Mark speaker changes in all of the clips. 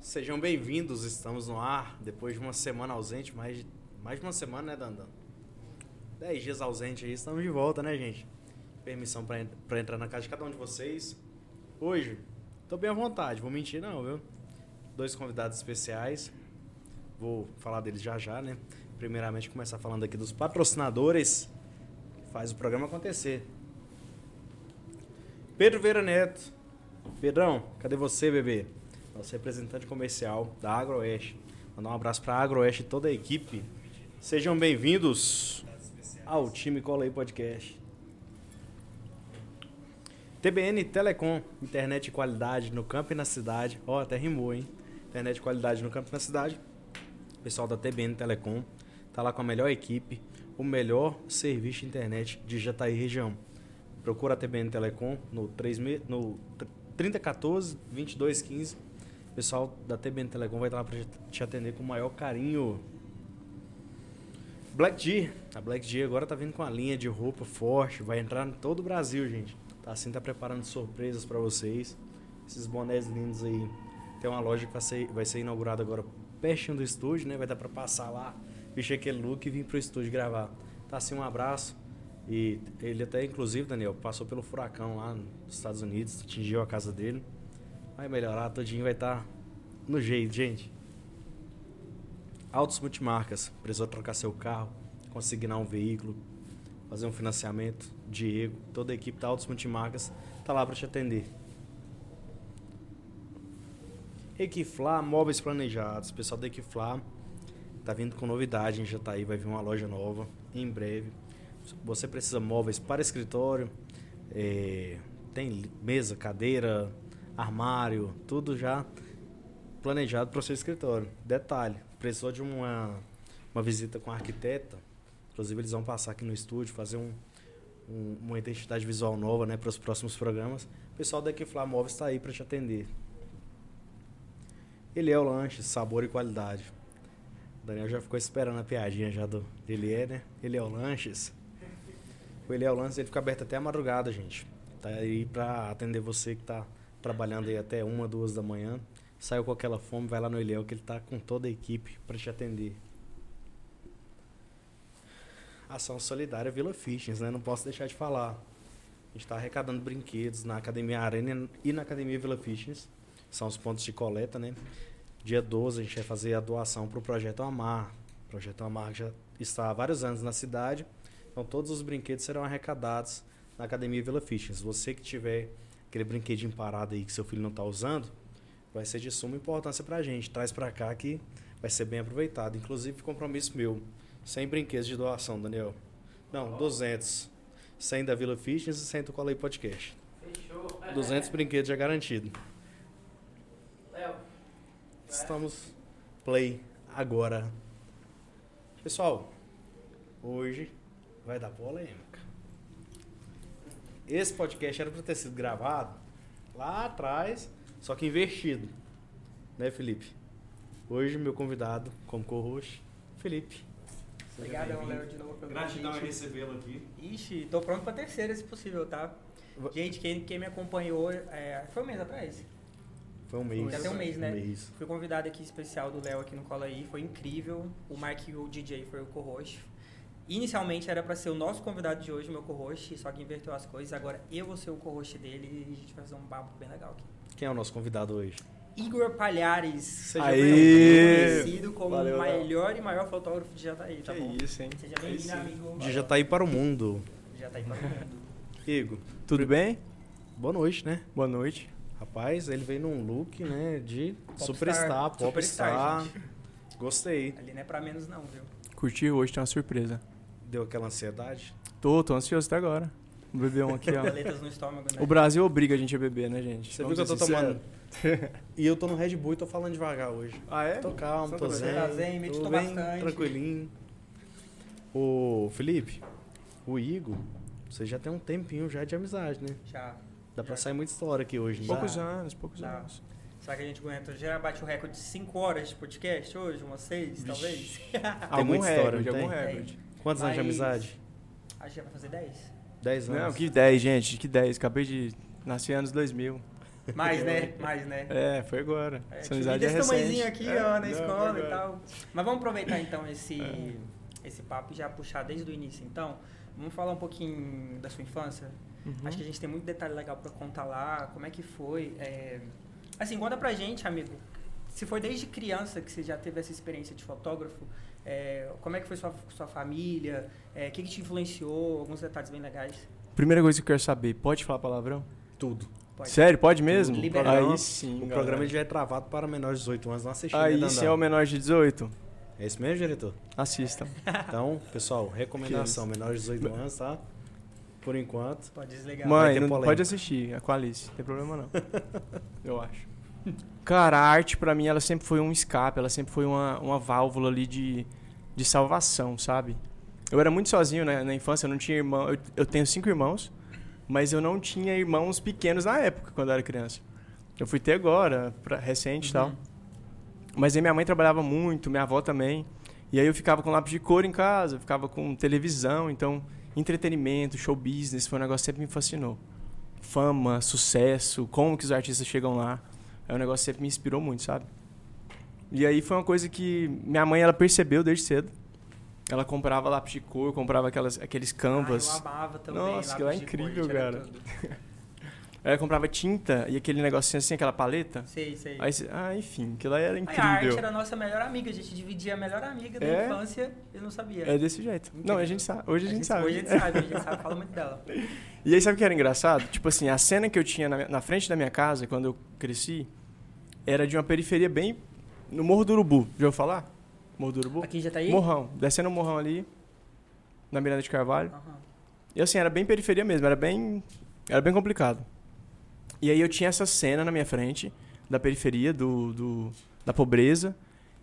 Speaker 1: Sejam bem-vindos, estamos no ar depois de uma semana ausente, mais de, mais de uma semana, né, Dandan? Dez dias ausente aí, estamos de volta, né, gente? Permissão pra en- pra entrar na casa de cada um de vocês. Hoje, tô bem à vontade, vou mentir não, viu? Dois convidados especiais, vou falar deles já já, né? Primeiramente, começar falando aqui dos patrocinadores, que faz o programa acontecer. Pedro Vera Neto. Pedrão, cadê você, bebê? Nosso representante comercial da Agroeste. Mandar um abraço para a Agroeste e toda a equipe. Sejam bem-vindos ao time Cola aí Podcast. TBN Telecom, internet de qualidade no campo e na cidade. Ó, até rimou, hein? Internet de qualidade no campo e na cidade. O pessoal da TBN Telecom tá lá com a melhor equipe, o melhor serviço de internet de Jataí região. Procura a TBN Telecom no, 36 no tr- 3014 2215. O pessoal da TBN Telecom vai estar lá para te atender com o maior carinho. Black G. A Black G agora tá vindo com a linha de roupa forte, vai entrar em todo o Brasil, gente. Tá assim, tá preparando surpresas para vocês. Esses bonés lindos aí. Tem uma loja que vai ser, vai ser inaugurada agora pertinho do estúdio, né? Vai dar para passar lá, vestir aquele look e vir pro estúdio gravar. Tá assim, um abraço. E ele até, inclusive, Daniel, passou pelo furacão lá nos Estados Unidos, atingiu a casa dele. Vai melhorar, todinho vai estar no jeito, gente. Autos Multimarcas. Precisou trocar seu carro, consignar um veículo, fazer um financiamento. Diego, toda a equipe da Autos Multimarcas tá lá para te atender. Equiflá, móveis planejados. O pessoal da Equiflá tá vindo com novidade em Jataí, tá vai vir uma loja nova em breve. Você precisa de móveis para escritório, eh, tem mesa, cadeira, armário, tudo já planejado para o seu escritório. Detalhe, precisou de uma, uma visita com a arquiteta. Inclusive, eles vão passar aqui no estúdio, fazer um, um- uma identidade visual nova né, para os próximos programas. O pessoal da Equiflá Móveis está aí para te atender. Ele é o lanche, sabor e qualidade. O Daniel já ficou esperando a piadinha já do ele é, né? Ele é o lanches. O ele é o lanches, ele fica aberto até a madrugada, gente. Tá aí pra atender você que tá trabalhando aí até uma, duas da manhã. Saiu com aquela fome, vai lá no Eliel que ele tá com toda a equipe pra te atender. Ação Solidária Vila Fitness, né? Não posso deixar de falar. A gente tá arrecadando brinquedos na Academia Arena e na Academia Vila Fitness. São os pontos de coleta, né? Dia 12 a gente vai fazer a doação para o Projeto Amar. O Projeto Amar já está há vários anos na cidade. Então todos os brinquedos serão arrecadados na Academia Vila Fitness. Você que tiver aquele brinquedinho parado aí que seu filho não está usando, vai ser de suma importância para a gente. Traz para cá que vai ser bem aproveitado. Inclusive, compromisso meu: 100 brinquedos de doação, Daniel. Não, 200. 100 da Vila Fitness e 100 do Colei Podcast.
Speaker 2: Fechou.
Speaker 1: 200 brinquedos já garantido.
Speaker 3: É,
Speaker 2: Léo,
Speaker 1: Estamos play agora. Pessoal, hoje vai dar polêmica. Esse podcast era para ter sido gravado lá atrás, só que invertido. Né, Felipe? Hoje meu convidado como co-host, Felipe. Seja
Speaker 2: obrigadão,
Speaker 1: bem-vindo.
Speaker 2: Léo, de novo pelo
Speaker 1: Gratidão em
Speaker 2: convite.
Speaker 1: recebê-lo aqui.
Speaker 2: Ixi, tô pronto pra terceira, se possível, tá?
Speaker 1: Va-
Speaker 2: Gente, quem, quem me acompanhou, é, foi um mês atrás?
Speaker 1: Foi um mês.
Speaker 2: Já tem um mês, né?
Speaker 1: mês.
Speaker 2: Fui convidado aqui especial do Léo aqui no Cola aí, foi incrível. O Mark e o DJ foi o co-host. Inicialmente era pra ser o nosso convidado de hoje, meu co-host, só que inverteu as coisas. Agora eu vou ser o co-host dele e a gente vai fazer um papo bem legal aqui.
Speaker 1: Quem é o nosso convidado hoje?
Speaker 2: Igor Palhares, seja
Speaker 1: Aê!
Speaker 2: bem-vindo, conhecido como
Speaker 4: Valeu,
Speaker 2: o
Speaker 4: Léo.
Speaker 2: melhor e maior fotógrafo de Jataí, tá
Speaker 4: que
Speaker 2: bom?
Speaker 4: isso, hein?
Speaker 2: Seja
Speaker 4: Aí
Speaker 2: bem-vindo,
Speaker 4: sim.
Speaker 2: amigo.
Speaker 1: De Jataí tá para o mundo.
Speaker 2: Jataí tá pra todo mundo.
Speaker 1: Igor,
Speaker 4: Tudo bem?
Speaker 1: boa noite, né?
Speaker 4: Boa noite.
Speaker 1: Rapaz, ele veio num look, né, de
Speaker 2: Popstar.
Speaker 1: superstar, popstar.
Speaker 2: Superstar,
Speaker 1: Gostei.
Speaker 2: Ali não é pra menos não, viu?
Speaker 4: Curtiu? Hoje tem uma surpresa.
Speaker 1: Deu aquela ansiedade.
Speaker 4: Tô, tô ansioso até agora. Vou beber um aqui, ó.
Speaker 2: Galetas no estômago, né?
Speaker 4: O Brasil obriga a gente a beber, né, gente?
Speaker 1: Você viu
Speaker 4: Vamos
Speaker 1: que eu tô
Speaker 4: ser sinceros.
Speaker 1: tomando? e eu tô no Red Bull e tô falando devagar hoje.
Speaker 4: Ah, é?
Speaker 1: Tô calmo, tô
Speaker 4: Você
Speaker 1: zen.
Speaker 2: tá zen, meditou
Speaker 1: tô bem
Speaker 2: bastante.
Speaker 1: tranquilinho. Ô, Felipe, o Igor, você já tem um tempinho já de amizade, né?
Speaker 2: Já.
Speaker 1: Dá pra
Speaker 2: Já.
Speaker 1: sair muita história aqui hoje, né?
Speaker 4: Poucos
Speaker 2: Já.
Speaker 4: anos, poucos
Speaker 2: Já.
Speaker 4: anos.
Speaker 2: Será que a gente aguenta? Já bate o recorde de 5 horas de podcast hoje? Umas 6, talvez?
Speaker 1: muita história,
Speaker 4: recorde,
Speaker 1: não Ah, tem?
Speaker 4: algum recorde.
Speaker 1: Quantos anos de
Speaker 2: Mas-
Speaker 1: amizade?
Speaker 2: Acho que já vai fazer 10.
Speaker 1: Dez anos.
Speaker 4: Não, que 10, gente, que 10. Acabei de nascer anos 2000.
Speaker 2: Mais, né? Mais, né?
Speaker 4: É, foi agora.
Speaker 1: tipo,
Speaker 2: É,
Speaker 4: Essa
Speaker 2: tive
Speaker 4: amizade é
Speaker 2: desse
Speaker 4: recente.
Speaker 2: tamanhozinho aqui,
Speaker 4: É,
Speaker 2: ó, na
Speaker 4: não,
Speaker 2: escola
Speaker 4: foi
Speaker 2: e
Speaker 4: agora.
Speaker 2: tal. Mas vamos aproveitar então esse,
Speaker 4: É.
Speaker 2: esse papo e já puxar desde o início. Então, vamos falar um pouquinho da sua infância?
Speaker 4: Uhum.
Speaker 2: Acho que a gente tem muito detalhe legal pra contar lá, como é que foi. é, Assim, conta pra gente, amigo, se foi desde criança que você já teve essa experiência de fotógrafo, é, como é que foi sua, sua família, é, o que, que te influenciou, alguns detalhes bem legais.
Speaker 4: Primeira coisa que eu quero saber, pode falar palavrão?
Speaker 1: Tudo.
Speaker 2: Pode.
Speaker 4: Sério, pode mesmo?
Speaker 2: Liberal.
Speaker 4: Aí sim,
Speaker 1: O
Speaker 4: galera.
Speaker 1: um programa já é travado para menores de 18 anos, não assistir.
Speaker 4: Aí sim é o menor de 18,
Speaker 1: É isso mesmo, diretor?
Speaker 4: assista.
Speaker 1: Então, pessoal, recomendação, menores de 18 anos, tá? Por enquanto.
Speaker 2: Pode desligar. né?
Speaker 1: vai
Speaker 4: Mãe,
Speaker 1: ter
Speaker 4: não
Speaker 1: polêmica.
Speaker 4: pode assistir, é com a Alice, não tem problema não. Eu acho. Cara, a arte pra mim, ela sempre foi um escape, ela sempre foi uma, uma válvula ali de, de salvação, sabe? Eu era muito sozinho né, na, na infância, eu não tinha irmão, eu, eu tenho cinco irmãos, mas eu não tinha irmãos pequenos na época, quando eu era criança. Eu fui ter agora, pra, recente e tal. Mas aí minha mãe trabalhava muito, minha avó também. E aí eu ficava com um lápis de cor em casa, eu ficava com televisão, então entretenimento, show business, foi um negócio que sempre me fascinou. Fama, sucesso, como que os artistas chegam lá, é um negócio que sempre me inspirou muito, sabe? E aí foi uma coisa que minha mãe ela percebeu desde cedo. Ela comprava lápis de cor, comprava aquelas, aqueles
Speaker 2: Ah, eu
Speaker 4: canvas.
Speaker 2: amava também.
Speaker 4: Nossa, que lá é
Speaker 2: lápis de cor,
Speaker 4: incrível,
Speaker 2: tinha
Speaker 4: cara.
Speaker 2: tudo.
Speaker 4: ela comprava tinta e aquele negocinho assim, aquela paleta.
Speaker 2: Sei, sei.
Speaker 4: Aí, você- ah, enfim, aquilo lá era
Speaker 2: Aí A arte
Speaker 4: incrível.
Speaker 2: era a nossa melhor amiga, a gente dividia a melhor amiga da
Speaker 4: É?
Speaker 2: infância e não sabia.
Speaker 4: É desse jeito. Não, a
Speaker 2: Incrível.
Speaker 4: gente sabe. Hoje a gente, sabe.
Speaker 2: Hoje a gente sabe, a gente sabe, fala muito dela.
Speaker 4: E aí, sabe o que era engraçado? Tipo assim, a cena que eu tinha na, na frente da minha casa, quando eu cresci, era de uma periferia bem no Morro do Urubu. Já ouviu falar? Morro do Urubu?
Speaker 2: Aqui já tá aí?
Speaker 4: Morrão. Descendo o morrão ali, na Miranda de Carvalho.
Speaker 2: Aham.
Speaker 4: E assim, era bem periferia mesmo, era bem, era bem complicado. E aí eu tinha essa cena na minha frente, da periferia, do, do- da pobreza.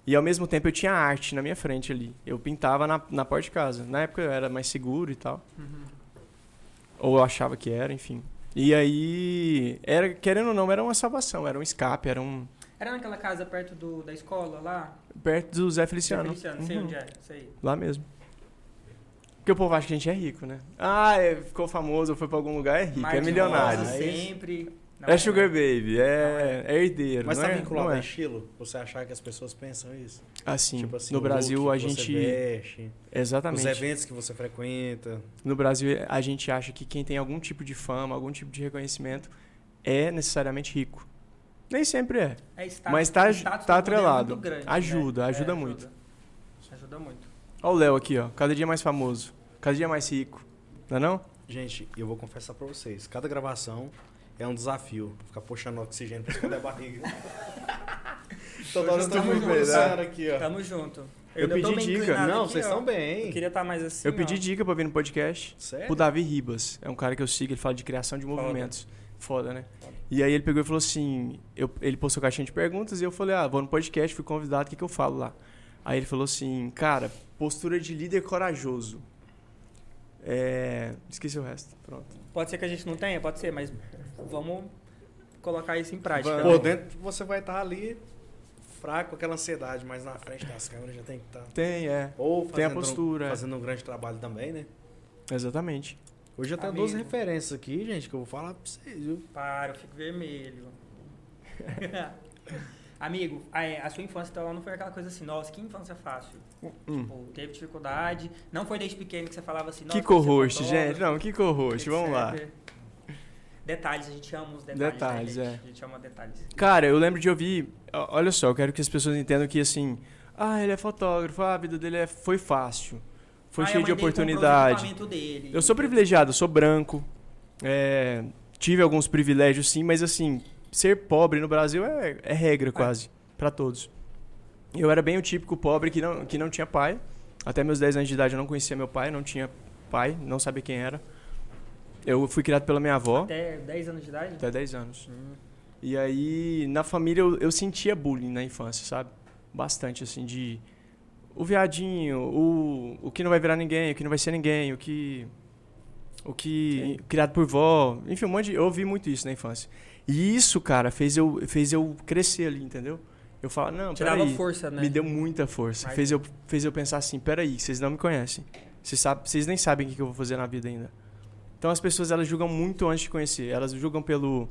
Speaker 4: E ao mesmo tempo eu tinha arte na minha frente ali. Eu pintava na, na porta de casa. Na época eu era mais seguro e tal.
Speaker 2: Uhum.
Speaker 4: Ou eu achava que era, enfim. E aí, era, querendo ou não, era uma salvação, era um escape, era um.
Speaker 2: Era naquela casa perto do, da escola lá?
Speaker 4: Perto do Zé Feliciano.
Speaker 2: Feliciano, sei
Speaker 4: Uhum.
Speaker 2: onde é, sei.
Speaker 4: Lá mesmo. Porque o povo acha que a gente é rico, né? Ah, é, ficou famoso, foi pra algum lugar, é rico, é
Speaker 2: Marcos
Speaker 4: milionário.
Speaker 2: Rosa,
Speaker 1: Mas-
Speaker 2: sempre. Não,
Speaker 4: é sugar baby, é, é herdeiro,
Speaker 1: Mas
Speaker 4: não
Speaker 1: tá
Speaker 4: é?
Speaker 1: vinculado
Speaker 4: não
Speaker 1: a
Speaker 4: é.
Speaker 1: estilo? Você achar que as pessoas pensam isso?
Speaker 4: Assim,
Speaker 1: Tipo assim,
Speaker 4: no
Speaker 1: o look
Speaker 4: Brasil
Speaker 1: que
Speaker 4: a
Speaker 1: você
Speaker 4: gente...
Speaker 1: veste, os
Speaker 4: Exatamente.
Speaker 1: eventos que você frequenta.
Speaker 4: No Brasil a gente acha que quem tem algum tipo de fama, algum tipo de reconhecimento, é necessariamente rico. Nem sempre é.
Speaker 2: É status,
Speaker 4: Mas tá-
Speaker 2: o status
Speaker 4: tá
Speaker 2: do poder é muito
Speaker 4: atrelado.
Speaker 2: grande,
Speaker 4: Ajuda,
Speaker 2: né?
Speaker 4: ajuda
Speaker 2: É,
Speaker 4: muito.
Speaker 2: Ajuda. Ajuda muito.
Speaker 4: Olha o Léo aqui, ó. Cada dia mais famoso. Cada dia mais rico. Não é não?
Speaker 1: Gente, eu vou confessar pra vocês, cada gravação é um desafio. Ficar puxando oxigênio pra esconder a barriga. Toda hora eu tô
Speaker 2: Tamo
Speaker 1: muito
Speaker 2: junto,
Speaker 1: pensando aqui, ó.
Speaker 2: Tamo junto.
Speaker 1: Eu,
Speaker 2: ainda tô
Speaker 1: pedi
Speaker 2: bem
Speaker 1: dica.
Speaker 2: inclinado
Speaker 1: Não,
Speaker 2: aqui,
Speaker 1: vocês
Speaker 2: ó.
Speaker 1: estão
Speaker 2: Eu
Speaker 1: bem.
Speaker 2: queria estar mais assim.
Speaker 4: eu pedi
Speaker 2: ó.
Speaker 4: dica pra vir no podcast
Speaker 1: Sério?
Speaker 4: pro Davi Ribas. É um cara que eu sigo, ele fala de criação de
Speaker 2: Foda.
Speaker 4: movimentos. Foda, né?
Speaker 2: Foda.
Speaker 4: E aí ele pegou e falou assim: eu- ele postou caixinha de perguntas e eu falei, ah, vou no podcast, fui convidado, o que, que eu falo lá? Aí ele falou assim, cara, postura de líder corajoso. É. Esqueci o resto. Pronto.
Speaker 2: Pode ser que a gente não tenha, pode ser, mas vamos colocar isso em prática.
Speaker 1: Por
Speaker 4: Vamos.
Speaker 2: né?
Speaker 1: dentro você vai estar ali fraco, aquela ansiedade, mas na frente das câmeras já tem que estar.
Speaker 4: Tem, é.
Speaker 1: Ou fazendo,
Speaker 4: Tem a postura,
Speaker 1: Um,
Speaker 4: é.
Speaker 1: fazendo um grande trabalho também, né?
Speaker 4: Exatamente.
Speaker 1: Hoje eu tenho
Speaker 2: Amigo.
Speaker 1: duas referências aqui, gente, que eu vou falar pra vocês, viu?
Speaker 2: Para, eu fico vermelho. Amigo, a, a sua infância então ela não foi aquela coisa assim, nossa, que infância fácil.
Speaker 4: Hum.
Speaker 2: Tipo, teve dificuldade, não foi desde pequeno que você falava assim, nossa,
Speaker 4: Que
Speaker 2: eu quero ser
Speaker 4: co-host,
Speaker 2: fotógrafo,
Speaker 4: gente. Não, que co-host. Vamos lá.
Speaker 2: etc. Detalhes, a gente ama os detalhes.
Speaker 4: Detalhes,
Speaker 2: né,
Speaker 4: é.
Speaker 2: gente? A gente ama detalhes.
Speaker 4: Cara, eu lembro de ouvir. ó, Olha só, eu quero que as pessoas entendam que assim. Ah, ele é fotógrafo, ah, a vida dele é- foi fácil. Foi
Speaker 2: Aí a
Speaker 4: cheio de
Speaker 2: mãe dele comprou o
Speaker 4: oportunidade.
Speaker 2: equipamento dele.
Speaker 4: Eu sou privilegiado, eu sou branco. é, tive alguns privilégios sim, mas assim, ser pobre no Brasil é, é regra quase, pra todos. Eu era bem o típico pobre que não, que não tinha pai. Até meus 10 anos de idade eu não conhecia meu pai, não tinha pai, não sabia quem era. Eu fui criado pela minha avó
Speaker 2: Até 10 anos de idade?
Speaker 4: até 10 anos.
Speaker 2: Hum.
Speaker 4: E aí, na família, eu, eu sentia bullying na infância, sabe? Bastante, assim, de... O viadinho, o, o que não vai virar ninguém, o que não vai ser ninguém, o que... O que... Criado por vó. Enfim, um monte de... Eu ouvi muito isso na infância. E isso, cara, fez eu, fez eu crescer ali, entendeu? Eu falo, não,
Speaker 2: Te dava
Speaker 4: peraí.
Speaker 2: força, né?
Speaker 4: Me deu muita força.
Speaker 2: Mas-
Speaker 4: Fez eu, fez eu pensar assim, peraí, vocês não me conhecem. Vocês, sabe, vocês nem sabem o que que eu vou fazer na vida ainda. Então as pessoas, elas julgam muito antes de conhecer. Elas julgam pelo...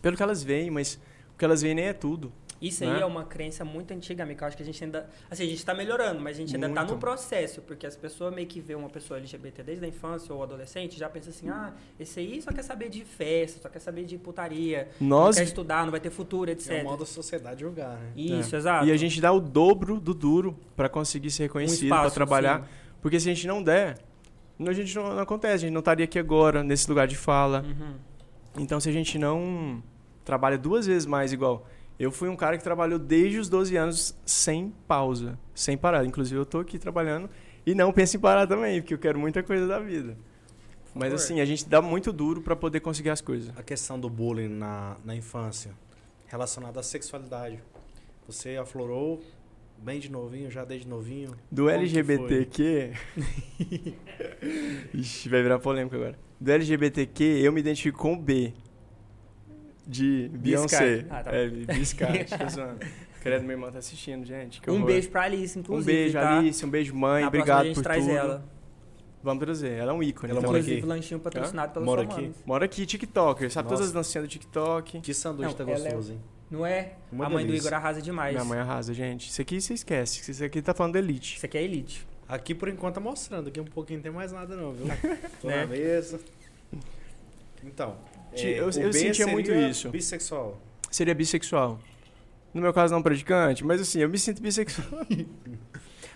Speaker 4: pelo que elas veem, mas o que elas veem nem é tudo.
Speaker 2: Isso aí
Speaker 4: né?
Speaker 2: é uma crença muito antiga, amigo. Eu acho que a gente ainda. Assim, a gente tá melhorando, mas a gente ainda tá
Speaker 4: Muito.
Speaker 2: no processo, porque as pessoas meio que vê uma pessoa LGBT desde a infância ou adolescente, já pensa assim, ah, esse aí só quer saber de festa, só quer saber de putaria,
Speaker 4: Nós
Speaker 2: não quer estudar, não vai ter futuro, etc.
Speaker 1: É o modo da sociedade jogar, né?
Speaker 2: Isso, exato.
Speaker 4: É.
Speaker 2: Um
Speaker 4: e a gente dá o dobro do duro pra conseguir ser reconhecido, pra
Speaker 2: espaço, assim.
Speaker 4: trabalhar,
Speaker 2: sim.
Speaker 4: porque se a gente não der, não- a gente não, não acontece, a gente não estaria aqui agora nesse lugar de fala.
Speaker 2: Uhum.
Speaker 4: Então se a gente não trabalha duas vezes mais igual, eu fui um cara que trabalhou desde os 12 anos sem pausa, sem parar. Inclusive eu tô aqui trabalhando e não penso em parar também, porque eu quero muita coisa da vida. Mas
Speaker 2: favor.
Speaker 4: assim, a gente dá muito duro pra poder conseguir as coisas.
Speaker 1: A questão do bullying na, na infância, relacionada à sexualidade. Você aflorou bem de novinho, já desde novinho.
Speaker 4: Do
Speaker 1: Como que
Speaker 4: LGBTQ. Ixi, vai virar polêmica agora. Do LGBTQ, eu me identifico com o B. De Beyoncé.
Speaker 2: Ah, tá
Speaker 4: É, Biscate, tô zoando. Credo, meu irmão tá assistindo, gente. que
Speaker 2: Um
Speaker 4: horror.
Speaker 2: beijo pra Alice,
Speaker 4: Um
Speaker 2: inclusive.
Speaker 4: beijo,
Speaker 2: tá?
Speaker 4: Alice. Um beijo, mãe.
Speaker 2: Na próxima
Speaker 4: Obrigado
Speaker 2: a gente
Speaker 4: por
Speaker 2: traz
Speaker 4: tudo.
Speaker 2: ela.
Speaker 4: Vamos trazer. Ela é um ícone.
Speaker 1: Ela
Speaker 4: então.
Speaker 1: mora
Speaker 2: Inclusive,
Speaker 1: aqui.
Speaker 2: lanchinho patrocinado pela
Speaker 1: Mora
Speaker 2: sua
Speaker 1: aqui.
Speaker 2: mãe.
Speaker 4: Mora aqui, TikToker. Sabe todas
Speaker 1: Nossa.
Speaker 4: as dancinhas do TikTok.
Speaker 1: Que sanduíche
Speaker 2: Não,
Speaker 1: tá
Speaker 2: ela é-
Speaker 1: gostoso, hein?
Speaker 2: Não é?
Speaker 1: Uma
Speaker 2: a mãe do
Speaker 1: delícia.
Speaker 2: Igor arrasa demais.
Speaker 4: Minha mãe arrasa, gente. Isso aqui você esquece. Isso aqui tá falando da Elite.
Speaker 2: Isso aqui é elite.
Speaker 1: Aqui por enquanto tá mostrando, aqui um pouquinho não tem mais nada não, viu? Tô
Speaker 2: Né?
Speaker 1: na mesa. Então,
Speaker 4: Ti-
Speaker 1: é,
Speaker 4: eu-
Speaker 1: o
Speaker 4: eu
Speaker 1: B
Speaker 4: sentia
Speaker 1: seria
Speaker 4: muito isso.
Speaker 1: Bissexual.
Speaker 4: Seria bissexual. No meu caso, não praticante, mas assim, eu me sinto bissexual.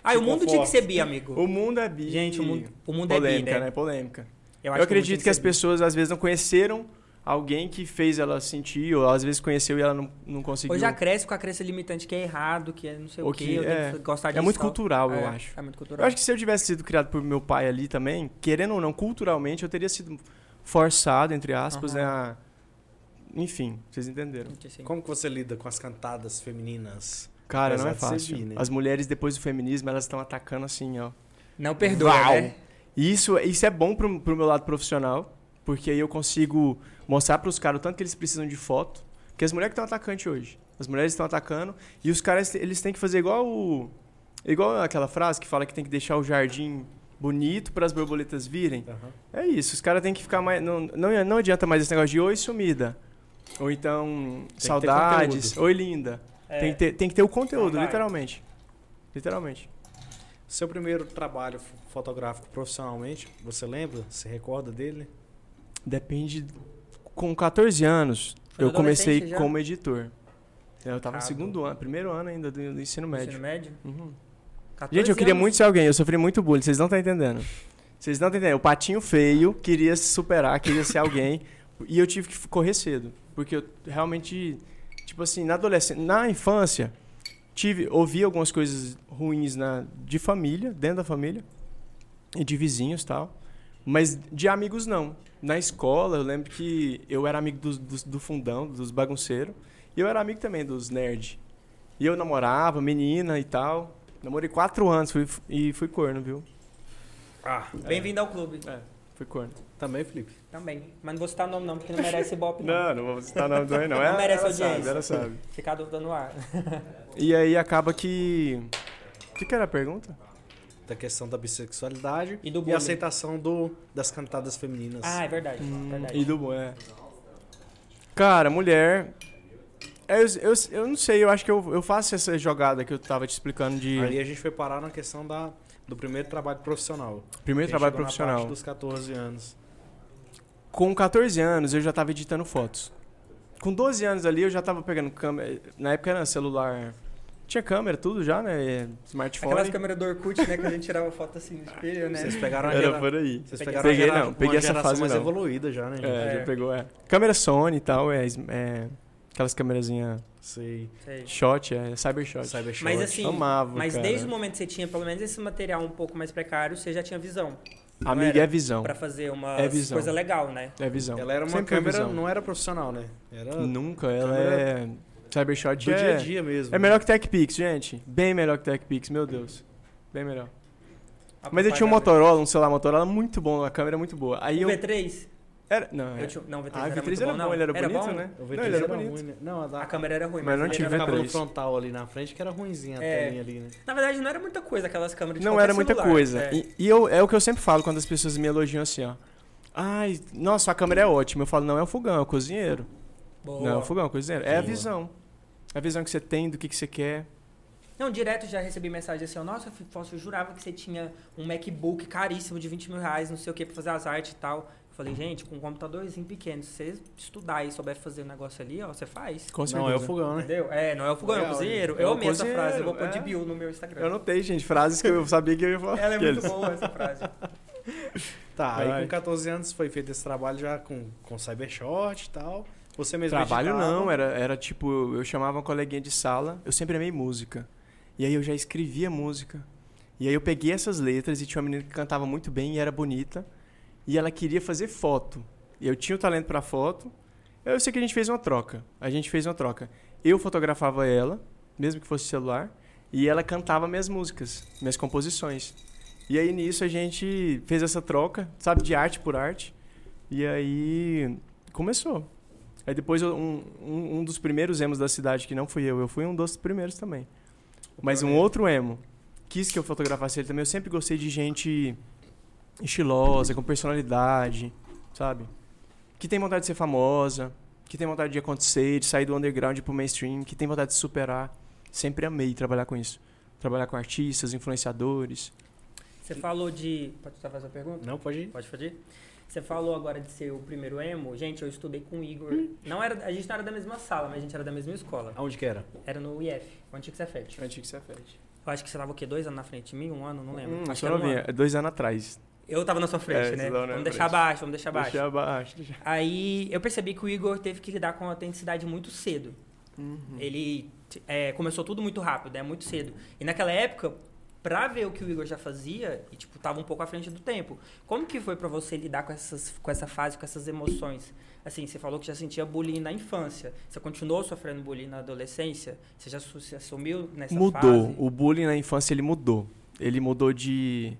Speaker 2: Ah, e o
Speaker 1: Ficou
Speaker 2: mundo tinha que
Speaker 1: forte.
Speaker 2: ser bi, amigo.
Speaker 4: O mundo é bi.
Speaker 2: Gente, o mundo, o mundo é
Speaker 4: polêmica,
Speaker 2: bi, né?
Speaker 4: né? Polêmica. Eu,
Speaker 2: acho o mundo tinha
Speaker 4: acredito que as
Speaker 2: ser bi.
Speaker 4: pessoas às vezes não conheceram alguém que fez ela sentir, ou às vezes conheceu e ela não, não conseguiu.
Speaker 2: Ou já cresce com a crença limitante que é errado, que é não sei o
Speaker 4: Ou
Speaker 2: quê,
Speaker 4: que
Speaker 2: eu tenho
Speaker 4: é-
Speaker 2: que gostar disso.
Speaker 4: é muito
Speaker 2: e tal.
Speaker 4: cultural,
Speaker 2: É,
Speaker 4: eu acho.
Speaker 2: É muito cultural.
Speaker 4: Eu acho que se eu tivesse sido criado por meu pai ali também, querendo ou não, culturalmente, eu teria sido forçado, entre aspas,
Speaker 2: Aham.
Speaker 4: né? a- Enfim, vocês entenderam.
Speaker 2: Sim.
Speaker 1: Como que você lida com as cantadas femininas?
Speaker 4: Cara, não é
Speaker 1: Apesar de ser
Speaker 4: fácil.
Speaker 1: bi, né?
Speaker 4: As mulheres, depois do feminismo, elas estão atacando assim, ó.
Speaker 2: Não perdoa,
Speaker 4: Uau!
Speaker 2: né?
Speaker 4: E isso, isso é bom pro, pro meu lado profissional, porque aí eu consigo mostrar pros caras o tanto que eles precisam de foto. Porque as mulheres que estão atacante hoje. As mulheres estão atacando. E os caras, eles têm que fazer igual o. Igual aquela frase que fala que tem que deixar o jardim bonito para as borboletas virem.
Speaker 1: Aham.
Speaker 4: É isso, os caras têm que ficar mais. Não, não, não adianta mais esse negócio de oi sumida. Ou então,
Speaker 1: ter
Speaker 4: saudades.
Speaker 1: conteúdo.
Speaker 4: Oi linda.
Speaker 2: É.
Speaker 4: Tem, que ter, tem que ter o conteúdo,
Speaker 2: Saudades.
Speaker 4: literalmente. Literalmente.
Speaker 1: Seu primeiro trabalho fo- fotográfico profissionalmente, você lembra? Se recorda dele?
Speaker 4: Depende. Com 14 anos,
Speaker 2: Foi
Speaker 4: eu comecei
Speaker 2: adolescente já?
Speaker 4: como editor. Eu tava no
Speaker 2: Caramba.
Speaker 4: segundo ano, primeiro ano ainda do, do ensino
Speaker 2: Ensino
Speaker 4: médio.
Speaker 2: médio.
Speaker 4: Uhum.
Speaker 2: 14
Speaker 4: Gente, eu queria
Speaker 2: anos.
Speaker 4: muito ser alguém, eu sofri muito bullying, vocês não estão entendendo. Vocês não estão entendendo. O patinho feio queria se superar, queria ser alguém. E eu tive que correr cedo. Porque eu realmente, tipo assim, na adolescência, na infância, tive, ouvi algumas coisas ruins na, de família, dentro da família, e de vizinhos e tal. Mas de amigos não. Na escola, eu lembro que eu era amigo dos, dos- do fundão, dos bagunceiros. E eu era amigo também dos nerds. E eu namorava, menina e tal. Namorei quatro anos fui, e fui corno, viu?
Speaker 1: Ah,
Speaker 2: Bem-vindo ao clube.
Speaker 4: É, fui corno.
Speaker 1: também, Felipe.
Speaker 2: Também. Mas não vou citar nome não, porque não merece ibope não.
Speaker 4: Não, não vou citar nome também, não.
Speaker 2: Não
Speaker 4: Ela,
Speaker 2: merece
Speaker 4: ela sabe,
Speaker 2: audiência.
Speaker 4: ela sabe.
Speaker 2: Ficar dúvida no ar.
Speaker 4: E aí acaba que... O que, que era a pergunta?
Speaker 1: Da questão da bissexualidade
Speaker 2: E do
Speaker 1: e
Speaker 2: bullying.
Speaker 1: a aceitação do, das cantadas femininas.
Speaker 2: Ah, é verdade. verdade.
Speaker 4: E do bom, é. Cara, mulher... é, Eu, eu, eu não sei, eu acho que eu, eu faço essa jogada que eu tava te explicando de...
Speaker 1: Aí a gente foi parar na questão da, do primeiro trabalho profissional. A
Speaker 4: primeiro
Speaker 1: gente
Speaker 4: trabalho
Speaker 1: chegou na
Speaker 4: profissional.
Speaker 1: parte dos 14 anos.
Speaker 4: Com 14 anos, eu já tava editando fotos. Com 12 anos ali, eu já tava pegando câmera... Na época era celular... Tinha câmera, tudo já, né? Smartphone.
Speaker 2: Aquelas câmeras do Orkut, né, que a gente tirava foto assim
Speaker 4: Ah,
Speaker 2: no espelho, né?
Speaker 1: Vocês pegaram a
Speaker 4: Era
Speaker 1: gera-
Speaker 4: por aí.
Speaker 1: Vocês
Speaker 2: Peguei-
Speaker 1: pegaram a
Speaker 4: peguei,
Speaker 1: gera-
Speaker 4: não, peguei
Speaker 1: uma
Speaker 4: essa
Speaker 1: geração
Speaker 4: fase,
Speaker 1: mais
Speaker 4: não.
Speaker 1: evoluída já, né? gente?
Speaker 4: É,
Speaker 2: É.
Speaker 4: já pegou, é. Câmera Sony e tal, é. sm- é, aquelas câmerazinhas
Speaker 1: Sei.
Speaker 2: Sei.
Speaker 4: shot, é cybershot.
Speaker 1: Cybershot.
Speaker 2: Mas assim,
Speaker 4: Amava,
Speaker 2: mas
Speaker 4: cara.
Speaker 2: desde o momento que você tinha pelo menos esse material um pouco mais precário, você já tinha visão não
Speaker 4: Amiga,
Speaker 2: era.
Speaker 4: é visão.
Speaker 2: Pra fazer uma
Speaker 4: É visão.
Speaker 2: coisa legal, né?
Speaker 4: É visão.
Speaker 1: ela era uma
Speaker 4: Sempre foi
Speaker 1: câmera,
Speaker 4: visão.
Speaker 1: não era profissional, né? Era do
Speaker 4: Nunca, ela
Speaker 1: câmera
Speaker 4: é... Cybershot
Speaker 1: dia
Speaker 4: é...
Speaker 1: a dia mesmo.
Speaker 4: É melhor que TechPix, gente. Bem melhor que TechPix, meu Deus. Bem melhor.
Speaker 2: A
Speaker 4: Mas eu tinha um
Speaker 2: propaganda.
Speaker 4: Motorola, um celular Motorola muito bom, a câmera muito boa. Aí eu...
Speaker 2: né? O V3?
Speaker 4: Era... Não,
Speaker 2: Eu
Speaker 4: é...
Speaker 2: tinha- Não, o V3
Speaker 4: Ah,
Speaker 2: era
Speaker 4: o
Speaker 2: muito
Speaker 4: V3 era
Speaker 2: bom,
Speaker 4: bom,
Speaker 2: não.
Speaker 4: ele era
Speaker 2: Era
Speaker 4: bonito,
Speaker 2: bom?
Speaker 4: né?
Speaker 1: O
Speaker 4: Não,
Speaker 1: V3
Speaker 4: ele era
Speaker 1: era
Speaker 4: bonito.
Speaker 1: ruim, né? Não, a da...
Speaker 2: A câmera era ruim,
Speaker 4: Mas não
Speaker 2: ele
Speaker 4: tive
Speaker 2: era
Speaker 1: ficava
Speaker 4: V3.
Speaker 1: no frontal ali na frente, que era ruimzinha a
Speaker 2: É.
Speaker 1: telinha ali, né?
Speaker 2: Na verdade, não era muita coisa aquelas câmeras de
Speaker 4: Não
Speaker 2: qualquer
Speaker 4: era muita
Speaker 2: celular.
Speaker 4: coisa.
Speaker 2: É.
Speaker 4: E, e eu, é o que eu sempre falo quando as pessoas me elogiam assim, ó. Ai, nossa, a câmera é ótima. Eu falo, não, é um fogão, é um cozinheiro.
Speaker 2: Boa.
Speaker 4: Não, fogão, cozinheiro. É a
Speaker 1: Boa.
Speaker 4: visão. A visão que você tem do que, que você quer.
Speaker 2: Não, direto já recebi mensagem assim, ó, nossa, Fóssil, eu jurava que você tinha um MacBook caríssimo de 20 mil reais, não sei o que, pra fazer as artes e tal. Eu falei, gente, com um computadorzinho pequeno, se você estudar e souber fazer o negócio ali, ó, você faz.
Speaker 4: Com
Speaker 1: Não, é o
Speaker 4: certeza.
Speaker 1: fogão, né?
Speaker 2: Entendeu? É, não é o fogão, é o
Speaker 1: Legal,
Speaker 2: cozinheiro.
Speaker 4: gente.
Speaker 2: Eu
Speaker 4: É o
Speaker 2: amei essa
Speaker 4: cozinheiro,
Speaker 2: frase, eu vou pôr de
Speaker 4: é.
Speaker 2: bio no meu Instagram.
Speaker 4: Eu notei, gente, frases que eu sabia que eu ia falar.
Speaker 2: Ela é muito
Speaker 4: Aqueles.
Speaker 2: boa, essa frase.
Speaker 1: Tá, aí
Speaker 4: Vai.
Speaker 1: com 14 anos foi feito esse trabalho já com, com Cybershot e tal. Você mesmo
Speaker 4: Trabalho
Speaker 1: editava.
Speaker 4: não, era, era tipo, eu- eu chamava uma coleguinha de sala, eu sempre amei música. E aí eu já escrevia música. E aí eu peguei essas letras e tinha uma menina que cantava muito bem e era bonita. E ela queria fazer foto. E eu tinha o talento pra foto. Eu sei que a gente fez uma troca. A gente fez uma troca. Eu fotografava ela, mesmo que fosse celular, e ela cantava minhas músicas, minhas composições. E aí nisso a gente fez essa troca, sabe, de arte por arte. E aí começou. Aí depois eu- um, um, um dos primeiros emos da cidade, que não fui eu, eu fui um dos primeiros também. Mas um outro emo quis que eu fotografasse ele também. Eu sempre gostei de gente estilosa, com personalidade, sabe? Que tem vontade de ser famosa, que tem vontade de acontecer, de sair do underground pro mainstream, que tem vontade de superar. Sempre amei trabalhar com isso. Trabalhar com artistas, influenciadores.
Speaker 2: Você falou de... Pode só fazer a pergunta?
Speaker 1: Não, pode ir.
Speaker 2: Pode fazer? Você falou agora de ser o primeiro emo. Gente, eu estudei com o Igor. Não era, a gente não era da mesma sala, mas a gente era da mesma escola.
Speaker 1: Aonde que era?
Speaker 2: Era no IF, onde que você fete.
Speaker 4: Antigo que você fez.
Speaker 2: Eu acho que você tava o quê? Dois anos na frente de mim? Um ano? Não lembro.
Speaker 4: Hum,
Speaker 2: acho que
Speaker 4: só
Speaker 2: era um
Speaker 4: novinha,
Speaker 2: ano.
Speaker 4: é dois anos atrás.
Speaker 2: Eu tava na sua frente,
Speaker 4: É,
Speaker 2: né?
Speaker 4: você tava na
Speaker 2: Vamos
Speaker 4: minha
Speaker 2: deixar
Speaker 4: frente.
Speaker 2: abaixo, vamos deixar abaixo.
Speaker 4: Deixa abaixo. Deixa...
Speaker 2: Aí eu percebi que o Igor teve que lidar com a autenticidade muito cedo. Ele é, começou tudo muito rápido, é muito cedo. E naquela época, pra ver o que o Igor já fazia, e, tipo, tava um pouco à frente do tempo. Como que foi pra você lidar com, essas, com essa fase, com essas emoções? Assim, você falou que já sentia bullying na infância. Você continuou sofrendo bullying na adolescência? Você já su- se assumiu nessa
Speaker 4: mudou.
Speaker 2: fase?
Speaker 4: O bullying na infância ele mudou. Ele mudou de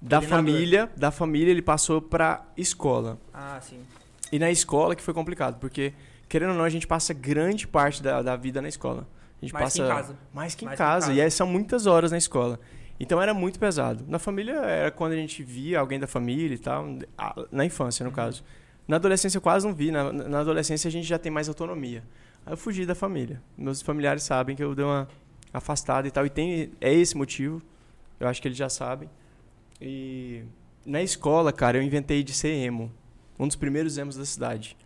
Speaker 4: da
Speaker 2: Dominador.
Speaker 4: família, da família ele passou pra escola.
Speaker 2: Ah, sim.
Speaker 4: E na escola que foi complicado, porque querendo ou não a gente passa grande parte da, da vida na escola. A gente
Speaker 2: Mais
Speaker 4: passa
Speaker 2: que em casa.
Speaker 4: mais que em
Speaker 2: Mais que em
Speaker 4: casa.
Speaker 2: casa.
Speaker 4: E aí são muitas horas na escola. Então era muito pesado. Na família era quando a gente via alguém da família e tal. a- Na infância, no
Speaker 2: Uhum.
Speaker 4: caso. Na adolescência eu quase não vi. Na, na adolescência a gente já tem mais autonomia. Aí eu fugi da família. Meus familiares sabem que eu dei uma afastada e tal. E tem, é esse motivo. Eu acho que eles já sabem. E na escola, cara, eu inventei de ser emo. Um dos primeiros emos da cidade.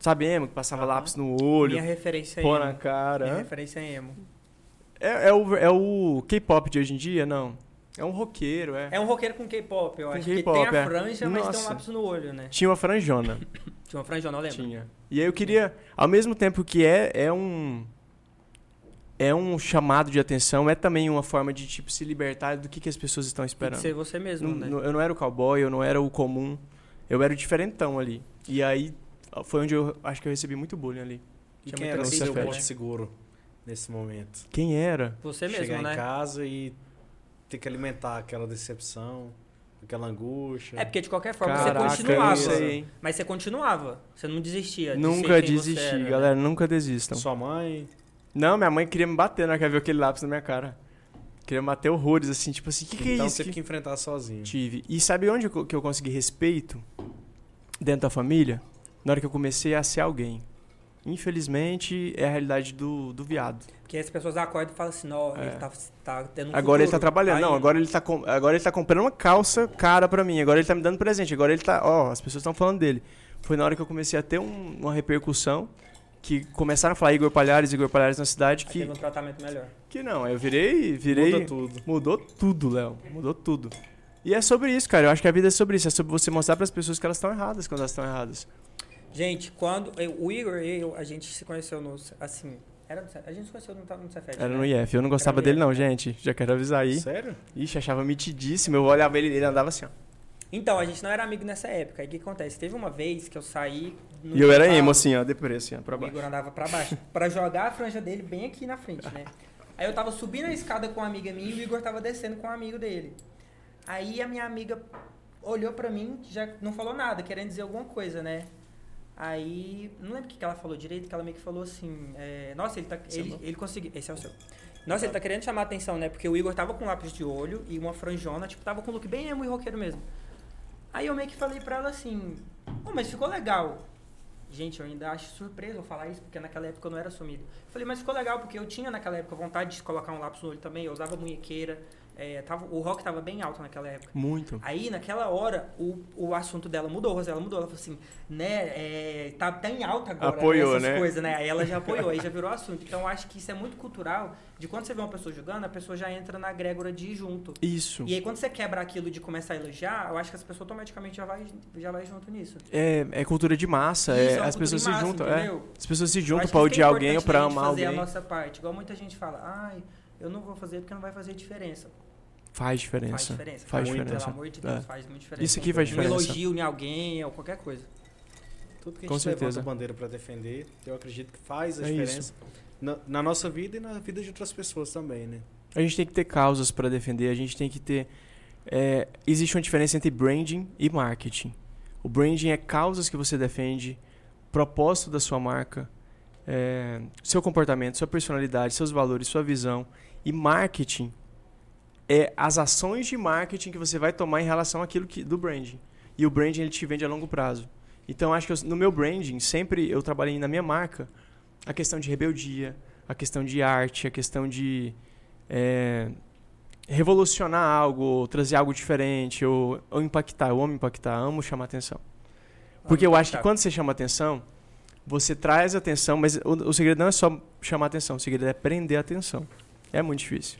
Speaker 4: Sabe emo? Que passava
Speaker 2: Aham.
Speaker 4: lápis no olho,
Speaker 2: Minha referência é
Speaker 4: pô na
Speaker 2: emo.
Speaker 4: cara. né?
Speaker 2: Minha
Speaker 4: hã?
Speaker 2: referência é emo.
Speaker 4: É, é o, é o K-pop de hoje em dia? Não. É um roqueiro, é.
Speaker 2: É um roqueiro com K-pop, eu
Speaker 4: Com
Speaker 2: acho. que tem
Speaker 4: K-pop,
Speaker 2: a
Speaker 4: é.
Speaker 2: franja, mas tem um
Speaker 4: Nossa.
Speaker 2: lápis no olho, né?
Speaker 4: Tinha uma franjona.
Speaker 2: Tinha uma franja, eu não lembro.
Speaker 4: Tinha. E aí eu queria, ao mesmo tempo que é, é um. É um chamado de atenção, é também uma forma de tipo se libertar do que, que as pessoas estão
Speaker 2: Tem que
Speaker 4: esperando.
Speaker 2: ser você mesmo,
Speaker 4: Não-
Speaker 2: né?
Speaker 4: não- eu não era o cowboy, eu não era o comum. Eu era o diferentão ali. E aí foi onde eu acho que eu recebi muito bullying ali.
Speaker 1: E
Speaker 2: Tinha
Speaker 1: quem
Speaker 2: muita
Speaker 1: era assim, o
Speaker 4: notícia
Speaker 1: seu
Speaker 4: fede.
Speaker 1: porto seguro nesse momento?
Speaker 4: Quem era?
Speaker 2: Você
Speaker 1: Chegar
Speaker 2: mesmo,
Speaker 1: em
Speaker 2: né?
Speaker 1: casa e ter que alimentar aquela decepção, aquela angústia.
Speaker 2: É porque de qualquer forma
Speaker 1: Caraca,
Speaker 2: você
Speaker 1: eu
Speaker 2: continuava.
Speaker 1: sei,
Speaker 4: hein?
Speaker 2: Mas você continuava. Você não desistia. de
Speaker 4: Nunca
Speaker 2: ser quem você
Speaker 4: desisti,
Speaker 2: era, né?
Speaker 4: galera, nunca desistam.
Speaker 1: Sua mãe.
Speaker 4: Não, minha mãe queria me bater na hora que ela viu aquele lápis na minha cara. Queria me bater horrores, assim, tipo assim, que que
Speaker 1: então
Speaker 4: é isso?
Speaker 1: teve
Speaker 4: que-
Speaker 1: que... enfrentar sozinho.
Speaker 4: Tive. E sabe onde eu co- que eu consegui respeito? Dentro da família? Na hora que eu comecei a ser alguém. Infelizmente, é a realidade do, do viado.
Speaker 2: Porque as pessoas acordam e falam assim, ó,
Speaker 4: É.
Speaker 2: ele tá, tá tendo um
Speaker 4: agora ele tá
Speaker 2: futuro.
Speaker 4: trabalhando.
Speaker 2: Aí-
Speaker 4: Não, agora ele tá, com- agora ele tá comprando uma calça cara pra mim. Agora ele tá me dando presente. Agora ele tá. Ó, as pessoas estão falando dele. Foi na hora que eu comecei a ter um- uma repercussão que começaram a falar Igor Palhares, Igor Palhares na cidade,
Speaker 2: aí
Speaker 4: que,
Speaker 2: Teve um tratamento melhor.
Speaker 4: que não. Aí eu virei. virei
Speaker 1: Muda tudo.
Speaker 4: Mudou tudo, Léo. Mudou tudo. E é sobre isso, cara. Eu acho que a vida é sobre isso. É sobre você mostrar para as pessoas que elas estão erradas quando elas estão erradas.
Speaker 2: Gente, quando... eu- o Igor e eu, a gente se conheceu no... Assim... Era no, a gente se conheceu no, no Cefet,
Speaker 4: Era
Speaker 2: né?
Speaker 4: no IF. Eu não gostava
Speaker 2: Era no
Speaker 4: dele,
Speaker 2: IF,
Speaker 4: não,
Speaker 2: né?
Speaker 4: gente. Já quero avisar aí.
Speaker 1: Sério?
Speaker 4: Ixi, achava metidíssimo. Eu olhava ele, ele andava assim, ó.
Speaker 2: Então, a gente não era amigo nessa época. Aí o que acontece? Teve uma vez que eu saí... no
Speaker 4: E eu era
Speaker 2: intervalo,
Speaker 4: emo, assim, ó. Deprê, assim, ó, pra
Speaker 2: O
Speaker 4: baixo.
Speaker 2: Igor andava pra baixo. pra jogar a franja dele bem aqui na frente, né? Aí eu tava subindo a escada com uma amiga minha e o Igor tava descendo com um amigo dele. Aí a minha amiga olhou pra mim, já não falou nada, querendo dizer alguma coisa, né? Aí, não lembro o que que ela falou direito, que ela meio que falou assim: é, Nossa, ele tá.
Speaker 4: Esse é o
Speaker 2: Ele,
Speaker 4: meu?
Speaker 2: ele conseguiu. Esse é o seu. Nossa, ele tá querendo chamar a atenção, né? Porque o Igor tava com lápis de olho e uma franjona, tipo, tava com um look bem emo e roqueiro mesmo. Aí eu meio que falei pra ela assim: Pô, mas ficou legal. Gente, eu ainda acho surpresa eu falar isso, porque naquela época eu não era sumido. Eu falei, mas ficou legal, porque eu tinha naquela época vontade de colocar um lápis no olho também, eu usava munhequeira, é, tava, o rock tava bem alto naquela época.
Speaker 4: Muito.
Speaker 2: Aí, naquela hora, o, o assunto dela mudou, Rosela mudou. Ela falou assim, né, é, tá, tá em alta agora
Speaker 4: Apoiou,
Speaker 2: essas
Speaker 4: né?
Speaker 2: coisas, né? Aí ela já apoiou, aí já virou assunto. Então, eu acho que isso é muito cultural, de quando você vê uma pessoa jogando, a pessoa já entra na egrégora de ir junto.
Speaker 4: Isso.
Speaker 2: E é- aí, quando você quebra aquilo de começar a elogiar, eu acho que as pessoas automaticamente já vai, já vai junto nisso.
Speaker 4: É, é cultura de massa,
Speaker 2: Isso,
Speaker 4: é-
Speaker 2: é uma
Speaker 4: as
Speaker 2: cultura
Speaker 4: pessoas
Speaker 2: de massa,
Speaker 4: se juntam, é.
Speaker 2: entendeu?
Speaker 4: As pessoas se
Speaker 2: Eu acho
Speaker 4: juntam
Speaker 2: que
Speaker 4: pra
Speaker 2: isso que é
Speaker 4: odiar alguém ou
Speaker 2: importante
Speaker 4: pra
Speaker 2: a gente
Speaker 4: amar
Speaker 2: fazer
Speaker 4: alguém.
Speaker 2: a nossa parte. Igual muita gente fala, ai, eu não vou fazer porque não vai fazer diferença.
Speaker 4: Faz
Speaker 2: Faz
Speaker 4: diferença.
Speaker 2: diferença.
Speaker 4: Faz
Speaker 2: muito,
Speaker 4: diferença.
Speaker 2: Pelo amor de Deus,
Speaker 4: É.
Speaker 2: faz muita diferença.
Speaker 4: Isso aqui faz
Speaker 2: Um
Speaker 4: diferença.
Speaker 2: elogio em alguém ou qualquer coisa.
Speaker 1: Tudo que a
Speaker 4: Com
Speaker 1: gente levanta
Speaker 4: certeza.
Speaker 1: a bandeira para defender, eu acredito que faz a
Speaker 4: É
Speaker 1: diferença na, na nossa vida e na vida de outras pessoas também, né?
Speaker 4: A gente tem que ter causas pra defender, a gente tem que ter. é, existe uma diferença entre branding e marketing. O branding é causas que você defende, propósito da sua marca, é, seu comportamento, sua personalidade, seus valores, sua visão. E marketing é as ações de marketing que você vai tomar em relação àquilo que, do branding. E o branding ele te vende a longo prazo. Então acho que eu- no meu branding sempre eu trabalhei na minha marca a questão de rebeldia, a questão de arte, a questão de é, revolucionar algo, ou trazer algo diferente, ou, ou impactar. Eu amo impactar, amo chamar atenção. Porque eu acho que quando você chama atenção, você traz atenção, mas o, o segredo não é só chamar atenção, o segredo é prender a atenção. É muito difícil.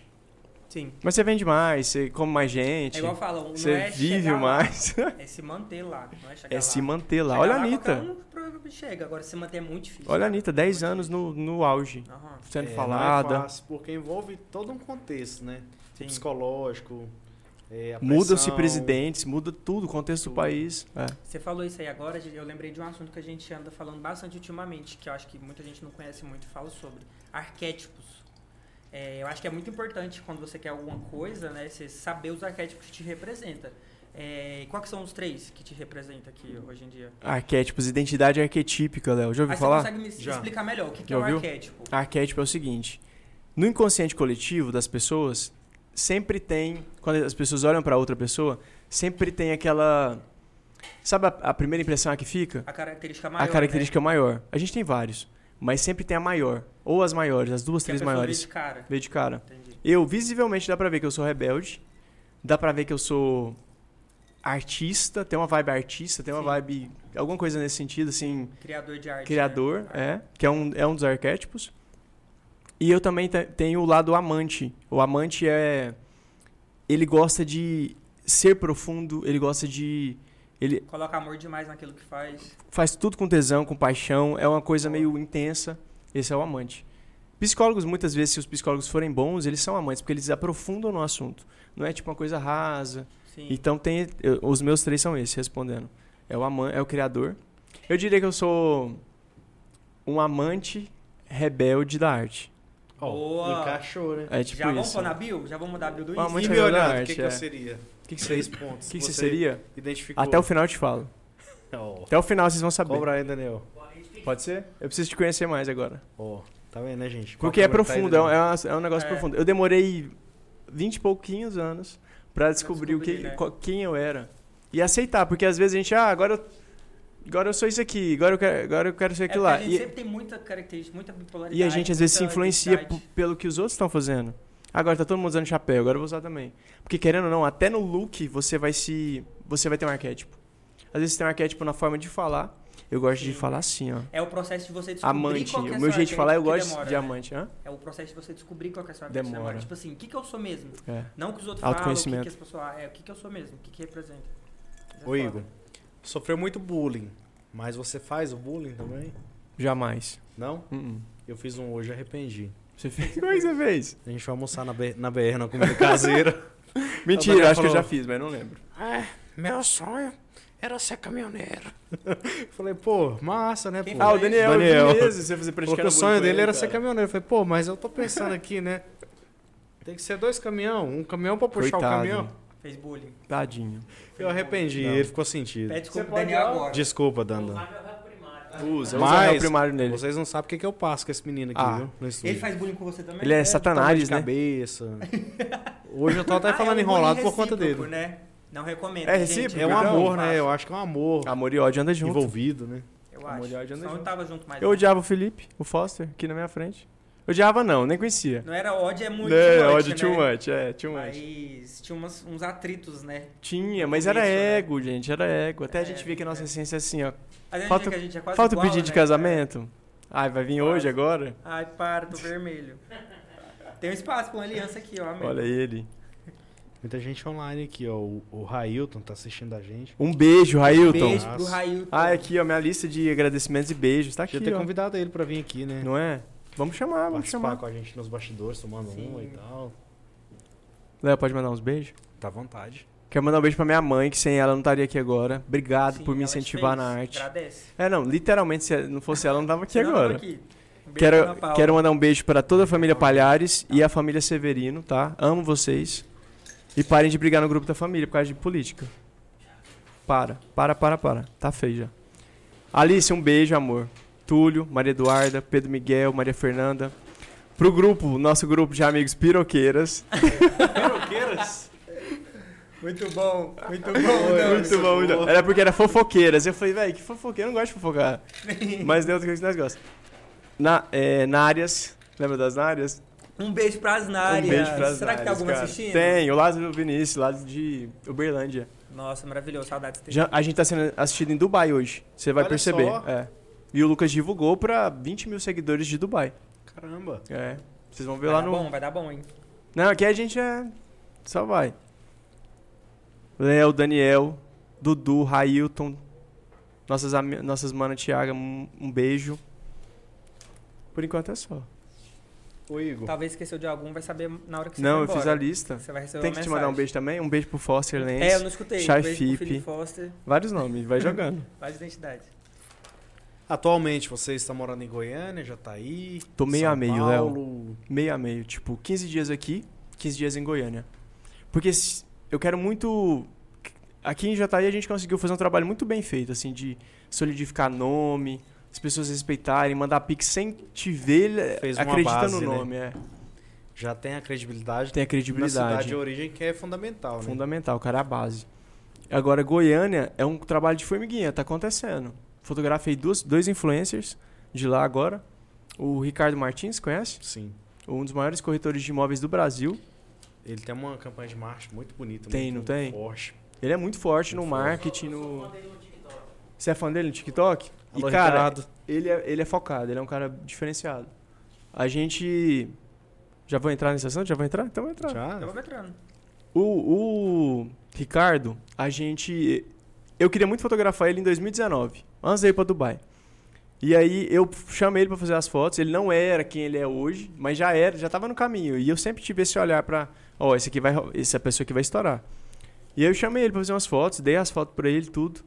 Speaker 2: Sim.
Speaker 4: Mas você vende mais, você come mais gente,
Speaker 2: É igual falam, não
Speaker 4: você
Speaker 2: é
Speaker 4: vive
Speaker 2: chegar lá,
Speaker 4: mais.
Speaker 2: é se manter lá, não é chegar
Speaker 4: é
Speaker 2: lá.
Speaker 4: se manter lá.
Speaker 2: Chegar
Speaker 4: Olha a
Speaker 2: qualquer
Speaker 4: Anitta.
Speaker 2: um provavelmente chega, agora se manter é muito difícil.
Speaker 4: Olha a
Speaker 2: cara.
Speaker 4: Anitta, 10
Speaker 2: Muito
Speaker 4: anos no, no auge.
Speaker 2: difícil. Aham.
Speaker 1: É,
Speaker 4: Sendo
Speaker 1: Não é
Speaker 4: falada.
Speaker 1: fácil, porque envolve todo um contexto, né?
Speaker 4: Tipo,
Speaker 2: Sim.
Speaker 1: Psicológico, é, a
Speaker 4: Mudam-se
Speaker 1: pressão,
Speaker 4: presidentes, muda tudo, o contexto do
Speaker 1: Tudo.
Speaker 4: país. É.
Speaker 2: Você falou isso aí agora, eu lembrei de um assunto que a gente anda falando bastante ultimamente, que eu acho que muita gente não conhece muito e fala sobre arquétipos. É, eu acho que é muito importante quando você quer alguma coisa, né? Você saber os arquétipos que te representam. É, e quais que são os três que te representam aqui hoje em dia?
Speaker 4: Arquétipos, identidade arquetípica, Léo. Já ouviu
Speaker 2: Aí
Speaker 4: falar?
Speaker 2: você consegue me
Speaker 1: Já.
Speaker 2: explicar melhor o que, que
Speaker 4: Já
Speaker 2: é um
Speaker 4: ouviu?
Speaker 2: arquétipo?
Speaker 4: Arquétipo é o seguinte: no inconsciente coletivo das pessoas, sempre tem, quando as pessoas olham para outra pessoa, sempre tem aquela. Sabe a, a primeira impressão que fica?
Speaker 2: A característica maior. né?
Speaker 4: a característica é maior. A gente tem vários, mas sempre tem a maior. Ou as maiores, as duas,
Speaker 2: né? que a
Speaker 4: três
Speaker 2: pessoa vê
Speaker 4: maiores.
Speaker 2: de cara.
Speaker 4: Vê de cara.
Speaker 2: Entendi.
Speaker 4: Eu, visivelmente, dá pra ver que eu sou rebelde. Dá pra ver que eu sou artista, tem uma vibe artista, tem uma
Speaker 2: Sim.
Speaker 4: vibe. alguma coisa nesse sentido, assim.
Speaker 2: Criador de arte.
Speaker 4: Criador,
Speaker 2: né?
Speaker 4: é. Que é um, é um dos arquétipos. E eu também te- tenho o lado amante. O amante é. Ele gosta de ser profundo, ele gosta de. Ele
Speaker 2: Coloca amor demais naquilo que faz.
Speaker 4: faz tudo com tesão, com paixão, é uma coisa meio intensa. Esse é o amante. Psicólogos, muitas vezes, se os psicólogos forem bons, eles são amantes, porque eles aprofundam no assunto. Não é tipo uma coisa rasa,
Speaker 2: Sim.
Speaker 4: então tem eu- os meus três são esses respondendo. É o aman, é o criador. Eu diria que eu sou um amante rebelde da arte.
Speaker 1: Ó,
Speaker 2: Boa.
Speaker 1: Encaixou, né?
Speaker 4: É tipo
Speaker 2: Já vamos
Speaker 4: isso.
Speaker 2: pôr na bio? Já vamos mudar a bio do
Speaker 4: Uma
Speaker 2: Insta?
Speaker 4: mãe- Amante
Speaker 1: e me
Speaker 4: rebelde da
Speaker 1: olhando, o
Speaker 4: arte,
Speaker 1: que, que
Speaker 4: Ah, é.
Speaker 1: eu seria?
Speaker 4: O que, que você,
Speaker 1: Três pontos.
Speaker 4: o que que você seria?
Speaker 1: Identificou.
Speaker 4: Até o final eu te falo.
Speaker 1: Ó,
Speaker 4: Até o final vocês vão saber.
Speaker 1: Cobra aí, Daniel.
Speaker 4: Pode ser? Eu preciso te conhecer mais agora.
Speaker 1: Ó, tá vendo, né, gente?
Speaker 4: Porque é
Speaker 1: Qual que
Speaker 4: profundo, é,
Speaker 1: tá aí,
Speaker 4: um- é uma- é um negócio
Speaker 2: É.
Speaker 4: profundo. Eu demorei vinte e pouquinhos anos pra descobrir, o
Speaker 2: descobrir,
Speaker 4: que,
Speaker 2: né?
Speaker 4: qual- quem eu era. E aceitar, porque às vezes a gente, ah, agora eu, agora eu sou isso aqui, agora eu quero, agora eu quero ser
Speaker 2: É porque
Speaker 4: aquilo
Speaker 2: a
Speaker 4: lá.
Speaker 2: gente
Speaker 4: E-
Speaker 2: sempre tem muita característica, muita bipolaridade.
Speaker 4: E a gente às vezes se
Speaker 2: muita
Speaker 4: influencia
Speaker 2: identidade.
Speaker 4: p- pelo que os outros estão fazendo. Agora tá todo mundo usando chapéu, agora eu vou usar também. Porque querendo ou não, até no look você vai se você vai ter um arquétipo. Às vezes você tem um arquétipo na forma de falar. Eu gosto de
Speaker 2: Sim.
Speaker 4: falar assim, ó.
Speaker 2: É o processo de você descobrir
Speaker 4: Amante,
Speaker 2: qual que é
Speaker 4: o
Speaker 2: a
Speaker 4: meu
Speaker 2: sua
Speaker 4: jeito de falar eu
Speaker 2: identidade
Speaker 4: gosto
Speaker 2: que
Speaker 4: de
Speaker 2: demora, né?
Speaker 4: amante, hã?
Speaker 2: É o processo de você descobrir qual que é a sua identidade que
Speaker 4: Demora.
Speaker 2: demora. Tipo assim, o que, que eu sou mesmo?
Speaker 4: É.
Speaker 2: Não o que os outros falam, o que,
Speaker 4: Autoconhecimento.
Speaker 2: que as pessoas... É, o que, que eu sou mesmo, o que, que representa. Isso é
Speaker 1: Ô,
Speaker 2: foda.
Speaker 1: Igor, sofreu muito bullying, mas você faz o bullying também?
Speaker 4: Jamais.
Speaker 1: Não?
Speaker 4: Uh-uh.
Speaker 1: Eu fiz um hoje e arrependi.
Speaker 4: Você fez? Como é que você fez?
Speaker 1: A gente foi almoçar na, B- na BR, na comida caseira.
Speaker 4: Mentira,
Speaker 1: Daniel
Speaker 4: acho que eu
Speaker 1: falou.
Speaker 4: já fiz, mas não lembro.
Speaker 1: é, meu sonho era ser caminhoneiro. Falei, pô, massa, né,
Speaker 2: Quem
Speaker 1: pô?
Speaker 2: falou
Speaker 4: Ah, o Daniel,
Speaker 1: Daniel.
Speaker 4: beleza, você
Speaker 1: Falou que
Speaker 4: fazer praticando
Speaker 1: o sonho
Speaker 4: bullying com
Speaker 1: dele
Speaker 4: ele,
Speaker 1: era
Speaker 4: cara.
Speaker 1: ser caminhoneiro. Eu falei, pô, mas eu tô pensando aqui, né? Tem que ser dois caminhão, um caminhão pra puxar
Speaker 4: Coitado.
Speaker 1: o caminhão.
Speaker 2: Fez bullying.
Speaker 4: Tadinho.
Speaker 1: Eu arrependi,
Speaker 4: Não.
Speaker 1: ele ficou sentido.
Speaker 2: Pede desculpa
Speaker 4: Você
Speaker 2: pro
Speaker 4: pode
Speaker 2: Daniel
Speaker 4: dar- um
Speaker 2: agora.
Speaker 1: Desculpa, Dandan.
Speaker 3: é
Speaker 4: Usa, usa
Speaker 1: Mas-
Speaker 4: anel é primário nele.
Speaker 1: Vocês não sabem o que, que eu passo com esse menino aqui,
Speaker 4: Ah.
Speaker 1: viu? No estúdio.
Speaker 2: Ele faz bullying com você também?
Speaker 4: Ele é
Speaker 1: Tomar
Speaker 4: satanás, tá
Speaker 1: de
Speaker 4: né?
Speaker 1: cabeça. Hoje eu tô até
Speaker 2: Ah,
Speaker 1: falando
Speaker 2: é um
Speaker 1: enrolado
Speaker 2: bullying
Speaker 1: por conta
Speaker 2: recíproco,
Speaker 1: dele.
Speaker 2: né? Não recomendo.
Speaker 4: É
Speaker 2: gente,
Speaker 4: recíproco,
Speaker 1: É um
Speaker 4: Não,
Speaker 1: amor,
Speaker 2: façam.
Speaker 1: né? Eu acho que é um amor
Speaker 4: Amor e ódio anda junto.
Speaker 1: envolvido, né?
Speaker 2: Eu eu
Speaker 1: Vamos
Speaker 2: acho.
Speaker 1: olhar, já andei
Speaker 2: Só não
Speaker 1: junto.
Speaker 2: tava junto mais.
Speaker 4: Eu
Speaker 2: não.
Speaker 4: odiava o Felipe, o Foster, aqui na minha frente. Odiava não, nem conhecia.
Speaker 2: Não era ódio, é muito
Speaker 4: é,
Speaker 2: much,
Speaker 4: ódio,
Speaker 2: né?
Speaker 4: too much, é, too much.
Speaker 2: Mas tinha umas- uns atritos, né?
Speaker 4: Tinha,
Speaker 2: No
Speaker 4: mas era
Speaker 2: começo, né?
Speaker 4: ego, gente, era ego. Até a
Speaker 2: É,
Speaker 4: gente vê que a nossa
Speaker 2: é.
Speaker 4: essência é assim, ó.
Speaker 2: Às vezes
Speaker 4: Falta-
Speaker 2: a gente vê que a gente é quase
Speaker 4: Falta o
Speaker 2: igual,
Speaker 4: pedido de
Speaker 2: né? É.
Speaker 4: casamento? Ai, vai vir hoje agora?
Speaker 2: Ai, para, tô vermelho. Tem um espaço pra uma aliança aqui, ó, amigo.
Speaker 4: Olha ele.
Speaker 1: Muita gente online aqui, ó. O, o Railton tá assistindo a gente.
Speaker 4: Um beijo, Railton.
Speaker 2: Beijo pro
Speaker 1: Nossa.
Speaker 2: Railton.
Speaker 4: Ah, aqui, ó, minha lista de agradecimentos e beijos. Tá aqui,
Speaker 1: Podia ter
Speaker 4: ó.
Speaker 1: convidado ele pra vir aqui, né?
Speaker 4: Não é? Vamos chamar, vamos
Speaker 1: Participar
Speaker 4: chamar.
Speaker 1: com a gente nos bastidores, tomando
Speaker 2: Ah, Sim.
Speaker 1: uma e tal.
Speaker 4: Léo, pode mandar uns beijos?
Speaker 1: Tá à vontade.
Speaker 4: Quero mandar um beijo pra minha mãe, que sem ela eu não estaria aqui agora. Obrigado
Speaker 2: Sim,
Speaker 4: por me
Speaker 2: ela te
Speaker 4: incentivar
Speaker 2: fez.
Speaker 4: na arte.
Speaker 2: Agradece.
Speaker 4: É, não, literalmente, se não fosse ela, eu não tava aqui
Speaker 2: Senão eu tava
Speaker 4: agora.
Speaker 2: aqui. Um beijo pra Ana
Speaker 4: Quero,
Speaker 2: Paula.
Speaker 4: quero mandar um beijo pra toda a família Palhares e a família Severino, tá? Amo vocês. E parem de brigar no grupo da família por causa de política. Para, para, para, para. Tá feio já. Alice, um beijo, amor. Túlio, Maria Eduarda, Pedro Miguel, Maria Fernanda. Pro grupo, nosso grupo de amigos piroqueiras.
Speaker 1: Piroqueiras?
Speaker 2: Muito bom, muito bom. Não,
Speaker 4: muito bom, muito bom. Era porque era fofoqueiras. Eu falei, velho, que fofoqueira, eu não gosto de fofocar. Mas tem outra coisa que nós gostamos. Na, é, Nárias, lembra das Nárias?
Speaker 2: Um beijo pras Nárias.
Speaker 4: Um beijo pras
Speaker 2: Será que tem
Speaker 4: Nárias,
Speaker 2: alguma
Speaker 4: cara.
Speaker 2: assistindo?
Speaker 4: Tem, o Lázaro Vinícius, lá de Uberlândia.
Speaker 2: Nossa, maravilhoso. Saudades dele.
Speaker 4: Já- a gente tá sendo assistido em Dubai hoje, você vai
Speaker 1: Olha
Speaker 4: perceber.
Speaker 1: só.
Speaker 4: É. E o Lucas divulgou pra 20 mil seguidores de Dubai.
Speaker 1: Caramba.
Speaker 4: É. Vocês vão ver
Speaker 2: Vai
Speaker 4: lá
Speaker 2: dar
Speaker 4: no.
Speaker 2: bom, vai dar bom, hein?
Speaker 4: Não, aqui a gente é. Só vai. Léo, Daniel, Dudu, Railton, nossas, ami- nossas manas Tiaga, um um beijo. Por enquanto é só.
Speaker 1: Ô, Igor.
Speaker 2: Talvez esqueceu de algum, vai saber na hora que você
Speaker 4: Não,
Speaker 2: for
Speaker 4: eu fiz
Speaker 2: embora.
Speaker 4: a lista.
Speaker 2: Você vai receber
Speaker 4: Tem
Speaker 2: uma
Speaker 4: que te
Speaker 2: mensagem.
Speaker 4: mandar um beijo também? Um beijo pro Foster Lens.
Speaker 2: É, eu não escutei.
Speaker 4: Chai
Speaker 2: Um beijo pro
Speaker 4: Fipe.
Speaker 2: Felipe Foster.
Speaker 4: Vários nomes, vai jogando.
Speaker 2: Várias identidades.
Speaker 1: Atualmente você está morando em Goiânia, já tá aí.
Speaker 4: Tô meio
Speaker 1: São
Speaker 4: a meio, Léo.
Speaker 1: Paulo.
Speaker 4: Meio a meio. Tipo, 15 dias aqui, 15 dias em Goiânia. Porque se- eu quero muito. Aqui em Jataí a gente conseguiu fazer um trabalho muito bem feito, assim, de solidificar nome, as pessoas respeitarem, mandar pix sem te ver,
Speaker 1: Fez uma
Speaker 4: acredita
Speaker 1: base,
Speaker 4: no
Speaker 1: né?
Speaker 4: nome. É.
Speaker 1: Já tem a credibilidade.
Speaker 4: Tem a
Speaker 1: Na cidade de
Speaker 4: credibilidade.
Speaker 1: origem que é fundamental, né?
Speaker 4: Fundamental, cara, é a base. Agora, Goiânia é um trabalho de formiguinha, tá acontecendo. Fotografei duas, dois influencers de lá agora. O Ricardo Martins, conhece?
Speaker 1: Sim.
Speaker 4: Um dos maiores corretores de imóveis do Brasil.
Speaker 1: Ele tem uma campanha de marketing muito bonita.
Speaker 4: Tem,
Speaker 1: muito
Speaker 4: não tem?
Speaker 1: Forte.
Speaker 4: Ele é muito forte no
Speaker 1: Muito
Speaker 4: marketing, no... Você é fã dele no TikTok?
Speaker 1: Alô,
Speaker 4: e, cara,
Speaker 1: Ricardo.
Speaker 4: ele é, ele é focado, ele é um cara diferenciado. A gente... Já vou entrar nesse assunto? Já vou entrar? Então vou entrar.
Speaker 1: Já?
Speaker 2: Eu vou entrando.
Speaker 4: O, o Ricardo, a gente. Eu queria muito fotografar ele em 2019, antes de ir pra Dubai. E aí eu chamei ele pra fazer as fotos. Ele não era quem ele é hoje, mas já era, já tava no caminho. E eu sempre tive esse olhar pra. Ó, esse aqui vai. ro- Essa pessoa aqui vai estourar. E aí eu chamei ele pra fazer umas fotos, dei as fotos pra ele, tudo.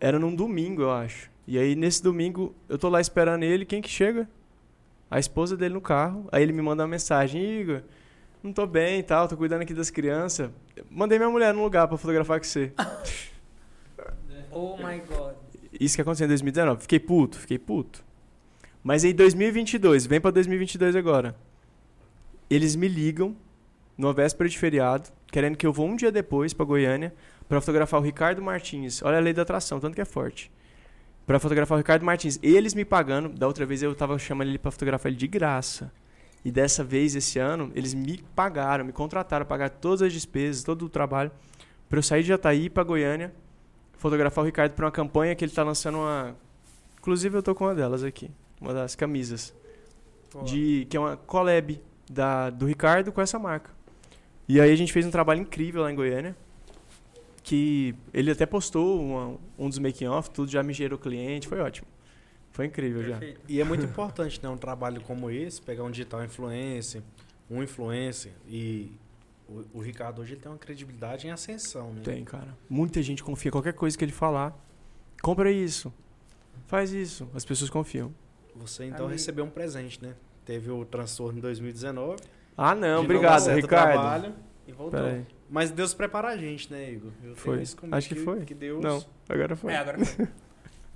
Speaker 4: Era num domingo, eu acho. E aí nesse domingo eu tô lá esperando ele, quem que chega? A esposa dele no carro. Aí ele me manda uma mensagem: Igor, não tô bem e tal, tô cuidando aqui das crianças. Mandei minha mulher num lugar pra fotografar com você. Ah.
Speaker 2: Oh my god.
Speaker 4: Isso que aconteceu em 2019. Fiquei puto, fiquei puto. Mas em 2022, vem pra 2022 agora. Eles me ligam numa véspera de feriado, querendo que eu vou um dia depois pra Goiânia pra fotografar o Ricardo Martins. Olha a lei da atração, tanto que é forte. Pra fotografar o Ricardo Martins. Eles me pagando, da outra vez eu tava chamando ele pra fotografar ele de graça. E dessa vez, esse ano, eles me pagaram, me contrataram, pagaram todas as despesas, todo o trabalho, pra eu sair de Jataí pra Goiânia fotografar o Ricardo para uma campanha que ele tá lançando uma. Inclusive eu tô com uma delas aqui, uma das camisas
Speaker 2: Pô,
Speaker 4: de que é uma collab da do Ricardo com essa marca. E aí a gente fez um trabalho incrível lá em Goiânia, que ele até postou uma- um dos making off, tudo já me gerou cliente, foi ótimo. Foi incrível já.
Speaker 2: perfeito.
Speaker 1: E é muito importante, né? Um trabalho como esse, pegar um digital influencer, um influencer e... O, o Ricardo hoje ele tem uma credibilidade em ascensão, né?
Speaker 4: Tem, cara. Muita gente confia. Qualquer coisa que ele falar, compra isso, faz isso. As pessoas confiam.
Speaker 1: Você então
Speaker 2: Amigo.
Speaker 1: recebeu um presente, né? Teve o transtorno em 2019.
Speaker 4: Ah, não,
Speaker 1: de dar um
Speaker 4: obrigado,
Speaker 1: certo
Speaker 4: Ricardo.
Speaker 1: trabalho.
Speaker 2: E voltou.
Speaker 4: Pera aí.
Speaker 1: Mas Deus prepara a gente, né, Igor? Eu tenho
Speaker 4: Foi.
Speaker 1: isso comigo
Speaker 4: Acho que foi.
Speaker 1: Que Deus
Speaker 4: Não, agora foi.
Speaker 2: É, agora foi.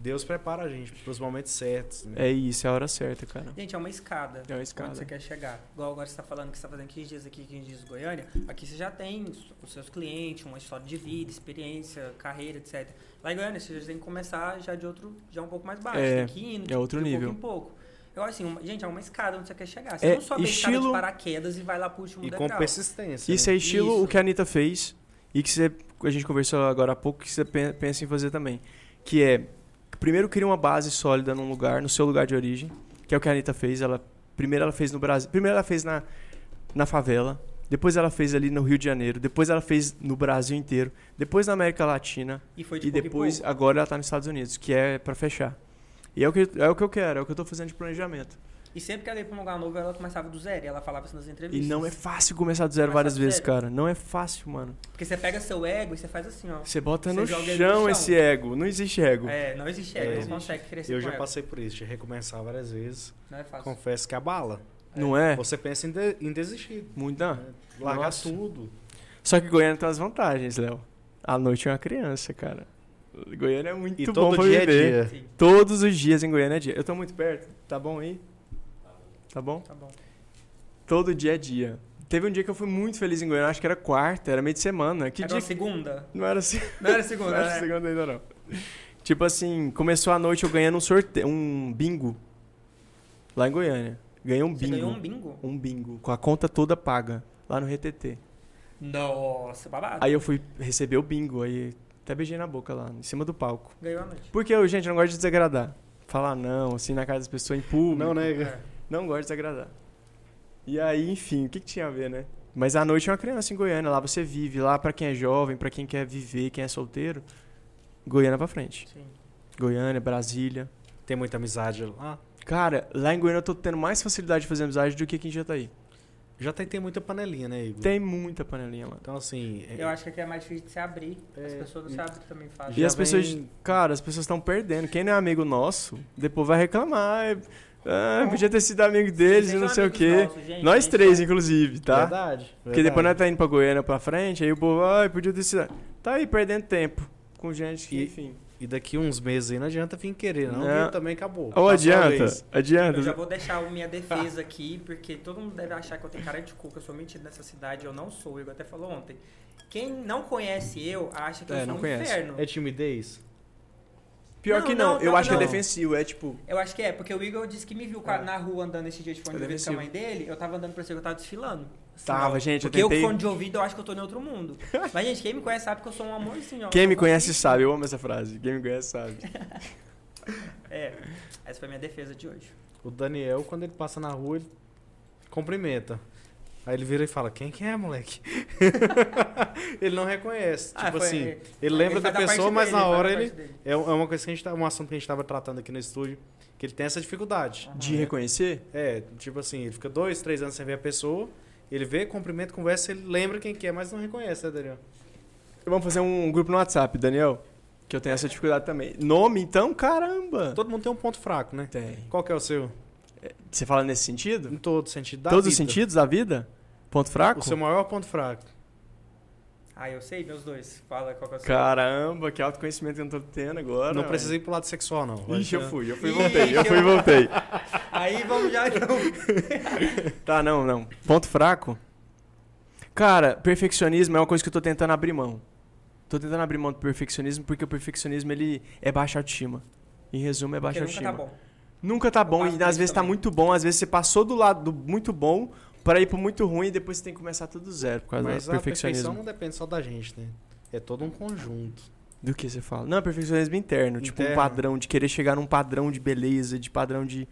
Speaker 1: Deus prepara a gente pros momentos certos. Né?
Speaker 4: É isso, é a hora certa, cara.
Speaker 2: Gente, é uma escada.
Speaker 4: É uma
Speaker 2: Quando você
Speaker 4: escada.
Speaker 2: quer chegar. Igual agora você está falando que você está fazendo 15 dias aqui, 15 dias em Goiânia. Aqui você já tem os seus clientes, uma história de vida, experiência, carreira, etc. Lá em Goiânia você já tem que começar já de outro, já um pouco mais baixo.
Speaker 4: É,
Speaker 2: tem que ir indo de,
Speaker 4: é outro
Speaker 2: de
Speaker 4: nível.
Speaker 2: pouco em pouco. Eu acho assim, uma- gente, é uma escada onde você quer chegar. Você
Speaker 4: É,
Speaker 2: não sobe a escada
Speaker 4: estilo-
Speaker 2: de paraquedas e vai lá pro último
Speaker 1: E com
Speaker 2: degrau.
Speaker 1: persistência.
Speaker 4: Isso
Speaker 1: né?
Speaker 4: é estilo
Speaker 2: Isso.
Speaker 4: o que a Anitta fez e que você, a gente conversou agora há pouco, que você pen- pensa em fazer também. Que é, primeiro cria uma base sólida num lugar, no seu lugar de origem, que é o que a Anitta fez. Ela, primeiro ela fez no Brasil, primeiro ela fez na, na favela, depois ela fez ali no Rio de Janeiro, depois ela fez no Brasil inteiro, depois na América Latina,
Speaker 2: E foi de
Speaker 4: e
Speaker 2: pouco em
Speaker 4: depois
Speaker 2: pouco.
Speaker 4: agora ela tá nos Estados Unidos, que é pra fechar. E é o, que, é o que eu quero, é o que eu tô fazendo de planejamento.
Speaker 2: E sempre que ela ia pra um lugar novo, ela começava do zero. E ela falava isso nas
Speaker 4: E
Speaker 2: entrevistas.
Speaker 4: não é fácil começar do zero
Speaker 2: Começar
Speaker 4: várias
Speaker 2: do
Speaker 4: vezes,
Speaker 2: zero.
Speaker 4: cara. Não é fácil, mano.
Speaker 2: Porque você pega seu ego e você faz assim, ó.
Speaker 4: Você bota
Speaker 2: Você
Speaker 4: no
Speaker 2: joga
Speaker 4: chão,
Speaker 2: ele no chão.
Speaker 4: esse ego. Não existe ego.
Speaker 2: É, não existe ego,
Speaker 1: É,
Speaker 2: não
Speaker 1: existe.
Speaker 2: consegue crescer
Speaker 1: Eu
Speaker 2: com
Speaker 1: já
Speaker 2: ego.
Speaker 1: passei por isso, de recomeçar várias vezes.
Speaker 2: Não é fácil.
Speaker 1: Confesso que abala.
Speaker 4: Não é?
Speaker 1: Você pensa em, de- em desistir.
Speaker 4: Muito não.
Speaker 1: né? Largar
Speaker 4: Nossa.
Speaker 1: tudo.
Speaker 4: Só que Goiânia tem umas vantagens, Léo. À noite é uma criança, cara. Goiânia é muito
Speaker 1: E
Speaker 4: bom
Speaker 1: todo
Speaker 4: pra
Speaker 1: dia é
Speaker 4: viver.
Speaker 1: dia.
Speaker 2: Sim,
Speaker 4: Todos os dias em Goiânia é dia. Eu tô muito perto. Tá bom aí? Tá bom?
Speaker 2: tá bom.
Speaker 4: Todo dia é dia. Teve um dia que eu fui muito feliz em Goiânia, acho que era quarta, era meio de semana. Que
Speaker 2: era
Speaker 4: dia
Speaker 2: uma
Speaker 4: que...
Speaker 2: segunda?
Speaker 4: Não era assim.
Speaker 2: Não era
Speaker 4: Não
Speaker 2: segunda,
Speaker 4: era
Speaker 2: né?
Speaker 4: segunda ainda, não. Tipo assim, começou a noite eu ganhando um sorteio, um bingo. Lá em Goiânia. Ganhei um
Speaker 2: Você
Speaker 4: bingo.
Speaker 2: ganhou um bingo?
Speaker 4: um bingo com a conta toda paga lá no RTT.
Speaker 2: Nossa, babado.
Speaker 4: Aí eu fui receber o bingo, aí até beijei na boca lá, em cima do palco.
Speaker 2: Ganhou a noite.
Speaker 4: Porque eu, gente, não gosto de desagradar. Falar não, assim, na casa das pessoas, em público.
Speaker 1: Não,
Speaker 4: Não,
Speaker 1: né?
Speaker 2: É.
Speaker 4: gosto de desagradar. E aí, enfim, o que, que tinha a ver, né? Mas à noite é uma criança em Goiânia, lá você vive, lá pra quem é jovem, pra quem quer viver, quem é solteiro. Goiânia pra frente.
Speaker 2: Sim.
Speaker 4: Goiânia, Brasília.
Speaker 1: Tem muita amizade lá. Ah,
Speaker 4: Cara, lá em Goiânia eu tô tendo mais facilidade de fazer amizade do que aqui em Jataí.
Speaker 1: Já tem, tem muita panelinha, né, Igor?
Speaker 4: Tem muita panelinha lá.
Speaker 1: Então, assim... é-
Speaker 2: Eu acho que aqui é mais difícil de se abrir. As
Speaker 1: É,
Speaker 2: pessoas não se
Speaker 1: e-
Speaker 2: abrem também fazem.
Speaker 4: E
Speaker 1: Já
Speaker 4: as pessoas,
Speaker 1: vem-
Speaker 4: cara, as pessoas estão perdendo. Quem não é amigo nosso, depois vai reclamar. "É, Ah, podia ter sido amigo deles e não sei o quê. Nós três, inclusive, tá?
Speaker 1: Verdade.
Speaker 4: Porque depois nós
Speaker 1: verdade.
Speaker 4: tá indo pra Goiânia pra frente, aí o povo, ai, podia ter sido. Tá aí perdendo tempo com gente que,
Speaker 1: E-
Speaker 4: enfim.
Speaker 1: E daqui uns meses aí não adianta vir querer, não.
Speaker 4: Não.
Speaker 1: que também acabou.
Speaker 4: Ou
Speaker 1: Passou a
Speaker 4: adianta,
Speaker 1: vez.
Speaker 4: adianta.
Speaker 2: Eu já vou deixar a minha defesa aqui, porque todo mundo deve achar que eu tenho cara de cu, que eu sou metido nessa cidade. Eu não sou, o Igor até falou ontem. Quem não conhece eu, acha que
Speaker 4: É,
Speaker 2: eu sou
Speaker 4: não
Speaker 2: um
Speaker 4: conhece.
Speaker 2: inferno.
Speaker 1: É timidez?
Speaker 4: Pior
Speaker 2: Não,
Speaker 4: que não,
Speaker 2: não,
Speaker 4: eu
Speaker 2: não,
Speaker 4: acho que é
Speaker 1: não.
Speaker 4: defensivo, é tipo.
Speaker 2: Eu acho que é, porque o Igor disse que me viu com a- na rua andando esse dia de fone
Speaker 4: É. Eu
Speaker 2: de ouvido com a
Speaker 4: defensivo.
Speaker 2: mãe dele. Eu tava andando pra você, eu tava desfilando. Assim,
Speaker 4: Tava,
Speaker 2: ó,
Speaker 4: gente, eu
Speaker 2: Porque eu
Speaker 4: tentei-
Speaker 2: com fone de ouvido, eu acho que eu tô em outro mundo. Mas, gente, quem me conhece sabe que eu sou um amorzinho, ó.
Speaker 4: Quem
Speaker 2: Eu
Speaker 4: me
Speaker 2: sou
Speaker 4: conhece
Speaker 2: bonito.
Speaker 4: sabe, eu amo essa frase. Quem me conhece sabe.
Speaker 2: É, essa foi a minha defesa de hoje.
Speaker 1: O Daniel, quando ele passa na rua, ele cumprimenta. Aí ele vira e fala, quem que é, moleque? ele não reconhece.
Speaker 2: Ah,
Speaker 1: tipo
Speaker 2: foi-
Speaker 1: assim,
Speaker 2: é,
Speaker 1: ele lembra da
Speaker 2: faz a parte
Speaker 1: pessoa, mas
Speaker 2: dele,
Speaker 1: na
Speaker 2: faz a
Speaker 1: hora
Speaker 2: parte
Speaker 1: ele...
Speaker 2: dele.
Speaker 1: É um- é uma coisa que a gente tá, um assunto que a gente tava tratando aqui no estúdio, que ele tem essa dificuldade.
Speaker 4: De reconhecer?
Speaker 1: É, tipo assim, ele fica dois, três anos sem ver a pessoa, ele vê, cumprimenta, conversa, ele lembra quem que é, mas não reconhece, né, Daniel?
Speaker 4: Vamos fazer um grupo no WhatsApp, Daniel. Que eu tenho essa dificuldade também. Nome, então? Caramba!
Speaker 1: Todo mundo tem um ponto fraco, né?
Speaker 4: Tem.
Speaker 1: Qual que é o seu?
Speaker 4: Você fala nesse sentido?
Speaker 1: Em todo sentido da
Speaker 4: Todos os
Speaker 1: vida.
Speaker 4: sentidos da vida? Ponto fraco?
Speaker 1: O seu maior ponto fraco.
Speaker 2: Ah, eu sei, meus dois. Fala qual que é o seu.
Speaker 4: Caramba, que autoconhecimento que eu não tô tendo agora.
Speaker 1: não
Speaker 4: ué.
Speaker 1: precisa ir pro lado sexual, não. Vai
Speaker 4: Ixi, eu
Speaker 1: ser-
Speaker 4: fui, eu fui
Speaker 2: é.
Speaker 4: e
Speaker 2: Ixi,
Speaker 4: voltei, eu fui e
Speaker 2: eu-
Speaker 4: voltei.
Speaker 2: Aí vamos já então.
Speaker 4: Tá, não, não. Ponto fraco? Cara, perfeccionismo é uma coisa que eu tô tentando abrir mão. Tô tentando abrir mão do perfeccionismo porque o perfeccionismo, ele é baixa autoestima. Em resumo, é
Speaker 2: Porque
Speaker 4: baixa
Speaker 2: nunca
Speaker 4: autoestima.
Speaker 2: tá bom.
Speaker 4: Nunca tá
Speaker 2: Eu
Speaker 4: bom,
Speaker 2: passo
Speaker 4: e
Speaker 2: por
Speaker 4: às
Speaker 2: isso
Speaker 4: vezes tá
Speaker 2: também.
Speaker 4: muito bom, às vezes você passou do lado do muito bom para ir pro muito ruim e depois você tem que começar tudo zero por causa
Speaker 1: Mas
Speaker 4: do
Speaker 1: a perfeição
Speaker 4: perfeccionismo.
Speaker 1: não depende só da gente, né? É todo um conjunto.
Speaker 4: Do que você fala? Não, perfeccionismo interno, tipo um
Speaker 1: Interno.
Speaker 4: padrão, de querer chegar num padrão de beleza, de padrão de.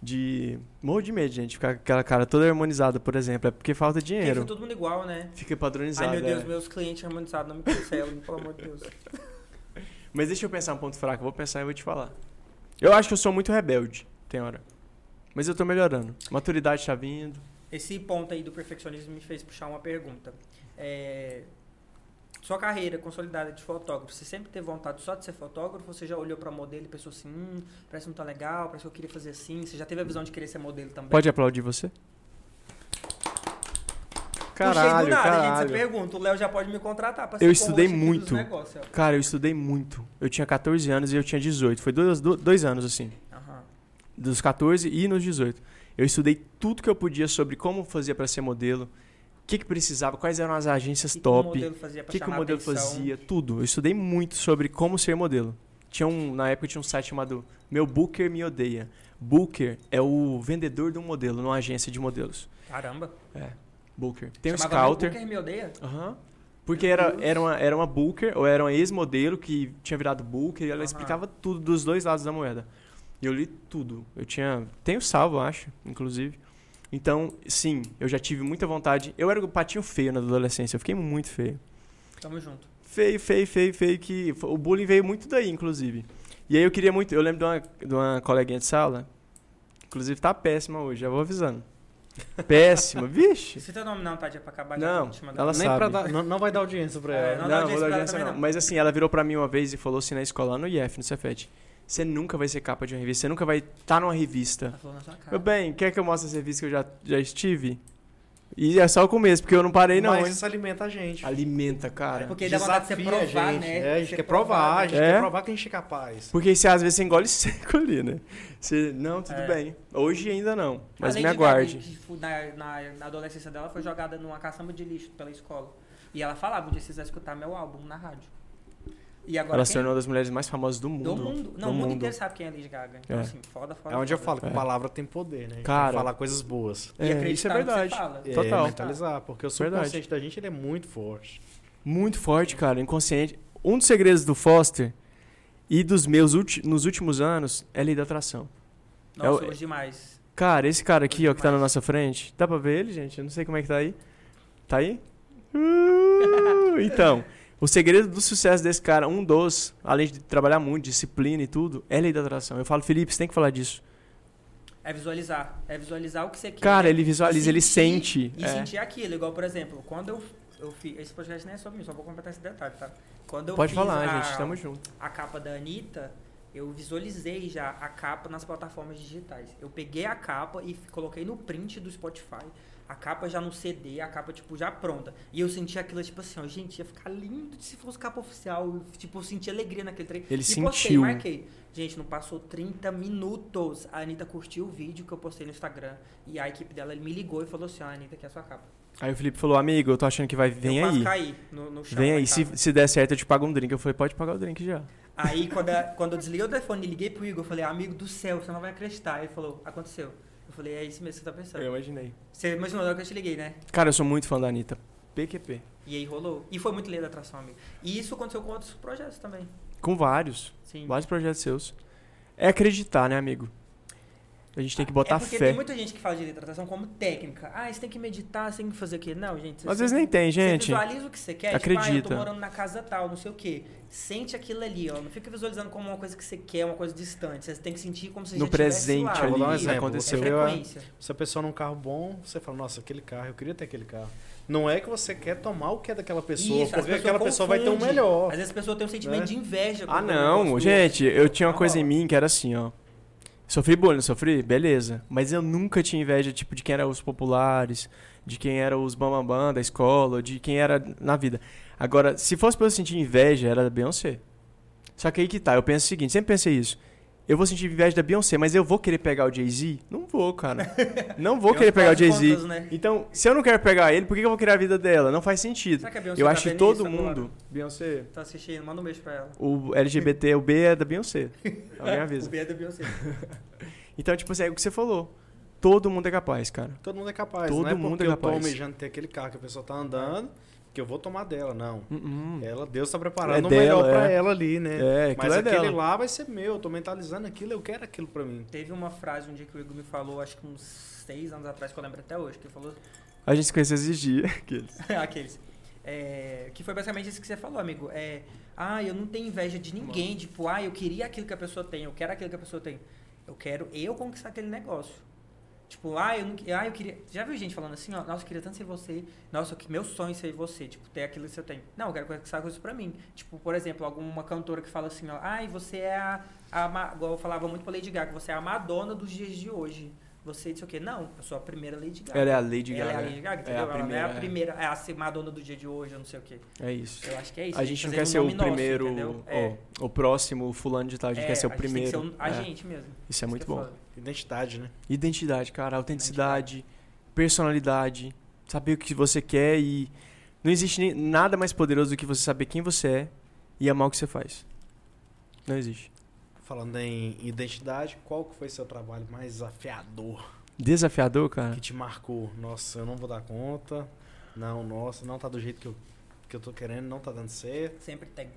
Speaker 4: de... Morro de medo, gente, ficar com aquela cara toda harmonizada, por exemplo, é porque falta
Speaker 2: Porque fica
Speaker 4: dinheiro.
Speaker 2: todo mundo igual, né?
Speaker 4: Fica padronizado.
Speaker 2: Ai, meu Deus,
Speaker 4: é.
Speaker 2: meus clientes harmonizados não me cancelam, pelo amor de Deus.
Speaker 4: Mas deixa eu pensar um ponto fraco, eu vou pensar e vou te falar. Eu acho que eu sou muito rebelde, tem hora. Mas eu tô melhorando. Maturidade tá vindo.
Speaker 2: Esse ponto aí do perfeccionismo me fez puxar uma pergunta. É, Sua carreira consolidada de fotógrafo, você sempre teve vontade só de ser fotógrafo? Ou Você já olhou pra modelo e pensou assim, hum, parece que não tá legal, parece que eu queria fazer assim? Você já teve a visão de querer ser modelo também?
Speaker 4: Pode aplaudir você? Caralho,
Speaker 2: Puxei do nada, gente.
Speaker 4: caralho.
Speaker 2: Você pergunta, o Léo já pode me contratar pra
Speaker 4: Eu
Speaker 2: co-host
Speaker 4: estudei
Speaker 2: aqui dos
Speaker 4: muito.
Speaker 2: negócios, ó.
Speaker 4: Cara, eu estudei muito. Eu tinha 14 anos e eu tinha 18. Foi dois, do- dois anos, assim.
Speaker 2: Aham.
Speaker 4: Dos 14 e nos 18. Eu estudei tudo que eu podia sobre como fazia pra ser modelo, o que, que precisava, quais eram as agências
Speaker 2: E que
Speaker 4: top.
Speaker 2: O modelo fazia
Speaker 4: O
Speaker 2: pra
Speaker 4: que, que o
Speaker 2: chamar
Speaker 4: modelo
Speaker 2: atenção?
Speaker 4: fazia? Tudo. Eu estudei muito sobre como ser modelo. Tinha um, na época tinha um site chamado Meu Booker Me Odeia. Booker é o vendedor de um modelo numa agência de modelos.
Speaker 2: Caramba.
Speaker 4: Booker. Tem um
Speaker 2: Chamava meu
Speaker 4: scouter.
Speaker 2: Booker me odeia?
Speaker 4: Aham. Porque
Speaker 2: Meu
Speaker 4: era,
Speaker 2: Deus.
Speaker 4: era, uma, era uma Booker, ou era uma ex-modelo que tinha virado Booker, e ela
Speaker 2: Aham.
Speaker 4: explicava tudo dos dois lados da moeda. E eu li tudo. Eu tinha. Tenho salvo, eu acho, inclusive. Então, sim, eu já tive muita vontade. Eu era o patinho feio na adolescência, eu fiquei muito feio.
Speaker 2: Tamo junto.
Speaker 4: Feio, feio, feio, feio, que f- o bullying veio muito daí, inclusive. E aí eu queria muito, eu lembro de uma, de uma coleguinha de sala, inclusive tá péssima hoje, já vou avisando. Péssima, vixe.
Speaker 2: Se teu nome não tá, já pra acabar já
Speaker 4: Não,
Speaker 2: tô te mandando.
Speaker 4: ela
Speaker 1: Nem
Speaker 4: sabe.
Speaker 1: pra dar, não, não vai dar audiência pra
Speaker 2: É,
Speaker 1: ela.
Speaker 2: não
Speaker 4: Não,
Speaker 2: dá
Speaker 4: vou
Speaker 2: audiência
Speaker 4: dar
Speaker 2: pra ela
Speaker 4: audiência
Speaker 2: também,
Speaker 4: não.
Speaker 2: não.
Speaker 4: Mas assim, ela virou pra mim uma vez e falou assim na escola, lá no IF, no Cefet, você nunca vai ser capa de uma revista, você nunca vai estar numa revista.
Speaker 2: Ela falou Tá na sua cara.
Speaker 4: Meu bem, quer que eu mostre as revistas que eu já, já estive? E é só o começo, porque eu não parei não,
Speaker 1: Mas
Speaker 4: hein? É,
Speaker 1: isso alimenta a gente.
Speaker 4: Alimenta, cara.
Speaker 2: É Porque dá vontade de você
Speaker 1: Desafia
Speaker 2: provar,
Speaker 1: a gente.
Speaker 2: né?
Speaker 1: É, a gente
Speaker 2: Você
Speaker 1: quer provar, a gente
Speaker 4: provar, né?
Speaker 1: quer provar que a gente é capaz.
Speaker 4: Porque você às vezes você engole seco ali, né? Você, não, tudo
Speaker 2: É.
Speaker 4: bem. Hoje ainda não, mas
Speaker 2: Além
Speaker 4: me
Speaker 2: de-
Speaker 4: aguarde.
Speaker 2: de- de- Na, na- na adolescência dela, foi jogada numa caçamba de lixo pela escola. E ela falava, um dia vocês vão escutar meu álbum na rádio. E agora
Speaker 4: Ela
Speaker 2: quem-
Speaker 4: se tornou uma das mulheres mais famosas do mundo.
Speaker 2: Do mundo. Não, o
Speaker 4: Do
Speaker 2: mundo
Speaker 4: mundo.
Speaker 2: inteiro sabe quem é Lady Gaga. Então,
Speaker 4: É.
Speaker 2: assim, foda, foda.
Speaker 1: É onde eu
Speaker 2: foda.
Speaker 1: falo que
Speaker 4: É.
Speaker 1: palavra tem poder, né? A gente
Speaker 4: Cara.
Speaker 1: tem que falar coisas boas.
Speaker 2: E acreditar
Speaker 4: É, isso é
Speaker 2: no que você
Speaker 4: verdade.
Speaker 2: fala.
Speaker 1: É,
Speaker 4: Total.
Speaker 1: mentalizar, porque o
Speaker 4: Verdade.
Speaker 1: subconsciente da gente ele é muito forte.
Speaker 4: Muito forte, cara, inconsciente. Um dos segredos do Foster e dos meus ulti- nos últimos anos é a lei da atração.
Speaker 2: Nossa,
Speaker 4: É o-
Speaker 2: hoje demais.
Speaker 4: Cara, esse cara aqui, ó, que tá na
Speaker 2: Demais.
Speaker 4: nossa frente, dá pra ver ele, gente? Eu não sei como é que tá aí. Tá aí? Uh, então, o segredo do sucesso desse cara, um dos, além de trabalhar muito, disciplina e tudo, é a lei da atração. Eu falo, Felipe, você tem que falar disso.
Speaker 2: É visualizar. É visualizar o que você quer.
Speaker 4: Cara, ele visualiza, ele sente.
Speaker 2: E
Speaker 4: é.
Speaker 2: sentir aquilo. Igual, por exemplo, quando eu, eu fiz... Esse podcast nem é sobre mim, só vou completar esse detalhe, tá? Quando eu
Speaker 4: Pode
Speaker 2: fiz
Speaker 4: falar,
Speaker 2: a,
Speaker 4: gente, tamo junto.
Speaker 2: a capa da Anitta, eu visualizei já a capa nas plataformas digitais. Eu peguei a capa e f- coloquei no print do Spotify. A capa já no CD, a capa, tipo, já pronta. E eu senti aquilo, tipo assim, ó, gente, ia ficar lindo se fosse capa oficial. Eu, Tipo, eu senti alegria naquele trem.
Speaker 4: Ele
Speaker 2: e postei,
Speaker 4: sentiu.
Speaker 2: marquei. Gente, não passou 30 minutos. A Anitta curtiu o vídeo que eu postei no Instagram. E a equipe dela me ligou e falou assim, ó, Anitta, aqui é a sua capa.
Speaker 4: Aí o Felipe falou, amigo, eu tô achando que vai, vem
Speaker 2: eu quase
Speaker 4: aí.
Speaker 2: caí no, no chão. né,
Speaker 4: Vem
Speaker 2: da
Speaker 4: aí, se,
Speaker 2: capa.
Speaker 4: se der certo eu te pago um drink. Eu falei, pode pagar o drink já.
Speaker 2: Aí, quando, a- quando eu desliguei o telefone e liguei pro Igor, eu falei, amigo do céu, você não vai acreditar. Ele falou, aconteceu. Eu falei, é isso mesmo que você tá pensando.
Speaker 4: imaginei.
Speaker 2: Você imaginou na hora que eu te liguei, né?
Speaker 4: Cara, eu sou muito fã da Anitta. PQP.
Speaker 2: E aí rolou. E foi muito lei da atração, amigo. E isso aconteceu com outros projetos também.
Speaker 4: Com vários,
Speaker 2: Sim.
Speaker 4: vários projetos seus. É acreditar, né, amigo? A gente tem que botar
Speaker 2: é porque
Speaker 4: fé.
Speaker 2: tem muita gente que fala de lei da atração como técnica. Ah, você tem que meditar, você tem que fazer o quê? Não, gente. você
Speaker 4: Às vezes
Speaker 2: sempre-
Speaker 4: nem tem,
Speaker 2: assim. Você
Speaker 4: gente.
Speaker 2: visualiza o que você quer, tipo, ah, eu tô
Speaker 4: Acredita.
Speaker 2: morando na casa tal, não sei o quê. Sente aquilo ali, ó. Não fica visualizando como uma coisa que você quer, uma coisa distante. Você tem que sentir como se
Speaker 4: No
Speaker 2: já estivesse
Speaker 4: presente
Speaker 2: lá.
Speaker 1: Eu vou dar um
Speaker 4: ali
Speaker 1: exemplo.
Speaker 2: É
Speaker 1: Seu-
Speaker 4: aconteceu.
Speaker 2: frequência.
Speaker 1: Se a pessoa num carro bom, você fala, nossa, aquele carro, eu queria ter aquele carro. Não é que você quer tomar o que é daquela pessoa,
Speaker 2: Isso, as
Speaker 1: porque
Speaker 2: pessoas
Speaker 1: aquela pessoa vai ter um
Speaker 2: confundem.
Speaker 1: melhor.
Speaker 2: Às vezes a pessoa tem um sentimento
Speaker 1: Né?
Speaker 2: de inveja.
Speaker 4: Ah,
Speaker 2: quando Tá vê um negócio
Speaker 4: não,
Speaker 2: do
Speaker 4: gente, eu tinha uma
Speaker 2: Não
Speaker 4: coisa em
Speaker 2: rola.
Speaker 4: mim que era assim, ó. Sofri bullying, sofri? Beleza. Mas eu nunca tinha inveja, tipo, de quem eram os populares, de quem eram os bambambam da escola, de quem era na vida. Agora, se fosse pra eu sentir inveja, era da Beyoncé. Só que aí que tá, eu penso o seguinte, sempre pensei isso. Eu vou sentir inveja da Beyoncé, mas eu vou querer pegar o Jay-Z? Não vou, cara. Não vou
Speaker 2: Tem
Speaker 4: querer
Speaker 2: os
Speaker 4: pegar o
Speaker 2: prós e
Speaker 4: Jay-Z.
Speaker 2: contras, né?
Speaker 4: Então, se eu não quero pegar ele, por que que eu vou querer a vida dela? Não faz sentido.
Speaker 2: Será que a Beyoncé
Speaker 4: Eu
Speaker 2: tá
Speaker 4: acho que
Speaker 2: vendo
Speaker 4: todo
Speaker 2: isso agora?
Speaker 4: mundo. Beyoncé.
Speaker 2: Tá assistindo, manda um beijo pra ela.
Speaker 4: O LGBT, o B é da Beyoncé. Alguém
Speaker 2: O
Speaker 4: avisa.
Speaker 2: B é da Beyoncé.
Speaker 4: Então, tipo assim, é o que você falou. Todo mundo é capaz, cara.
Speaker 1: Todo mundo é capaz,
Speaker 4: Todo
Speaker 1: não é
Speaker 4: mundo
Speaker 1: porque
Speaker 4: é
Speaker 1: eu tô
Speaker 4: capaz.
Speaker 1: almejando ter aquele carro que a pessoa tá andando, que eu vou tomar dela, não.
Speaker 2: Hum,
Speaker 4: Uh-uh.
Speaker 1: Ela, Deus tá preparando
Speaker 4: É
Speaker 1: o melhor
Speaker 4: dela,
Speaker 1: pra
Speaker 4: é.
Speaker 1: ela ali, né?
Speaker 4: É, aquilo
Speaker 1: Mas
Speaker 4: é
Speaker 1: aquele
Speaker 4: dela.
Speaker 1: lá vai ser meu, eu tô mentalizando aquilo, eu quero aquilo pra mim.
Speaker 2: Teve uma frase um dia que o Igor me falou, acho que uns seis anos atrás, que eu lembro até hoje, que ele falou.
Speaker 4: A gente se conheceu esses dias. Aqueles.
Speaker 2: aqueles. É, que foi basicamente isso que você falou, amigo. É, ah, eu não tenho inveja de ninguém. Tipo, ah, eu queria aquilo que a pessoa tem, eu quero aquilo que a pessoa tem. Eu quero eu conquistar aquele negócio. Tipo, ah, eu, não, que- ah, eu queria. Já viu gente falando assim, ó, nossa, eu queria tanto ser você. Nossa, que meu sonho é ser você. Tipo, ter aquilo que você tem. Não, eu quero conquistar coisas pra mim. Tipo, por exemplo, alguma cantora que fala assim, ó, ai, você é a. a Ma- igual eu falava muito pra Lady Gaga, você é a Madonna dos dias de hoje. Você disse o quê? Não, eu sou a primeira Lady Gaga.
Speaker 4: Ela é a Lady
Speaker 2: Ela é a
Speaker 4: Gaga.
Speaker 2: Lady Gaga,
Speaker 4: É
Speaker 2: entendeu?
Speaker 4: a
Speaker 2: Ela não é a
Speaker 4: primeira, é.
Speaker 2: primeira, é a Madonna do dia de hoje, eu não sei o quê.
Speaker 4: É isso.
Speaker 2: Eu acho que é isso.
Speaker 4: A gente não
Speaker 2: tem
Speaker 4: quer
Speaker 2: que
Speaker 4: ser
Speaker 2: fazer um
Speaker 4: o
Speaker 2: nome nosso,
Speaker 4: primeiro,
Speaker 2: entendeu?
Speaker 4: ó,
Speaker 2: É,
Speaker 4: o próximo fulano de tal, a gente quer ser o
Speaker 2: é,
Speaker 4: primeiro.
Speaker 2: A gente, tem que ser um- a
Speaker 4: É,
Speaker 2: gente mesmo.
Speaker 4: Isso é muito
Speaker 2: que eu
Speaker 4: bom.
Speaker 2: falo.
Speaker 1: Identidade, né?
Speaker 4: Identidade, cara, autenticidade, personalidade, saber o que você quer e não existe nem- nada mais poderoso do que você saber quem você é e amar o que você faz. Não existe.
Speaker 1: Falando em identidade, qual que foi seu trabalho mais desafiador
Speaker 4: Desafiador, cara.
Speaker 1: que te marcou? Nossa, eu não vou dar conta. Não, nossa, não tá do jeito que eu, que eu tô querendo, não tá dando certo.
Speaker 2: Sempre tem.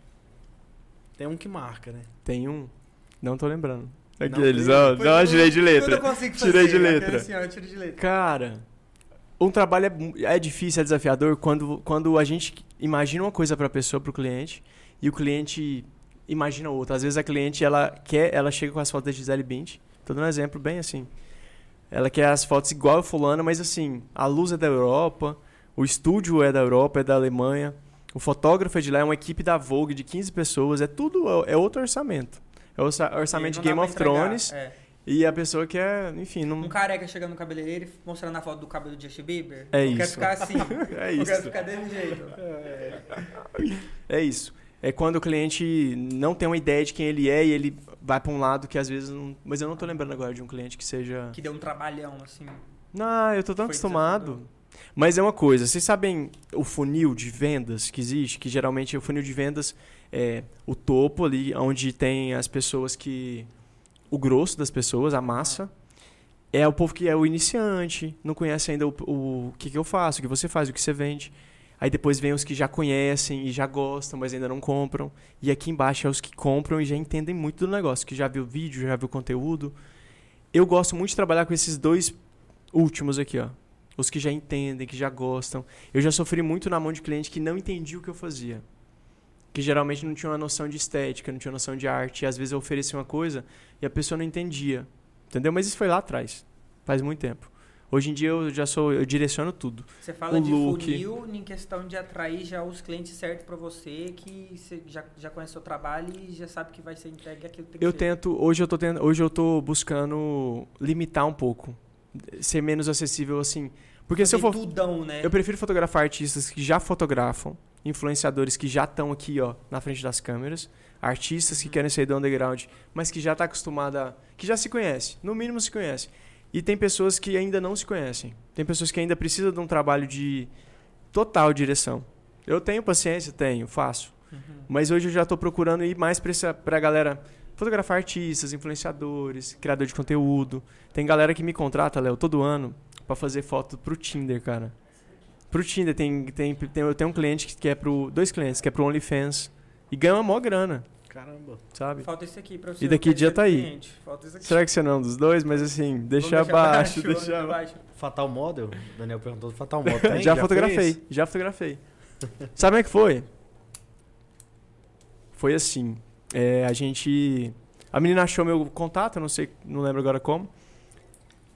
Speaker 1: Tem um que marca, né?
Speaker 4: Tem um, não tô lembrando.
Speaker 1: Não
Speaker 4: Aqueles,
Speaker 1: tem?
Speaker 4: ó,
Speaker 2: Pois
Speaker 4: Ah, não,
Speaker 2: eu-
Speaker 4: tirei de
Speaker 2: Eu
Speaker 4: letra.
Speaker 2: não consigo fazer.
Speaker 4: Tirei de
Speaker 2: aquele
Speaker 4: letra.
Speaker 2: Assim, ó, eu tiro de letra.
Speaker 4: Cara, um trabalho é, mu- é difícil, é desafiador quando, quando a gente imagina uma coisa para a pessoa, para o cliente, e o cliente imagina outra. Às vezes a cliente ela quer, ela chega com as fotos da Gisele Bint, tô dando um exemplo bem assim. Ela quer as fotos igual a fulana, mas assim, a luz é da Europa, o estúdio é da Europa, é da Alemanha, o fotógrafo é de lá, é uma equipe da Vogue de 15 pessoas, é tudo, é outro orçamento. É o orça- orçamento de
Speaker 2: Não dá
Speaker 4: Game
Speaker 2: pra
Speaker 4: of
Speaker 2: entregar,
Speaker 4: Thrones
Speaker 2: é.
Speaker 4: e a pessoa quer, enfim,
Speaker 2: Um
Speaker 4: não...
Speaker 2: careca chegando no cabeleireiro e mostrando a foto do cabelo do Justin Bieber.
Speaker 4: É
Speaker 2: eu quero
Speaker 4: isso.
Speaker 2: ficar assim.
Speaker 4: É
Speaker 2: Eu quero
Speaker 4: isso.
Speaker 2: ficar desse jeito.
Speaker 4: É isso. É quando o cliente não tem uma ideia de quem ele é e ele vai pra um lado que às vezes não. Mas eu não tô lembrando agora de um cliente que seja.
Speaker 2: Que deu um trabalhão, assim.
Speaker 4: Não, eu tô tão
Speaker 2: Foi
Speaker 4: acostumado.
Speaker 2: desafiador.
Speaker 4: Mas é uma coisa, vocês sabem o funil de vendas que existe? Que geralmente o funil de vendas é o topo ali, onde tem as pessoas que. O grosso das pessoas, a massa. É o povo que é o iniciante, não conhece ainda o, o que, que eu faço, o que você faz, o que você vende. Aí depois vem os que já conhecem e já gostam, mas ainda não compram. E aqui embaixo é os que compram e já entendem muito do negócio, que já viu vídeo, já viu conteúdo. Eu gosto muito de trabalhar com esses dois últimos aqui, ó. Os que já entendem, que já gostam. Eu já sofri muito na mão de cliente que não entendia o que eu fazia. Que geralmente não tinha uma noção de estética, não tinha noção de arte. E às vezes eu oferecia uma coisa e a pessoa não entendia. Entendeu? Mas isso foi lá atrás. Faz muito tempo. Hoje em dia eu já sou, eu direciono tudo.
Speaker 2: Você fala
Speaker 4: O
Speaker 2: de
Speaker 4: look.
Speaker 2: funil em questão de atrair já os clientes certos pra você, que você já, já conhece o seu trabalho e já sabe que vai ser entregue aquilo que tem que
Speaker 4: Eu
Speaker 2: ser.
Speaker 4: tento, hoje eu tô tendo, hoje eu tô buscando limitar um pouco, ser menos acessível assim, porque se eu for
Speaker 2: Tudão, né?
Speaker 4: Eu prefiro fotografar artistas que já fotografam, influenciadores que já estão aqui, ó, na frente das câmeras, artistas que querem sair do underground, mas que já tá acostumada, que já se conhece, no mínimo se conhece. E tem pessoas que ainda não se conhecem. Tem pessoas que ainda precisam de um trabalho de total direção. Eu tenho paciência, tenho, faço.
Speaker 2: Uhum.
Speaker 4: Mas hoje eu já tô procurando ir mais pra, essa, pra galera fotografar artistas, influenciadores, criador de conteúdo. Tem galera que me contrata, Léo, todo ano pra fazer foto pro Tinder, cara. Pro Tinder, tem, tem, tem, eu tenho um cliente que é pro. Dois clientes, que é pro OnlyFans. E ganha uma maior grana,
Speaker 1: Caramba.
Speaker 4: sabe?
Speaker 2: Falta isso aqui pra você.
Speaker 4: E daqui
Speaker 2: eu quero
Speaker 4: dia
Speaker 2: ser
Speaker 4: tá aí.
Speaker 2: cliente. Falta isso aqui.
Speaker 4: Será que você não é um dos dois? Mas assim,
Speaker 2: Vamos
Speaker 4: deixa
Speaker 2: baixo,
Speaker 4: abaixo, deixa abaixo.
Speaker 2: baixo.
Speaker 1: Fatal Model? Daniel perguntou do Fatal Model. Tem?
Speaker 4: já,
Speaker 1: fez?
Speaker 4: fotografei, já fotografei. Sabe como é que foi? Foi assim. é, a gente. A menina achou meu contato, eu não sei, não lembro agora como.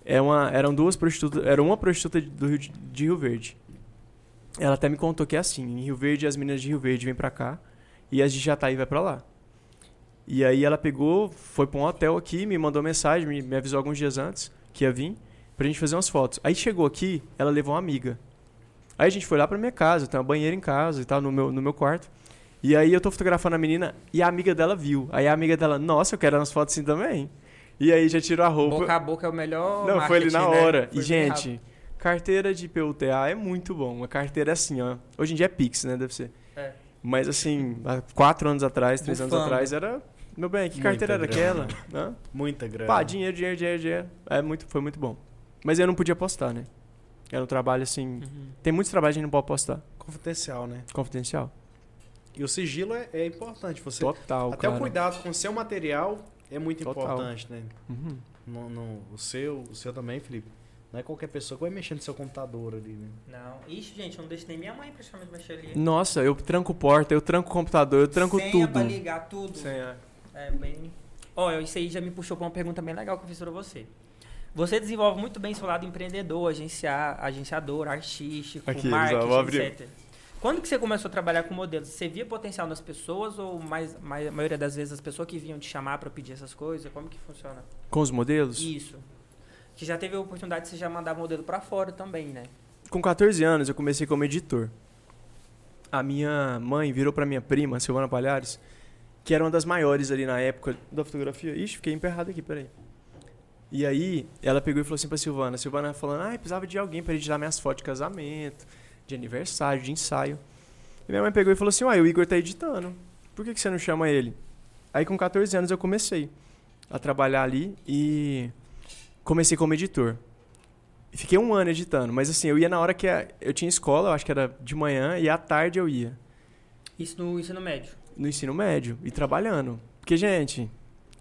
Speaker 4: É uma, eram duas prostitutas. Era uma prostituta de- do Rio de, de Rio Verde. Ela até me contou que é assim: em Rio Verde, as meninas de Rio Verde vêm pra cá e as de Jataí vai pra lá. E aí ela pegou, foi pra um hotel aqui, me mandou mensagem, me, me avisou alguns dias antes que ia vir, pra gente fazer umas fotos. Aí chegou aqui, ela levou uma amiga. Aí a gente foi lá pra minha casa, tem uma banheira em casa e tal, no meu, no meu quarto. E aí eu tô fotografando a menina e a amiga dela viu. Aí a amiga dela, nossa, eu quero umas fotos assim também. E aí já tirou a roupa.
Speaker 2: Boca a boca é o melhor
Speaker 4: Não, foi ali na
Speaker 2: marketing, né?
Speaker 4: hora.
Speaker 2: Foi
Speaker 4: E,
Speaker 2: bem
Speaker 4: gente,
Speaker 2: rápido.
Speaker 4: carteira de PUTA é muito bom. Uma carteira assim, ó. Hoje em dia é Pix, né? Deve ser.
Speaker 2: É.
Speaker 4: Mas, assim, há quatro anos atrás, três anos
Speaker 2: Bufando.
Speaker 4: atrás, era... Meu bem, que
Speaker 1: Muita
Speaker 4: carteira era
Speaker 1: grana. É.
Speaker 4: aquela? Hã?
Speaker 1: Muita grana.
Speaker 4: Pá, dinheiro, dinheiro, dinheiro, dinheiro. É muito, foi muito bom. Mas eu não podia postar, né? Era um trabalho, assim...
Speaker 2: Uhum.
Speaker 4: Tem muitos trabalhos que a gente não pode postar.
Speaker 1: Confidencial, né?
Speaker 4: Confidencial.
Speaker 1: E o sigilo é, é importante. Você
Speaker 4: Total,
Speaker 1: Até
Speaker 4: cara.
Speaker 1: o cuidado com o seu material é muito
Speaker 4: Total.
Speaker 1: importante, né?
Speaker 4: Uhum.
Speaker 1: No, no- o seu, o seu também, Felipe. Não é qualquer pessoa que vai mexer no seu computador ali, né?
Speaker 2: Não. Ixi, gente, eu não deixo nem minha mãe praticamente mexer ali.
Speaker 4: Nossa, eu tranco porta, eu tranco computador, eu tranco
Speaker 2: Senha
Speaker 4: tudo.
Speaker 2: pra ligar tudo.
Speaker 4: Senha.
Speaker 2: É bem. Ó, isso aí já me puxou pra uma pergunta bem legal que eu fiz pra você. Você desenvolve muito bem seu lado empreendedor, agenciar, agenciador, artístico,
Speaker 4: Aqui,
Speaker 2: marketing,
Speaker 4: já vou abrir.
Speaker 2: etc. Quando que você começou a trabalhar com modelos? Você via potencial nas pessoas ou mais, mais- a maioria das vezes as pessoas que vinham te chamar pra pedir essas coisas? Como que funciona?
Speaker 4: Com os modelos?
Speaker 2: Isso. Que já teve a oportunidade de você já mandar modelo pra fora também, né?
Speaker 4: Com 14 anos eu comecei como editor. A minha mãe virou pra minha prima, Silvana Palhares, que era uma das maiores ali na época da fotografia. Ixi, fiquei emperrado aqui, peraí. E aí ela pegou e falou assim pra Silvana, Silvana falando, ah, eu precisava de alguém pra editar minhas fotos de casamento, de aniversário, de ensaio. E minha mãe pegou e falou assim, uai, o Igor tá editando, por que, que você não chama ele? Aí com 14 anos eu comecei a trabalhar ali e comecei como editor. E Fiquei um ano editando, mas assim, eu ia na hora que a- eu tinha escola, eu acho que era de manhã, e à tarde eu ia
Speaker 2: Isso no ensino médio.
Speaker 4: no ensino médio e trabalhando. Porque, gente,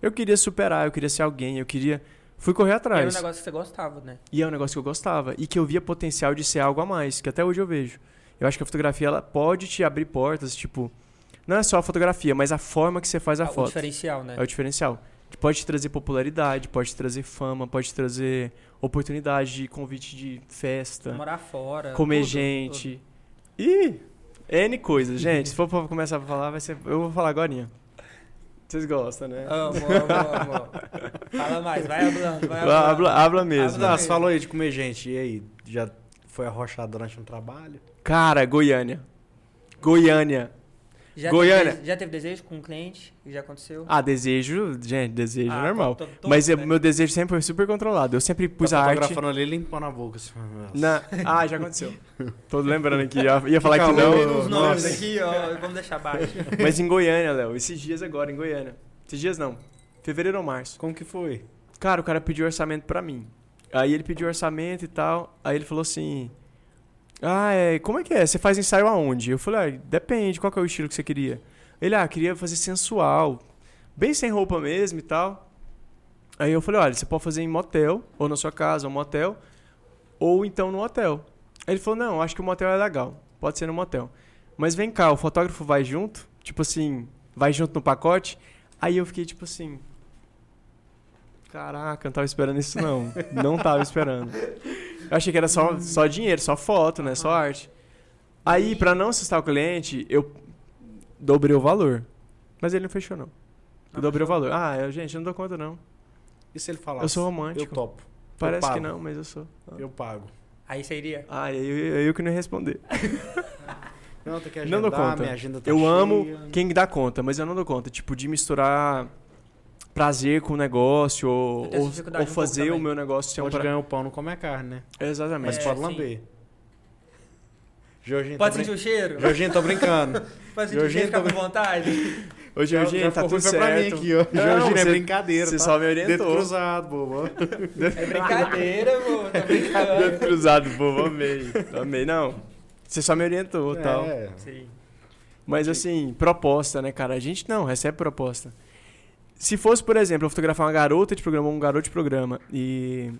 Speaker 4: eu queria superar, eu queria ser alguém, eu queria. Fui correr atrás.
Speaker 2: Era um negócio que você gostava, né?
Speaker 4: E é um negócio que eu gostava e que eu via potencial de ser algo a mais, que até hoje eu vejo. Eu acho que a fotografia ela pode te abrir portas, tipo, não é só a fotografia, mas a forma que você faz a
Speaker 2: Ah, o
Speaker 4: foto.
Speaker 2: diferencial, né?
Speaker 4: É o diferencial. Pode te trazer popularidade, pode te trazer fama, pode te trazer oportunidade de convite de festa,
Speaker 2: Morar fora.
Speaker 4: comer
Speaker 2: É tudo,
Speaker 4: gente. Ih! N coisas, gente. Se for pra começar a falar, vai ser. Eu vou falar agora. Vocês gostam, né?
Speaker 2: tudo. Amo, amo, amo. Fala mais, vai hablando, vai hablando.
Speaker 4: Habla, habla mesmo.
Speaker 2: Habla.
Speaker 1: Ah, você falou aí de comer gente, e aí? Já foi arrochado durante um trabalho?
Speaker 4: Cara, Goiânia. Goiânia.
Speaker 2: Já
Speaker 4: Goiânia.
Speaker 2: Teve, já teve desejo com um cliente? Já aconteceu?
Speaker 4: Ah, desejo, gente, desejo
Speaker 2: Ah,
Speaker 4: normal.
Speaker 2: tô- tô- tô,
Speaker 4: Mas eu-
Speaker 2: né?
Speaker 4: meu desejo sempre foi super controlado. Eu sempre pus
Speaker 1: tá
Speaker 4: a arte.
Speaker 1: fotografando ali limpando a boca. assim, nossa.
Speaker 4: Na... Ah, já aconteceu. Tô lembrando aqui, ia, ia falar que
Speaker 1: calor.
Speaker 4: não.
Speaker 2: Tem uns nomes
Speaker 1: nossa.
Speaker 2: aqui, ó. Vamos deixar baixo.
Speaker 4: Mas em Goiânia, Léo. Esses dias agora, em Goiânia. Esses dias não. Fevereiro ou março.
Speaker 1: Como que foi?
Speaker 4: Cara, o cara pediu orçamento pra mim. Aí ele pediu orçamento e tal. Aí ele falou assim: Ah, é, como é que é? Você faz ensaio aonde? Eu falei: ah, depende, qual que é o estilo que você queria? Ele, ah, queria fazer sensual, bem sem roupa mesmo e tal. Aí eu falei: olha, você pode fazer em motel, ou na sua casa, ou motel, ou então no hotel. Aí ele falou: não, acho que o motel é legal, pode ser no motel. Mas vem cá, o fotógrafo vai junto? Tipo assim, vai junto no pacote? Aí eu fiquei tipo assim. Caraca, eu não tava esperando isso não. não tava esperando. Eu achei que era só, só dinheiro, só foto, né? Só arte. Aí, pra não assustar o cliente, eu dobrei o valor. Mas ele não fechou, não. Eu
Speaker 2: Não
Speaker 4: dobrei o
Speaker 2: fechou?
Speaker 4: valor. Ah, eu, gente, eu não dou conta, não.
Speaker 1: E se ele falasse?
Speaker 4: Eu sou um romântico.
Speaker 1: assim, Eu topo.
Speaker 4: Parece que
Speaker 1: pago.
Speaker 4: não, mas eu sou.
Speaker 1: Eu pago.
Speaker 2: Aí você iria.
Speaker 4: Ah, eu, eu, eu que não ia responder.
Speaker 1: Não, tem que
Speaker 4: Não
Speaker 1: agendar,
Speaker 4: dou conta.
Speaker 1: minha agenda tá
Speaker 4: Eu amo
Speaker 1: cheia.
Speaker 4: quem dá conta, mas eu não dou conta. Tipo, de misturar prazer com o negócio
Speaker 2: Eu
Speaker 4: ou,
Speaker 2: tenho essa
Speaker 4: ou-
Speaker 2: dificuldade
Speaker 4: ou
Speaker 2: um pouco
Speaker 4: fazer o
Speaker 2: também.
Speaker 4: meu negócio ser um
Speaker 1: Pode
Speaker 4: pra...
Speaker 1: ganhar o pão, não come a carne, né?
Speaker 4: Exatamente.
Speaker 1: Mas
Speaker 2: É,
Speaker 1: pode
Speaker 2: sim.
Speaker 1: lamber. Jorginho,
Speaker 2: Pode
Speaker 1: tô
Speaker 2: sentir o cheiro?
Speaker 1: brin... Jorginho, tô brincando.
Speaker 2: Pode sentir o
Speaker 1: Jorginho
Speaker 2: cheiro ficar
Speaker 1: também.
Speaker 2: com vontade?
Speaker 4: Ô,
Speaker 1: Já-
Speaker 4: Jorginho,
Speaker 1: já
Speaker 4: tá
Speaker 1: ficou
Speaker 4: tudo
Speaker 1: ruim pra mim
Speaker 4: certo.
Speaker 1: aqui, ó.
Speaker 4: Não,
Speaker 1: Jorginho, é
Speaker 4: você-
Speaker 1: brincadeira,
Speaker 4: Você
Speaker 1: tá?
Speaker 4: só me
Speaker 1: Dedo
Speaker 4: orientou.
Speaker 1: cruzado, bobo.
Speaker 2: É brincadeira, pô. Tô
Speaker 4: Dedo
Speaker 2: brincando.
Speaker 4: cruzado, bobo, amei. Amei, não. Você só me orientou,
Speaker 1: É.
Speaker 4: tal.
Speaker 2: Sim.
Speaker 4: Mas assim, proposta, né, cara? A gente não recebe proposta. Se fosse, por exemplo, eu fotografar uma garota de programa ou um garoto de programa e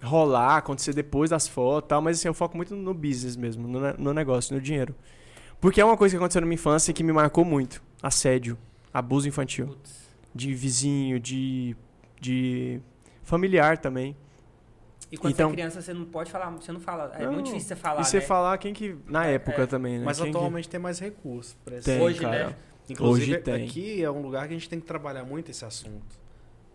Speaker 4: rolar, acontecer depois das fotos e tal, mas assim, eu foco muito no business mesmo, no, ne- no negócio, no dinheiro. Porque é uma coisa que aconteceu na minha infância que me marcou muito. Assédio, abuso infantil.
Speaker 2: Putz.
Speaker 4: De vizinho, de, de familiar também.
Speaker 2: E quando
Speaker 4: Então-
Speaker 2: você é criança, você não pode falar, você não fala. É
Speaker 4: Não.
Speaker 2: muito difícil você falar,
Speaker 4: e você
Speaker 2: né? é.
Speaker 4: falar quem que... Na época também, né?
Speaker 1: Mas
Speaker 4: Quem que-
Speaker 1: atualmente tem mais recursos. pra esse-
Speaker 4: Tem,
Speaker 2: Hoje,
Speaker 4: cara.
Speaker 2: né?
Speaker 1: Inclusive,
Speaker 4: Hoje tem.
Speaker 1: aqui é um lugar que a gente tem que trabalhar muito esse assunto.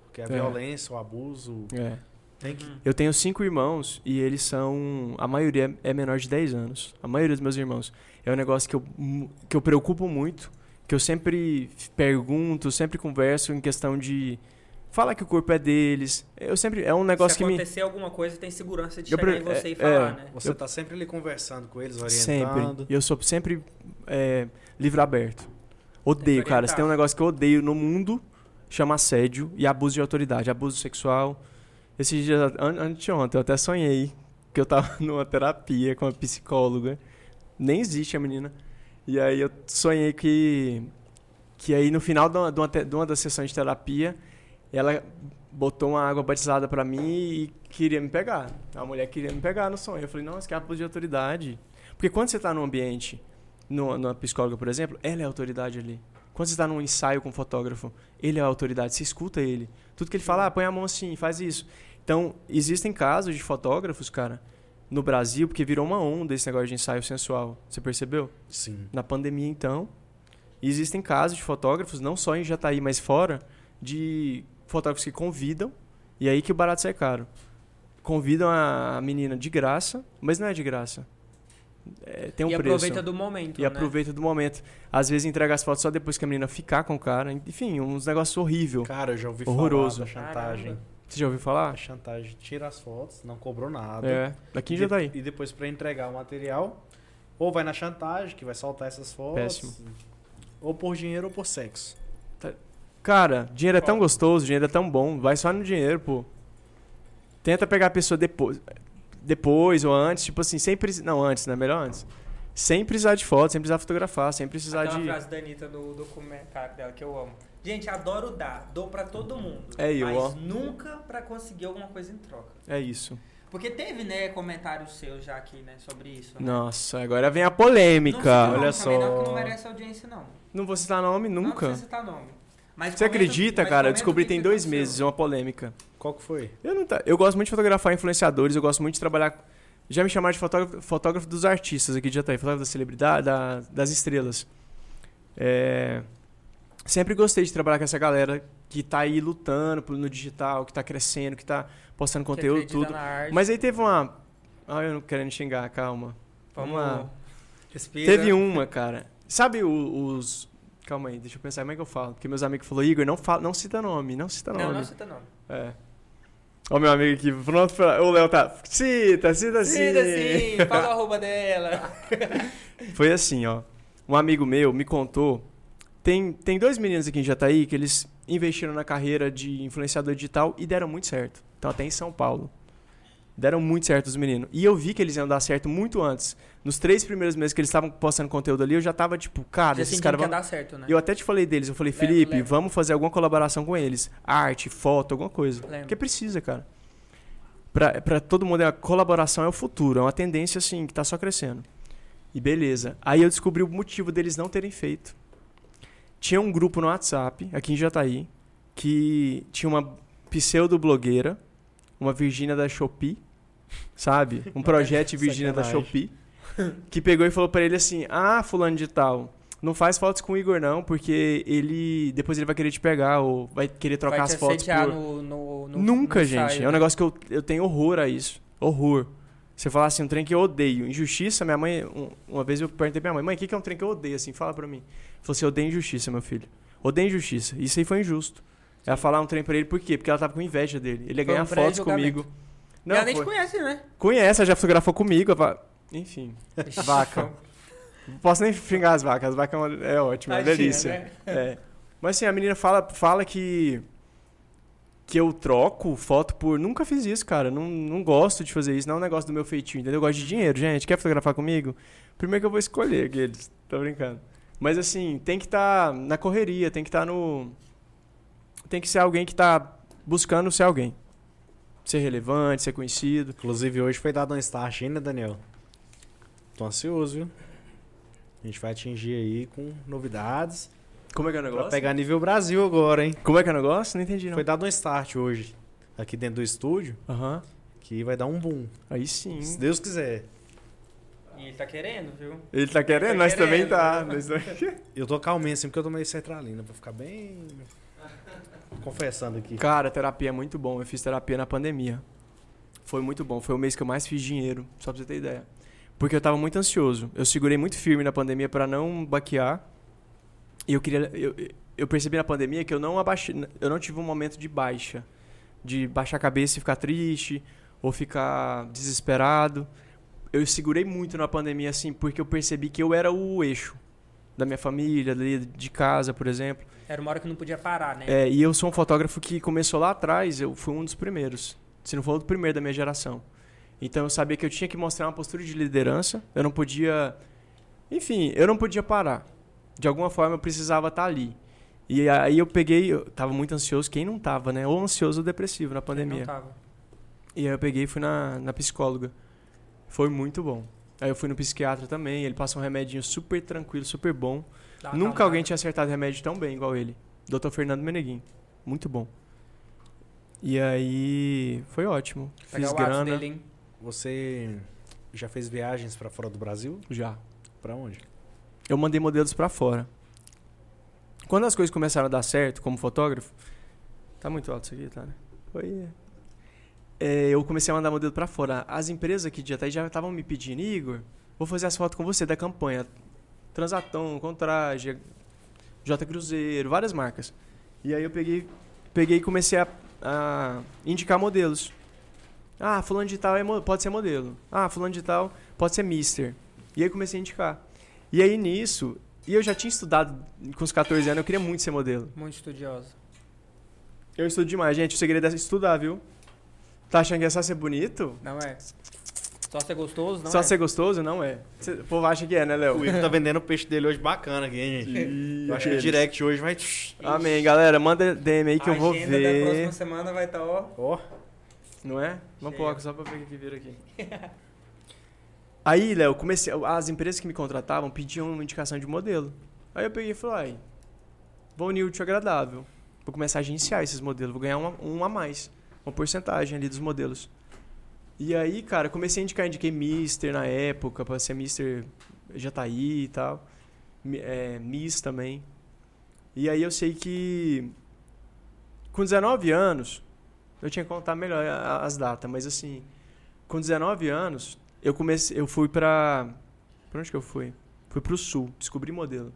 Speaker 1: Porque a
Speaker 4: É.
Speaker 1: violência, o abuso.
Speaker 4: É.
Speaker 1: Tem
Speaker 2: Uhum.
Speaker 1: que.
Speaker 4: Eu tenho cinco irmãos e eles são. A maioria é menor de 10 anos. A maioria dos meus irmãos. É um negócio que eu, mu- que eu preocupo muito, que eu sempre f- pergunto, sempre converso em questão de. Fala que o corpo é deles. Eu sempre. É um negócio
Speaker 2: Se
Speaker 4: que me.
Speaker 2: acontecer alguma coisa, tem segurança de
Speaker 4: Eu
Speaker 2: chegar
Speaker 4: pre-
Speaker 2: em você
Speaker 4: é,
Speaker 2: e falar, né?
Speaker 1: Você
Speaker 4: Eu-
Speaker 1: tá sempre ali conversando com eles,
Speaker 4: Sempre.
Speaker 1: orientando.
Speaker 4: E eu sou sempre é, livro aberto. Odeio,
Speaker 2: Tem que
Speaker 4: cara. Se
Speaker 2: orientar.
Speaker 4: tem um negócio que eu odeio no mundo, chama assédio e abuso de autoridade, abuso sexual. Esses dias, an anteontem, eu até sonhei que eu tava numa terapia com uma psicóloga. Nem existe a menina. E aí eu sonhei que. Que aí no final de uma, de uma, te- de uma das sessões de terapia, ela botou uma água batizada pra mim e queria me pegar. A mulher queria me pegar no sonho. Eu falei, não, isso aqui é abuso de autoridade. Porque quando você está num ambiente, numa, numa psicóloga, por exemplo, ela é a autoridade ali. Quando você está num ensaio com um fotógrafo, ele é a autoridade, você escuta ele. Tudo que ele fala, ah, põe a mão assim, faz isso. Então, existem casos de fotógrafos, cara, no Brasil, porque virou uma onda esse negócio de ensaio sensual. Você percebeu?
Speaker 1: Sim.
Speaker 4: Na pandemia, então, existem casos de fotógrafos, não só em Jataí, mas fora, de fotógrafos que convidam, e aí que o barato sai caro. convidam a menina de graça, mas não é de graça. É, tem um
Speaker 2: e
Speaker 4: preço.
Speaker 2: aproveita do momento,
Speaker 4: E
Speaker 2: né?
Speaker 4: aproveita do momento. Às vezes entrega as fotos só depois que a menina ficar com o cara. Enfim, uns negócios horrível.
Speaker 1: Cara, eu já ouvi falar
Speaker 4: Horroroso.
Speaker 1: da chantagem.
Speaker 2: Caramba.
Speaker 4: Você já ouviu
Speaker 1: A
Speaker 4: falar?
Speaker 1: chantagem tira as fotos, não cobrou nada.
Speaker 4: É. Daqui
Speaker 1: E
Speaker 4: já
Speaker 1: de-
Speaker 4: tá aí.
Speaker 1: E depois pra entregar o material, ou vai na chantagem, que vai soltar essas fotos.
Speaker 4: Péssimo.
Speaker 1: Ou por dinheiro ou por sexo.
Speaker 4: Cara, dinheiro é tão
Speaker 2: Ó.
Speaker 4: gostoso, dinheiro é tão bom. Vai só no dinheiro, pô. Tenta pegar a pessoa depois, depois ou antes, tipo assim, sem precisar. Não, antes, né? Melhor antes. Sem precisar de foto, sem precisar fotografar, sem precisar
Speaker 2: Aquela
Speaker 4: de.
Speaker 2: frase da Anitta do documentário dela que eu amo. Gente, adoro dar, dou pra todo mundo.
Speaker 4: É, eu,
Speaker 2: mas
Speaker 4: ó.
Speaker 2: nunca pra conseguir alguma coisa em troca.
Speaker 4: É isso.
Speaker 2: Porque teve, né, comentário seu já aqui, né, sobre isso. né?
Speaker 4: Nossa, agora vem a
Speaker 2: Não tá cita
Speaker 4: polêmica.
Speaker 2: nome
Speaker 1: olha
Speaker 2: também, Não,
Speaker 1: só.
Speaker 2: que não merece audiência, não.
Speaker 4: Não vou citar nome
Speaker 2: Não
Speaker 4: nunca.
Speaker 2: precisa citar nome. Mas
Speaker 4: Você
Speaker 2: comenta-
Speaker 4: acredita,
Speaker 2: mas
Speaker 4: cara? Eu
Speaker 2: comenta
Speaker 4: descobri
Speaker 2: o que
Speaker 4: tem
Speaker 2: que
Speaker 4: dois
Speaker 2: aconteceu.
Speaker 4: meses uma polêmica.
Speaker 1: Qual que foi?
Speaker 4: Eu, não tá... eu gosto muito de fotografar influenciadores, eu gosto muito de trabalhar. Já me chamaram de fotógrafo, fotógrafo dos artistas aqui de Jataí, fotógrafo da celebridade, da- das estrelas. É, Sempre gostei de trabalhar com essa galera que tá aí lutando pro- no digital, que tá crescendo, que tá postando
Speaker 2: Que
Speaker 4: conteúdo,
Speaker 2: acredita
Speaker 4: tudo.
Speaker 2: na arte.
Speaker 4: Mas aí teve uma. Ah, eu não querendo xingar, calma.
Speaker 2: Vamos
Speaker 4: uma-
Speaker 2: lá. Respira.
Speaker 4: Teve um- uma, cara. Sabe o- os. Calma aí, deixa eu pensar como é que eu falo. Porque meus amigos falaram, Igor, não, fala, não cita nome, não tá cita nome.
Speaker 2: Não, não cita nome.
Speaker 4: É. Ó, meu amigo aqui, pronto pra. Ô, Léo tá. Cita, cita,
Speaker 2: Cita sim, fala o arroba dela.
Speaker 4: Foi assim, ó. Um amigo meu me contou. Tem, tem dois meninos aqui em Jataí que eles investiram na carreira de influenciador digital e deram muito certo. Então, até em São Paulo. Deram muito certo os meninos. E eu vi que eles iam dar certo muito antes. Nos três primeiros meses que eles estavam postando conteúdo ali, eu já tava tipo, cara,
Speaker 2: Já
Speaker 4: esses
Speaker 2: senti
Speaker 4: caras
Speaker 2: que ia
Speaker 4: vão
Speaker 2: dar certo, né?
Speaker 4: Eu até te falei deles, eu falei,
Speaker 2: Lembro,
Speaker 4: Felipe,
Speaker 2: lembro.
Speaker 4: vamos fazer alguma colaboração com eles. Arte, foto, alguma coisa.
Speaker 2: Lembro.
Speaker 4: Porque precisa, cara. Pra, pra todo mundo, a colaboração é o futuro, é uma tendência, assim, que tá só crescendo. E beleza. Aí eu descobri o motivo deles não terem feito. Tinha um grupo no WhatsApp, aqui em Jataí, que tinha uma pseudo-blogueira, uma Virgínia da Shopee, sabe? Um projeto de Virgínia da
Speaker 1: Sacanagem.
Speaker 4: Shopee, que pegou e falou pra ele assim: Ah, fulano de tal, não faz fotos com o Igor não, porque ele depois ele vai querer te pegar ou vai querer trocar
Speaker 2: Vai
Speaker 4: as
Speaker 2: te
Speaker 4: fotos.
Speaker 2: assediar
Speaker 4: Por...
Speaker 2: no, no, no-
Speaker 4: Nunca,
Speaker 2: no
Speaker 4: gente.
Speaker 2: ensaio,
Speaker 4: é
Speaker 2: né?
Speaker 4: um negócio que eu, eu tenho horror a isso. Horror. Você falar assim, um trem que eu odeio. Injustiça, minha mãe. um- uma vez eu perguntei pra minha mãe, mãe, o que, que é um trem que eu odeio? Assim, fala pra mim. Ela falou assim, eu odeio injustiça, meu filho. Odeio injustiça. Isso aí foi injusto. Ela falar um trem pra ele, por quê? Porque ela tava com inveja dele. Ele ia
Speaker 2: Foi um
Speaker 4: ganhar fotos
Speaker 2: pré-julgamento.
Speaker 4: comigo.
Speaker 2: E ela nem
Speaker 4: foi-
Speaker 2: te conhece, né?
Speaker 4: Conhece, ela já fotografou comigo. ela fa- Enfim. Vaca. Não posso nem xingar as vacas, as vacas é uma- é ótima, é uma
Speaker 2: Tadinha,
Speaker 4: delícia.
Speaker 2: né?
Speaker 4: É. Mas assim, a menina fala, fala que. Que eu troco foto por. Nunca fiz isso, cara. Não, não gosto de fazer isso. Não é um negócio do meu feitio, entendeu? Eu gosto de dinheiro, gente. Quer fotografar comigo? Primeiro que eu vou escolher aqueles. Tô brincando. Mas assim, tem que estar na correria, tem que estar no. Tem que ser alguém que tá buscando ser alguém. Ser relevante, ser conhecido.
Speaker 1: Inclusive, hoje foi dado uma start ainda, Daniel. Tô ansioso, viu? A gente vai atingir aí com novidades.
Speaker 4: Como é que é o
Speaker 1: Pra
Speaker 4: negócio?
Speaker 1: pegar nível Brasil agora, hein?
Speaker 4: Como é que é o negócio? Não entendi, não.
Speaker 1: Foi dado um start hoje, aqui dentro do estúdio,
Speaker 4: Aham.
Speaker 1: que vai dar um boom.
Speaker 4: Aí sim.
Speaker 1: Se Deus quiser.
Speaker 2: E ele tá querendo, viu?
Speaker 4: Ele tá
Speaker 2: Tá
Speaker 4: querendo, nós
Speaker 2: querendo.
Speaker 4: também tá. Nós também-
Speaker 1: Eu tô calminho assim, porque eu tomei sertralina, pra ficar bem... Confessando aqui.
Speaker 4: Cara, terapia é muito bom. Eu fiz terapia na pandemia. Foi muito bom. Foi o mês que eu mais fiz dinheiro, só pra você ter ideia. Porque eu tava muito ansioso. Eu segurei muito firme na pandemia pra não baquear. E eu queria. Eu, eu percebi na pandemia que eu não abaixei. Eu não tive um momento de baixa. De baixar a cabeça e ficar triste, ou ficar desesperado. Eu segurei muito na pandemia, assim, porque eu percebi que eu era o eixo da minha família, ali de casa, por exemplo.
Speaker 2: Era uma hora que não podia parar, né?
Speaker 4: É, e eu sou um fotógrafo que começou lá atrás, eu fui um dos primeiros. Se não for o primeiro da minha geração. Então eu sabia que eu tinha que mostrar uma postura de liderança, eu não podia. Enfim, eu não podia parar. De alguma forma eu precisava estar ali. E aí eu peguei, eu tava muito ansioso, quem não tava, né? Ou ansioso ou depressivo na
Speaker 2: Ele
Speaker 4: pandemia.
Speaker 2: Não tava.
Speaker 4: E aí eu peguei e fui na, na psicóloga. Foi muito bom. Aí eu fui no psiquiatra também, ele passa um remedinho super tranquilo, super bom.
Speaker 2: Dá uma
Speaker 4: Nunca
Speaker 2: acalmada.
Speaker 4: alguém tinha acertado remédio tão bem igual ele. Dr. Fernando Meneguin. Muito bom. E aí foi ótimo. Fiz
Speaker 2: Pegar o
Speaker 4: grana.
Speaker 2: ato dele, hein?
Speaker 1: Você já fez viagens pra fora do Brasil?
Speaker 4: Já.
Speaker 1: Pra onde?
Speaker 4: Eu mandei modelos pra fora. Quando as coisas começaram a dar certo como fotógrafo, tá muito alto isso aqui, tá, né? Oi. é, eu comecei a mandar modelo pra fora. As empresas aqui de Jataí já estavam me pedindo, Igor, vou fazer as fotos com você da campanha. Transatom, Contrage, J Cruzeiro, várias marcas. E aí eu peguei, peguei e comecei a, a indicar modelos. Ah, fulano de tal é mo- pode ser modelo. Ah, fulano de tal pode ser mister. E aí comecei a indicar. E aí nisso, e eu já tinha estudado com os 14 anos, eu queria muito ser modelo.
Speaker 2: Muito estudioso.
Speaker 4: Eu estudo demais, gente. O segredo é estudar, viu? Tá achando que é só ser bonito?
Speaker 2: Não é? Só ser gostoso, não
Speaker 4: só
Speaker 2: é?
Speaker 4: ser gostoso? Não é. Cê- o povo acha que é, né,
Speaker 1: O
Speaker 4: Léo?
Speaker 1: Igor tá vendendo o peixe dele hoje bacana aqui, hein, gente? Eu acho que o direct hoje vai. Ah,
Speaker 4: Amém, galera. Manda DM aí que
Speaker 2: A
Speaker 4: eu vou
Speaker 2: agenda da
Speaker 4: ver.
Speaker 2: próxima semana vai estar, ó.
Speaker 1: Ó,
Speaker 4: Não é? Vamos
Speaker 2: Cheio.
Speaker 4: colocar só pra ver o que vira aqui. Aí, Léo, comecei. As empresas que me contratavam pediam uma indicação de modelo. Aí eu peguei e falei, ai, vou unir o útil ao agradável. Vou começar a agenciar esses modelos, vou ganhar uma- um a mais. Uma porcentagem ali dos modelos. E aí, cara, comecei a indicar, indiquei Mister na época, pra ser Mister Jataí e tal. Mi- é, Miss também. E aí eu sei que com 19 anos, eu tinha que contar melhor a- a- as datas, mas assim, com 19 anos, eu comecei, eu fui pra pra onde que eu fui? Fui pro sul, descobri modelo.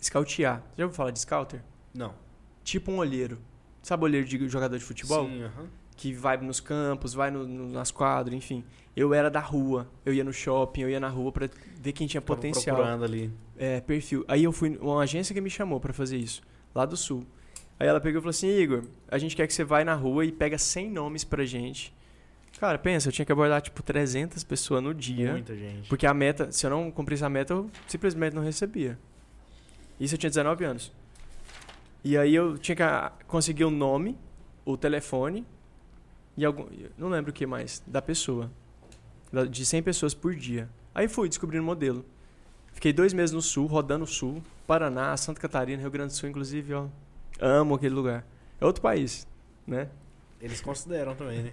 Speaker 4: Scoutear. Já ouviu falar de scouter?
Speaker 1: não.
Speaker 4: Tipo um olheiro. Sabe olheiro de jogador de futebol?
Speaker 1: Sim, aham.
Speaker 4: que vai nos campos, vai no- no- nas quadras, enfim. Eu era da rua, eu ia no shopping, eu ia na rua pra ver quem tinha
Speaker 1: Tava
Speaker 4: potencial,
Speaker 1: procurando ali.
Speaker 4: é, perfil. Aí eu fui uma agência que me chamou pra fazer isso, lá do sul. Aí ela pegou e falou assim: "Igor, a gente quer que você vá na rua e pega 100 nomes pra gente". Cara, pensa, eu tinha que abordar tipo 300 pessoas no dia,
Speaker 1: Muita gente.
Speaker 4: porque a meta, se eu não cumprisse a meta, eu simplesmente não recebia. Isso eu tinha 19 anos. E aí eu tinha que ah, conseguir o nome, o telefone e algum. Não lembro o que mais. Da pessoa. Da- De 100 pessoas por dia. Aí fui descobrindo o modelo. Fiquei dois meses no sul, rodando o sul, Paraná, Santa Catarina, Rio Grande do Sul, inclusive, ó. Amo aquele lugar. É outro país, né?
Speaker 1: Eles consideram também, né?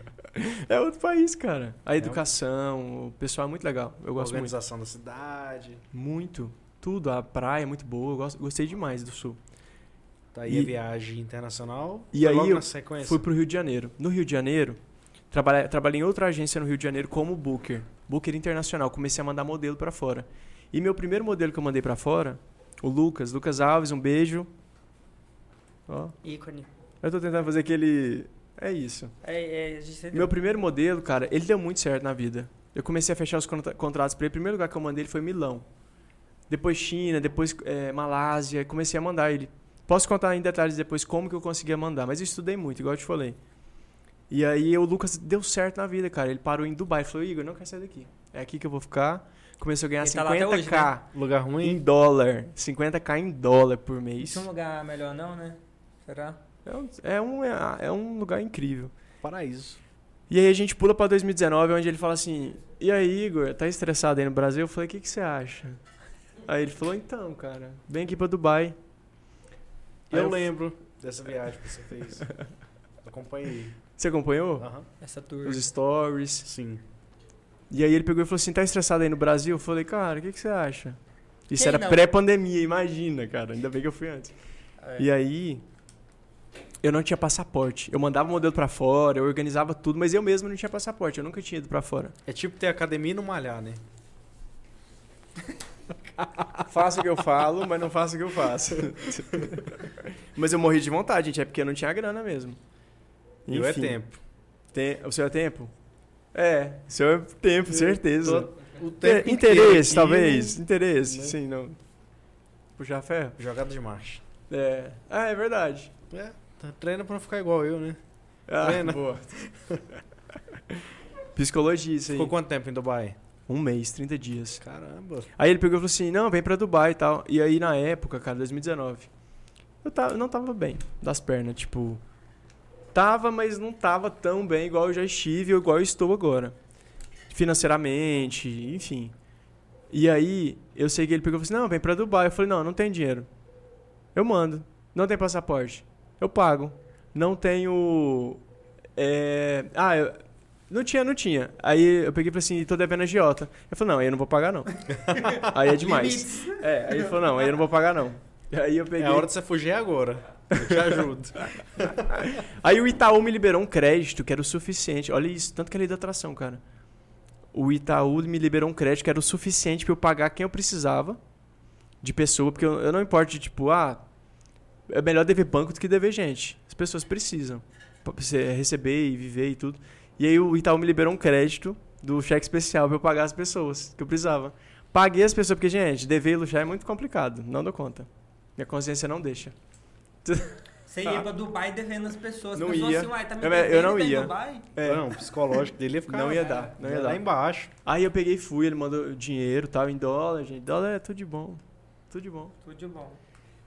Speaker 4: É outro país, cara. A
Speaker 1: É.
Speaker 4: educação, o pessoal é muito legal. Eu
Speaker 1: A
Speaker 4: gosto muito.
Speaker 1: organização da cidade.
Speaker 4: Muito. Tudo. A praia é muito boa. Eu gosto- gostei demais do sul.
Speaker 1: Tá aí
Speaker 4: E-
Speaker 1: a viagem internacional.
Speaker 4: E
Speaker 1: Foi
Speaker 4: aí
Speaker 1: logo
Speaker 4: eu
Speaker 1: na sequência.
Speaker 4: Fui pro Rio de Janeiro. No Rio de Janeiro, trabalhei, trabalhei em outra agência no Rio de Janeiro como booker. Booker internacional. Comecei a mandar modelo pra fora. E meu primeiro modelo que eu mandei pra fora, o Lucas. Lucas Alves, um beijo. Ó.
Speaker 2: Ícone.
Speaker 4: Eu tô tentando fazer aquele. É isso.
Speaker 2: É, é, a gente entendeu.
Speaker 4: Meu primeiro modelo, cara, ele deu muito certo na vida. Eu comecei a fechar os contra- contratos pra ele. O primeiro lugar que eu mandei ele foi Milão. Depois China, depois eh, Malásia. Comecei a mandar ele. Posso contar em detalhes depois como que eu conseguia mandar, mas eu estudei muito, igual eu te falei. E aí o Lucas deu certo na vida, cara. Ele parou em Dubai. Falou, Igor, não quero sair daqui. É aqui que eu vou ficar. Começou a ganhar
Speaker 2: Ele tá lá até
Speaker 4: 50k
Speaker 2: hoje, né?
Speaker 1: Lugar
Speaker 4: em
Speaker 1: ruim.
Speaker 4: dólar. 50k em dólar por mês.
Speaker 2: Isso é um lugar melhor não, né? Será?
Speaker 4: É um, é um, é um lugar incrível.
Speaker 1: Paraíso.
Speaker 4: E aí a gente pula pra 2019, onde ele fala assim: E aí, Igor, tá estressado aí no Brasil? Eu falei: O que, que você acha? Aí ele falou: Então, cara, vem aqui pra Dubai. Aí
Speaker 1: Eu,
Speaker 4: eu- É.
Speaker 1: lembro dessa viagem que você fez. Acompanhei.
Speaker 4: Você acompanhou?
Speaker 1: Aham.
Speaker 2: Essa tour.
Speaker 4: Os stories.
Speaker 1: Sim.
Speaker 4: E aí ele pegou e falou assim: Tá estressado aí no Brasil? Eu falei: Cara, o que, que você acha? Isso
Speaker 2: Quem
Speaker 4: era
Speaker 2: não?
Speaker 4: pré-pandemia, imagina, cara. Ainda bem que eu fui antes.
Speaker 2: É.
Speaker 4: E aí, eu não tinha passaporte. Eu mandava o modelo pra fora, eu organizava tudo, mas eu mesmo não tinha passaporte. Eu nunca tinha ido pra fora.
Speaker 1: É tipo ter academia e não malhar, né?
Speaker 4: Faço o que eu falo, mas não faço o que eu faço. mas eu morri de vontade, gente. É porque eu não tinha grana mesmo.
Speaker 1: E eu é
Speaker 4: Enfim.
Speaker 1: tempo.
Speaker 4: Tem- O seu é tempo? É. O seu é tempo, certeza.
Speaker 1: Tô- O
Speaker 4: Te-
Speaker 1: tempo
Speaker 4: Interesse,
Speaker 1: inteiro
Speaker 4: talvez.
Speaker 1: aqui,
Speaker 4: Interesse,
Speaker 1: né?
Speaker 4: sim, não. Puxar ferro?
Speaker 1: Jogada de marcha.
Speaker 4: É. Ah, é verdade.
Speaker 1: É, tá- treina pra não ficar igual eu, né?
Speaker 4: Ah,
Speaker 1: Plena.
Speaker 4: boa. Psicologia, isso aí.
Speaker 1: Ficou quanto tempo em Dubai?
Speaker 4: Um mês, 30 dias.
Speaker 1: Caramba.
Speaker 4: Aí ele pegou e falou assim: não, vem pra Dubai e tal. E aí na época, cara, 2019, eu, tava, eu não tava bem das pernas. Tipo, tava, mas não tava tão bem igual eu já estive ou igual eu estou agora. Financeiramente, enfim. E aí eu sei que ele pegou e falou assim: não, vem pra Dubai. Eu falei: não, não tenho dinheiro. Eu mando. Não tem passaporte. Eu pago. Não tenho. é, Ah, eu- Não tinha, não tinha. Aí eu peguei e falei assim, tô devendo a Giota. Ele falou, não, aí eu não vou pagar, não. aí é demais. É, aí ele falou, não, aí eu não vou pagar, não. Aí eu peguei.
Speaker 1: É a hora de você fugir agora. Eu te ajudo.
Speaker 4: Aí o Itaú me liberou um crédito que era o suficiente. Olha isso, tanto que é lei da atração, cara. O Itaú me liberou um crédito que era o suficiente pra eu pagar quem eu precisava de pessoa, porque eu, eu não importo de tipo, ah, é melhor dever banco do que dever gente. As pessoas precisam pra você receber e viver e tudo. E aí o Itaú me liberou um crédito do cheque especial pra eu pagar as pessoas que eu precisava. Paguei as pessoas, porque, gente, dever e luxar é muito complicado. Não dou conta. Minha consciência não deixa.
Speaker 2: Você ia pra Dubai devendo as pessoas.
Speaker 4: Não
Speaker 2: pessoas
Speaker 4: ia.
Speaker 2: assim, uai, tá me
Speaker 4: Eu- eu
Speaker 2: devendo,
Speaker 4: não
Speaker 2: tá em
Speaker 4: ia.
Speaker 2: Dubai?
Speaker 4: É.
Speaker 1: Não, o psicológico dele ia ficar.
Speaker 4: não ia dar, não ia
Speaker 1: lá
Speaker 4: dar.
Speaker 1: embaixo.
Speaker 4: Aí eu peguei e fui, ele mandou dinheiro e tal, em dólar, gente. Dólar é tudo de bom. Tudo de bom.
Speaker 2: Tudo de bom.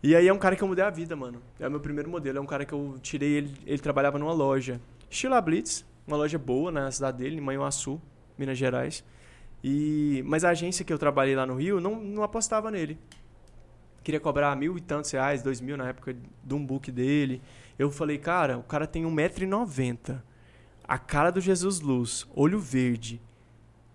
Speaker 4: E aí é um cara que eu mudei a vida, mano. É o meu primeiro modelo. É um cara que eu tirei ele. Ele trabalhava numa loja. Estila Blitz, uma loja boa né, na cidade dele, em Manhuaçu, Minas Gerais. E, mas a agência que eu trabalhei lá no Rio não, não apostava nele. Queria cobrar mil e tantos reais, dois mil na época de um book dele. Eu falei, cara, o cara tem 1,90m. A cara do Jesus Luz, olho verde.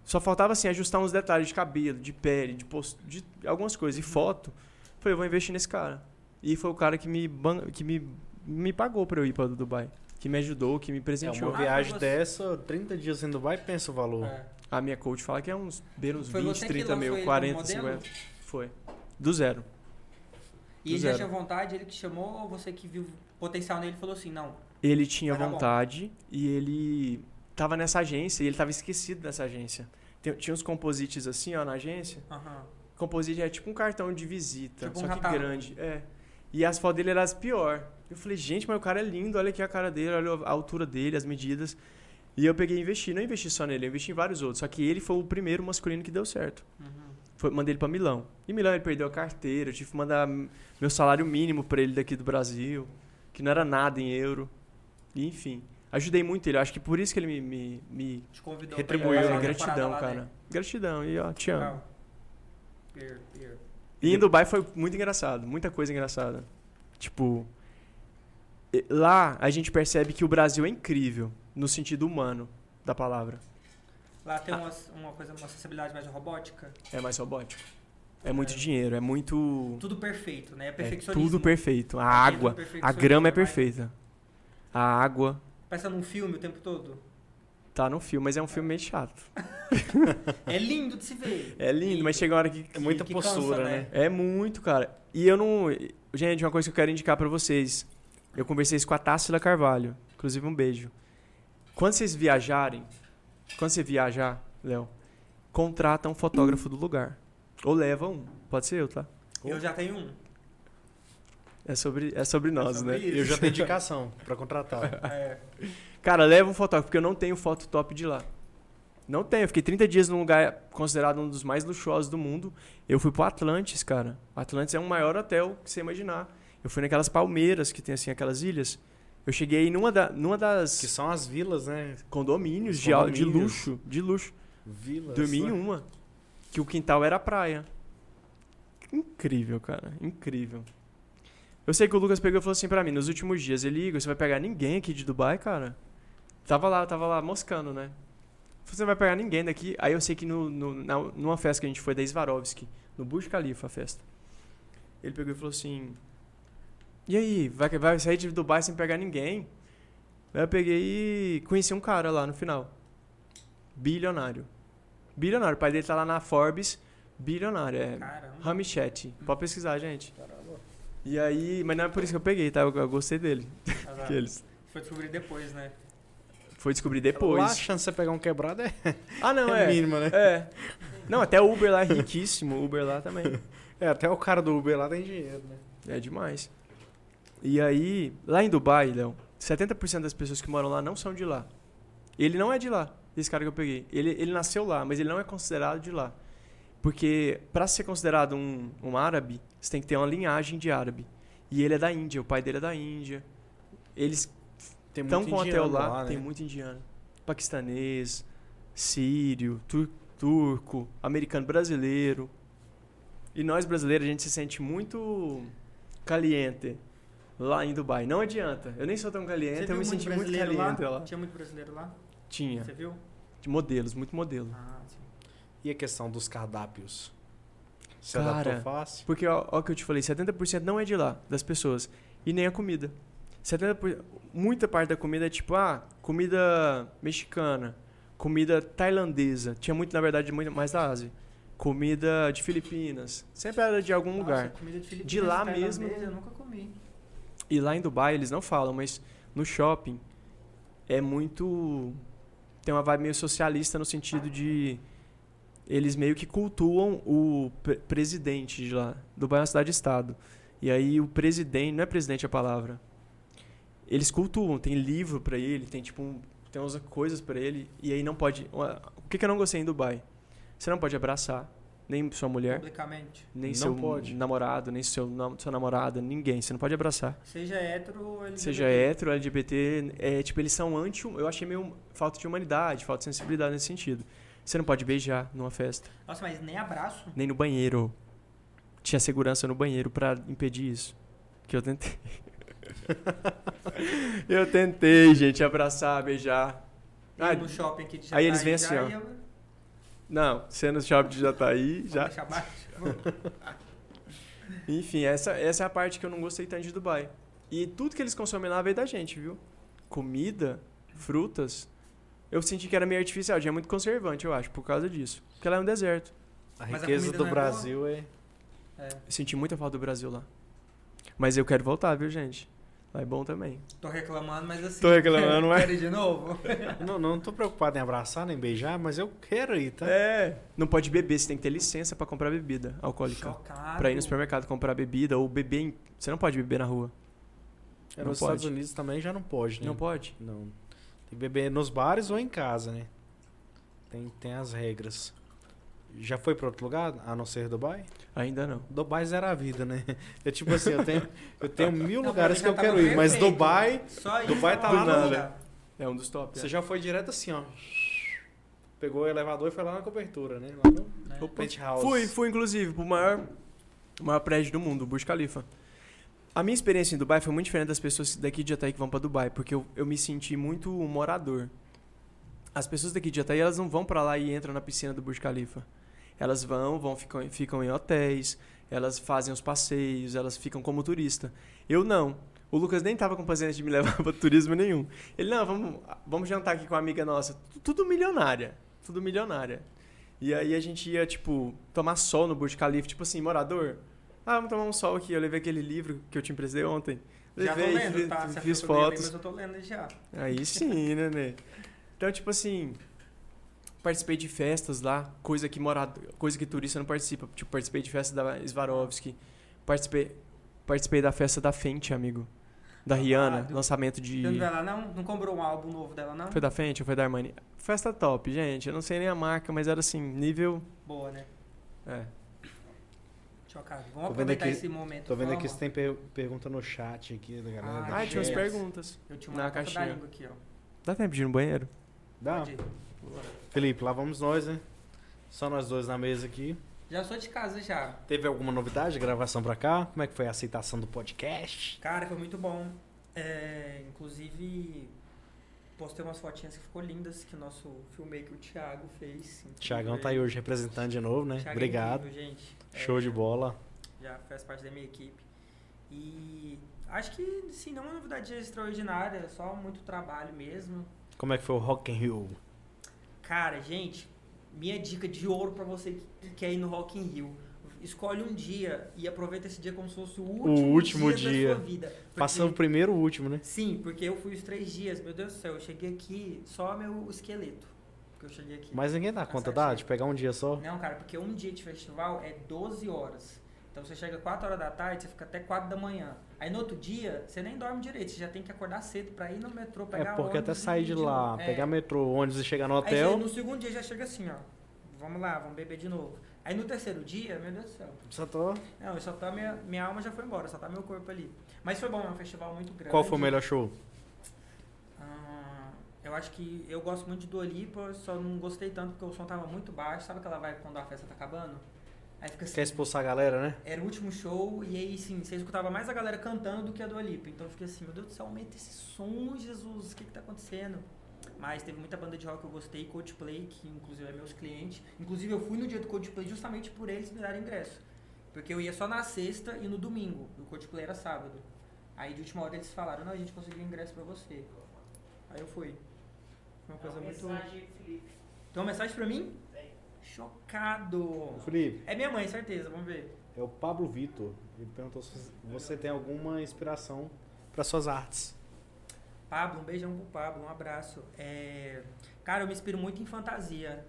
Speaker 4: Só faltava assim ajustar uns detalhes de cabelo, de pele, de, post... de algumas coisas, e foto. Falei, eu vou investir nesse cara. E foi o cara que me, ban- que me, me pagou pra eu ir pra Dubai. Que me ajudou, que me
Speaker 1: É
Speaker 4: presenteou.
Speaker 1: uma
Speaker 2: Ah,
Speaker 1: viagem
Speaker 2: foi você.
Speaker 1: dessa, 30 dias em Dubai, pensa o valor.
Speaker 2: É.
Speaker 4: A minha coach fala que é uns, beira uns
Speaker 2: Foi
Speaker 4: 20,
Speaker 2: você que
Speaker 4: 30
Speaker 2: lançou ele
Speaker 4: mil,
Speaker 2: como
Speaker 4: 40,
Speaker 2: modelo?
Speaker 4: 50. Foi. Do zero.
Speaker 2: E ele
Speaker 4: Do
Speaker 2: já
Speaker 4: zero.
Speaker 2: tinha vontade, ele que chamou, ou você que viu potencial nele e falou assim, não.
Speaker 4: Ele tinha
Speaker 2: Vai dar tá bom.
Speaker 4: vontade e ele tava nessa agência e ele tava esquecido dessa agência. Tem- tinha uns composites assim, ó, na agência.
Speaker 2: Aham.
Speaker 4: Composite é tipo um cartão de visita,
Speaker 2: Tipo um
Speaker 4: só que
Speaker 2: catálogo.
Speaker 4: grande. É. E as fotos dele eram as pior. Eu falei, gente, mas o cara é lindo, olha aqui a cara dele, olha a altura dele, as medidas. E eu peguei e investi. Não investi só nele, eu investi em vários outros. Só que ele foi o primeiro masculino que deu certo.
Speaker 2: Uhum.
Speaker 4: Foi, mandei ele pra Milão. E Milão ele perdeu a carteira, eu tive que mandar meu salário mínimo pra ele daqui do Brasil, que não era nada em euro. E, enfim, ajudei muito ele. Acho que por isso que ele me, me, me
Speaker 2: Te convidou. pra ir
Speaker 1: Retribuiu,
Speaker 2: passar
Speaker 1: né?
Speaker 2: uma temporada
Speaker 4: Gratidão,
Speaker 2: lá
Speaker 4: cara.
Speaker 2: dentro.
Speaker 4: Gratidão, e ó, te amo.
Speaker 2: Legal. Peer, peer.
Speaker 4: E em Dubai foi muito engraçado, muita coisa engraçada. Tipo, e- lá a gente percebe que o Brasil é incrível, no sentido humano da palavra.
Speaker 2: Lá
Speaker 4: Ah.
Speaker 2: tem umas- uma, coisa, uma acessibilidade mais robótica.
Speaker 4: É mais robótico. É muito
Speaker 2: É.
Speaker 4: dinheiro, é muito.
Speaker 2: Tudo perfeito, né? É
Speaker 4: é
Speaker 2: perfeccionismo.
Speaker 4: tudo perfeito. A
Speaker 2: Aquele
Speaker 4: água. A
Speaker 2: perfeccionismo
Speaker 4: grama é
Speaker 2: vai
Speaker 4: perfeita. A água
Speaker 2: Passando um filme o tempo todo.
Speaker 4: tá no filme, mas é um filme meio chato.
Speaker 2: É lindo de se ver.
Speaker 4: Ah. É lindo, mas chega uma hora que.
Speaker 1: É muita
Speaker 2: Que cansa,
Speaker 1: postura,
Speaker 2: né?
Speaker 1: né?
Speaker 4: É muito, cara. E eu não. Gente, uma coisa que eu quero indicar pra vocês. Eu conversei isso com a Tássila Carvalho. Inclusive, um beijo. Quando vocês viajarem, quando você viajar, Léo, contrata um fotógrafo do lugar. Ou leva um. Pode ser eu, tá?
Speaker 2: Eu já tenho um.
Speaker 4: É sobre, é sobre nós,
Speaker 2: sobre
Speaker 4: né?
Speaker 2: isso.
Speaker 1: Eu já tenho indicação pra contratar.
Speaker 2: É.
Speaker 4: Cara, leva um fotógrafo, porque eu não tenho foto top de lá. Não tenho. Eu fiquei 30 dias num lugar considerado um dos mais luxuosos do mundo. Eu fui pro Atlantis, cara. O Atlantis é o maior hotel que você imaginar. Eu fui naquelas palmeiras que tem, assim, aquelas ilhas. Eu cheguei numa, da, numa das
Speaker 1: Que são as vilas, né?
Speaker 4: condomínios,
Speaker 1: Os
Speaker 4: de al- de,
Speaker 1: condomínios.
Speaker 4: luxo. De luxo.
Speaker 1: Vilas.
Speaker 4: Dormi em
Speaker 1: né?
Speaker 4: uma. Que o quintal era a praia. Incrível, cara. Incrível. Eu sei que o Lucas pegou e falou assim pra mim, nos últimos dias, ele, Igor, você vai pegar ninguém aqui de Dubai, cara? Tava lá, tava lá moscando, né? Você não vai pegar ninguém daqui. Aí eu sei que no, no- na- numa festa que a gente foi da Swarovski, no Burj Khalifa a festa. Ele pegou e falou assim: E aí, vai, vai sair de Dubai sem pegar ninguém? Aí eu peguei e conheci um cara lá no final. Bilionário. Bilionário. O pai dele tá lá na Forbes. Bilionário. É
Speaker 2: Caramba.
Speaker 4: Rami Chetty. Pode pesquisar, gente. E aí, mas não é por isso que eu peguei, tá? Eu, eu gostei dele.
Speaker 2: Azar.
Speaker 4: Que eles
Speaker 2: Foi descobrir depois, né?
Speaker 4: foi descobrir
Speaker 1: É, Lá a
Speaker 4: depois.
Speaker 1: chance de você pegar um quebrado é,
Speaker 4: Ah, não,
Speaker 1: é
Speaker 4: é.
Speaker 1: mínima, né?
Speaker 4: É. Não, até o Uber lá é riquíssimo. O Uber lá também.
Speaker 1: É, até o cara do Uber lá tem dinheiro, né?
Speaker 4: É demais. E aí, lá em Dubai, Léo, 70% das pessoas que moram lá não são de lá. Ele não é de lá, esse cara que eu peguei. Ele, ele nasceu lá, mas ele não é considerado de lá. Porque para ser considerado um, um árabe, você tem que ter uma linhagem de árabe. E ele é da Índia, o pai dele é da Índia. Eles
Speaker 1: Tem
Speaker 4: estão com hotel
Speaker 1: indiano
Speaker 4: lá,
Speaker 1: né?
Speaker 4: tem muito indiano. Paquistanês, sírio, tur- turco, americano brasileiro. E nós brasileiros, a gente se sente muito caliente lá em Dubai. Não adianta. Eu nem sou tão caliente, eu me senti muito caliente lá.
Speaker 2: Tinha muito brasileiro lá?
Speaker 4: Tinha. Uhum.
Speaker 2: Você viu?
Speaker 4: De modelos, muito modelo.
Speaker 2: Ah, sim.
Speaker 1: E a questão dos cardápios? Se
Speaker 4: Cara,
Speaker 1: adaptou fácil.
Speaker 4: Porque, ó, ó o que eu te falei, 70% não é de lá, das pessoas. E nem a comida. 70%, muita parte da comida é tipo, ah, comida mexicana, comida tailandesa. Tinha muito, na verdade, muito mais da Ásia. Comida de Filipinas. Sempre era de algum um lugar.
Speaker 2: comida de,
Speaker 4: De lá
Speaker 2: tailandesa
Speaker 4: mesmo.
Speaker 2: Eu nunca comi.
Speaker 4: E lá em Dubai eles não falam, mas no shopping é muito. Tem uma vibe meio socialista no sentido de. Eles meio que cultuam o pre- presidente de lá. Dubai é uma cidade-estado. E aí o presidente. Não é presidente a palavra. Eles cultuam, tem livro pra ele, tem tipo. um- tem umas coisas pra ele. E aí não pode. uma- O que, que eu não gostei em Dubai? Você não pode abraçar, nem sua mulher,
Speaker 2: Publicamente.
Speaker 4: nem
Speaker 1: Não
Speaker 4: seu
Speaker 1: pode.
Speaker 4: namorado, nem seu, nam- sua namorada, ninguém. Você não pode abraçar.
Speaker 2: Seja hétero ou LGBT.
Speaker 4: Seja hétero, LGBT, é, tipo, eles são anti... Eu achei meio falta de humanidade, falta de sensibilidade nesse sentido. Você não pode beijar numa festa,
Speaker 2: Nossa, mas nem abraço.
Speaker 4: nem no banheiro. Tinha segurança no banheiro pra impedir isso. Que eu tentei. eu tentei, gente, abraçar, beijar.
Speaker 2: Eu
Speaker 4: Ah,
Speaker 2: no shopping aqui de
Speaker 4: aí eles
Speaker 2: Jataí
Speaker 4: vêm assim,
Speaker 2: já
Speaker 4: ó.
Speaker 2: ia-
Speaker 4: Não, sendo shopping de Jataí, já...
Speaker 2: Deixar baixo.
Speaker 4: Enfim, essa, essa é a parte que eu não gostei tanto de Dubai. E tudo que eles consomem lá veio da gente, viu? Comida, frutas. Eu senti que era meio artificial, tinha muito conservante, eu acho, por causa disso. Porque lá é um deserto.
Speaker 1: A
Speaker 2: Mas a
Speaker 1: riqueza
Speaker 2: comida
Speaker 1: do
Speaker 2: não é boa?
Speaker 1: Brasil é.
Speaker 2: É,
Speaker 4: Eu senti muita falta do Brasil lá. Mas eu quero voltar, viu, gente? Lá é bom também.
Speaker 2: tô reclamando, mas assim.
Speaker 4: Tô reclamando, mas-
Speaker 2: Quero ir de novo?
Speaker 1: Não, não tô preocupado em abraçar nem beijar, mas eu quero ir, tá?
Speaker 4: É. Não pode beber, você tem que ter licença pra comprar bebida alcoólica.
Speaker 2: Chocado.
Speaker 4: Pra ir no supermercado comprar bebida ou beber em... Você não pode beber na rua.
Speaker 1: É,
Speaker 4: não
Speaker 1: Nos
Speaker 4: pode.
Speaker 1: Estados Unidos também já não pode, né?
Speaker 4: Não pode.
Speaker 1: Não. Tem que beber nos bares ou em casa, né? Tem, tem as regras. Já foi pra outro lugar, a não ser Dubai?
Speaker 4: Ainda não.
Speaker 1: Dubai zera a vida, né? É tipo assim, eu tenho, eu tenho
Speaker 4: um
Speaker 1: mil
Speaker 2: Não,
Speaker 1: lugares
Speaker 4: assim
Speaker 2: mas
Speaker 1: que eu
Speaker 2: já
Speaker 1: quero
Speaker 2: tava
Speaker 1: ir, mas
Speaker 2: perfeito.
Speaker 1: Dubai,
Speaker 2: Só isso
Speaker 1: Dubai
Speaker 2: é
Speaker 1: tá
Speaker 2: uma
Speaker 1: lá
Speaker 2: boa.
Speaker 1: no-
Speaker 2: lugar.
Speaker 4: É um dos top.
Speaker 1: você
Speaker 4: é.
Speaker 1: já foi direto assim, ó. Pegou o elevador e foi lá na cobertura, né? Lá no
Speaker 2: né?
Speaker 4: Opa.
Speaker 1: penthouse.
Speaker 4: Fui, fui inclusive pro maior, o maior prédio do mundo, o Burj Khalifa. A minha experiência em Dubai foi muito diferente das pessoas daqui de Jataí que vão pra Dubai, porque eu, eu me senti muito um morador. As pessoas daqui de Jataí, elas não vão pra lá e entram na piscina do Burj Khalifa. Elas vão, vão ficam, em- ficam em hotéis, elas fazem os passeios, elas ficam como turista. Eu não. O Lucas nem tava com paciência de me levar pra turismo nenhum. Ele, não, vamos, vamos jantar aqui com uma amiga nossa. Tu- Tudo milionária. Tudo milionária. E aí a gente ia, tipo, tomar sol no Burj Khalifa, tipo assim, morador. Ah, vamos tomar um sol aqui. Eu levei aquele livro que eu te emprestei ontem.
Speaker 2: Já tô
Speaker 4: Levei,
Speaker 2: lendo,
Speaker 4: fi-
Speaker 2: tá?
Speaker 4: fiz,
Speaker 2: Você achou que eu Lembrei,
Speaker 4: fotos.
Speaker 2: mas eu tô lendo já.
Speaker 4: Aí sim, né, né? Então, tipo assim, participei de festas lá, coisa que morado, coisa que turista não participa. Tipo, participei de festa da Swarovski, participei, participei da festa da Fenty, amigo. Da Rihanna,
Speaker 2: Babado.
Speaker 4: lançamento de
Speaker 2: Você não vai lá, não? Não comprou um álbum novo dela, não?
Speaker 4: foi da Fenty ou foi da Armani? Festa top, gente. Eu não sei nem a marca, mas era assim, nível,
Speaker 2: Boa, né?
Speaker 4: é.
Speaker 2: Chocado. Vamos
Speaker 1: Tô vendo
Speaker 2: aproveitar
Speaker 1: aqui-
Speaker 2: esse momento.
Speaker 1: Tô vendo
Speaker 2: Vamos.
Speaker 1: aqui se tem per- pergunta no chat aqui da galera.
Speaker 2: Ah,
Speaker 1: da
Speaker 4: Ah, tinha
Speaker 1: chat.
Speaker 4: umas
Speaker 2: Yes.
Speaker 4: perguntas.
Speaker 2: Eu tinha
Speaker 4: na
Speaker 2: uma na
Speaker 4: caixinha. Ah.
Speaker 2: da língua aqui, ó.
Speaker 4: Dá tempo de ir no banheiro?
Speaker 1: Dá.
Speaker 2: Pode ir.
Speaker 1: Felipe, lá vamos nós, né? Só nós dois na mesa aqui.
Speaker 2: Já sou de casa já.
Speaker 1: Teve alguma novidade de gravação pra cá? Como é que foi a aceitação do podcast?
Speaker 2: Cara, foi muito bom. É, inclusive, postei umas fotinhas que ficou lindas que o nosso filmmaker, o Thiago, fez. é
Speaker 1: Tiagão tá aí hoje representando de novo, né? Obrigado. Show de
Speaker 2: bola.
Speaker 1: bola.
Speaker 2: É, já faz parte da minha equipe. E acho que, sim, não é uma novidade extraordinária, é só muito trabalho mesmo.
Speaker 1: Como é que foi o Rock in Rio?
Speaker 2: Cara, gente, minha dica de ouro pra você que quer ir no Rock in Rio. Escolhe um dia e aproveita esse dia como se fosse o último,
Speaker 1: último dia.
Speaker 2: da sua vida. Porque-
Speaker 1: Passando o primeiro e o último, né?
Speaker 2: Sim, porque eu fui os três dias. Meu Deus do céu, eu cheguei aqui só meu esqueleto. Porque eu cheguei aqui.
Speaker 1: Mas ninguém dá conta, dá? De pegar um dia só?
Speaker 2: Não, cara, porque um dia de festival é 12 horas. Então você chega 4 horas da tarde, você fica até 4 da manhã. Aí no outro dia, você nem dorme direito, você já tem que acordar cedo pra ir no metrô, pegar
Speaker 1: É porque até
Speaker 2: ônibus e
Speaker 1: sair
Speaker 2: ir
Speaker 1: de lá,
Speaker 2: novo.
Speaker 1: pegar
Speaker 2: é.
Speaker 1: metrô, ônibus e chegar no
Speaker 2: Aí você-
Speaker 1: hotel.
Speaker 2: no segundo dia já chega assim, ó. Vamos lá, vamos beber de novo. Aí no terceiro dia, meu Deus do céu.
Speaker 1: Só tô-
Speaker 2: Não, só tá minha, minha alma já foi embora, só tá meu corpo ali. Mas foi bom, é um festival muito grande.
Speaker 1: Qual foi o melhor show?
Speaker 2: Ah, eu acho que eu gosto muito de Dua Lipa, só não gostei tanto porque o som tava muito baixo. Sabe aquela vibe quando a festa tá acabando? Aí fica assim.
Speaker 1: Quer expulsar a galera, né?
Speaker 2: Era o último show e aí sim, você escutava mais a galera cantando do que a Dua Lipa. Então eu fiquei assim, meu Deus do céu, aumenta esse som, Jesus, o que que tá acontecendo? Mas teve muita banda de rock que eu gostei, Coldplay, que inclusive é meus clientes. Inclusive eu fui no dia do Coldplay justamente por eles me darem ingresso. Porque eu ia só na sexta e no domingo. E o coachplay era sábado. Aí de última hora eles falaram, não, a gente conseguiu ingresso pra você. Aí eu fui. Foi uma coisa muito.
Speaker 3: Mensagem, Felipe.
Speaker 2: Tem uma mensagem pra mim? Chocado!
Speaker 1: Ô, Felipe,
Speaker 2: É minha mãe, certeza, vamos ver.
Speaker 1: é o Pablo Vitor. Ele perguntou se você tem alguma inspiração para suas artes.
Speaker 2: Pablo, um beijão pro Pablo, um abraço. É, Cara, eu me inspiro muito em fantasia.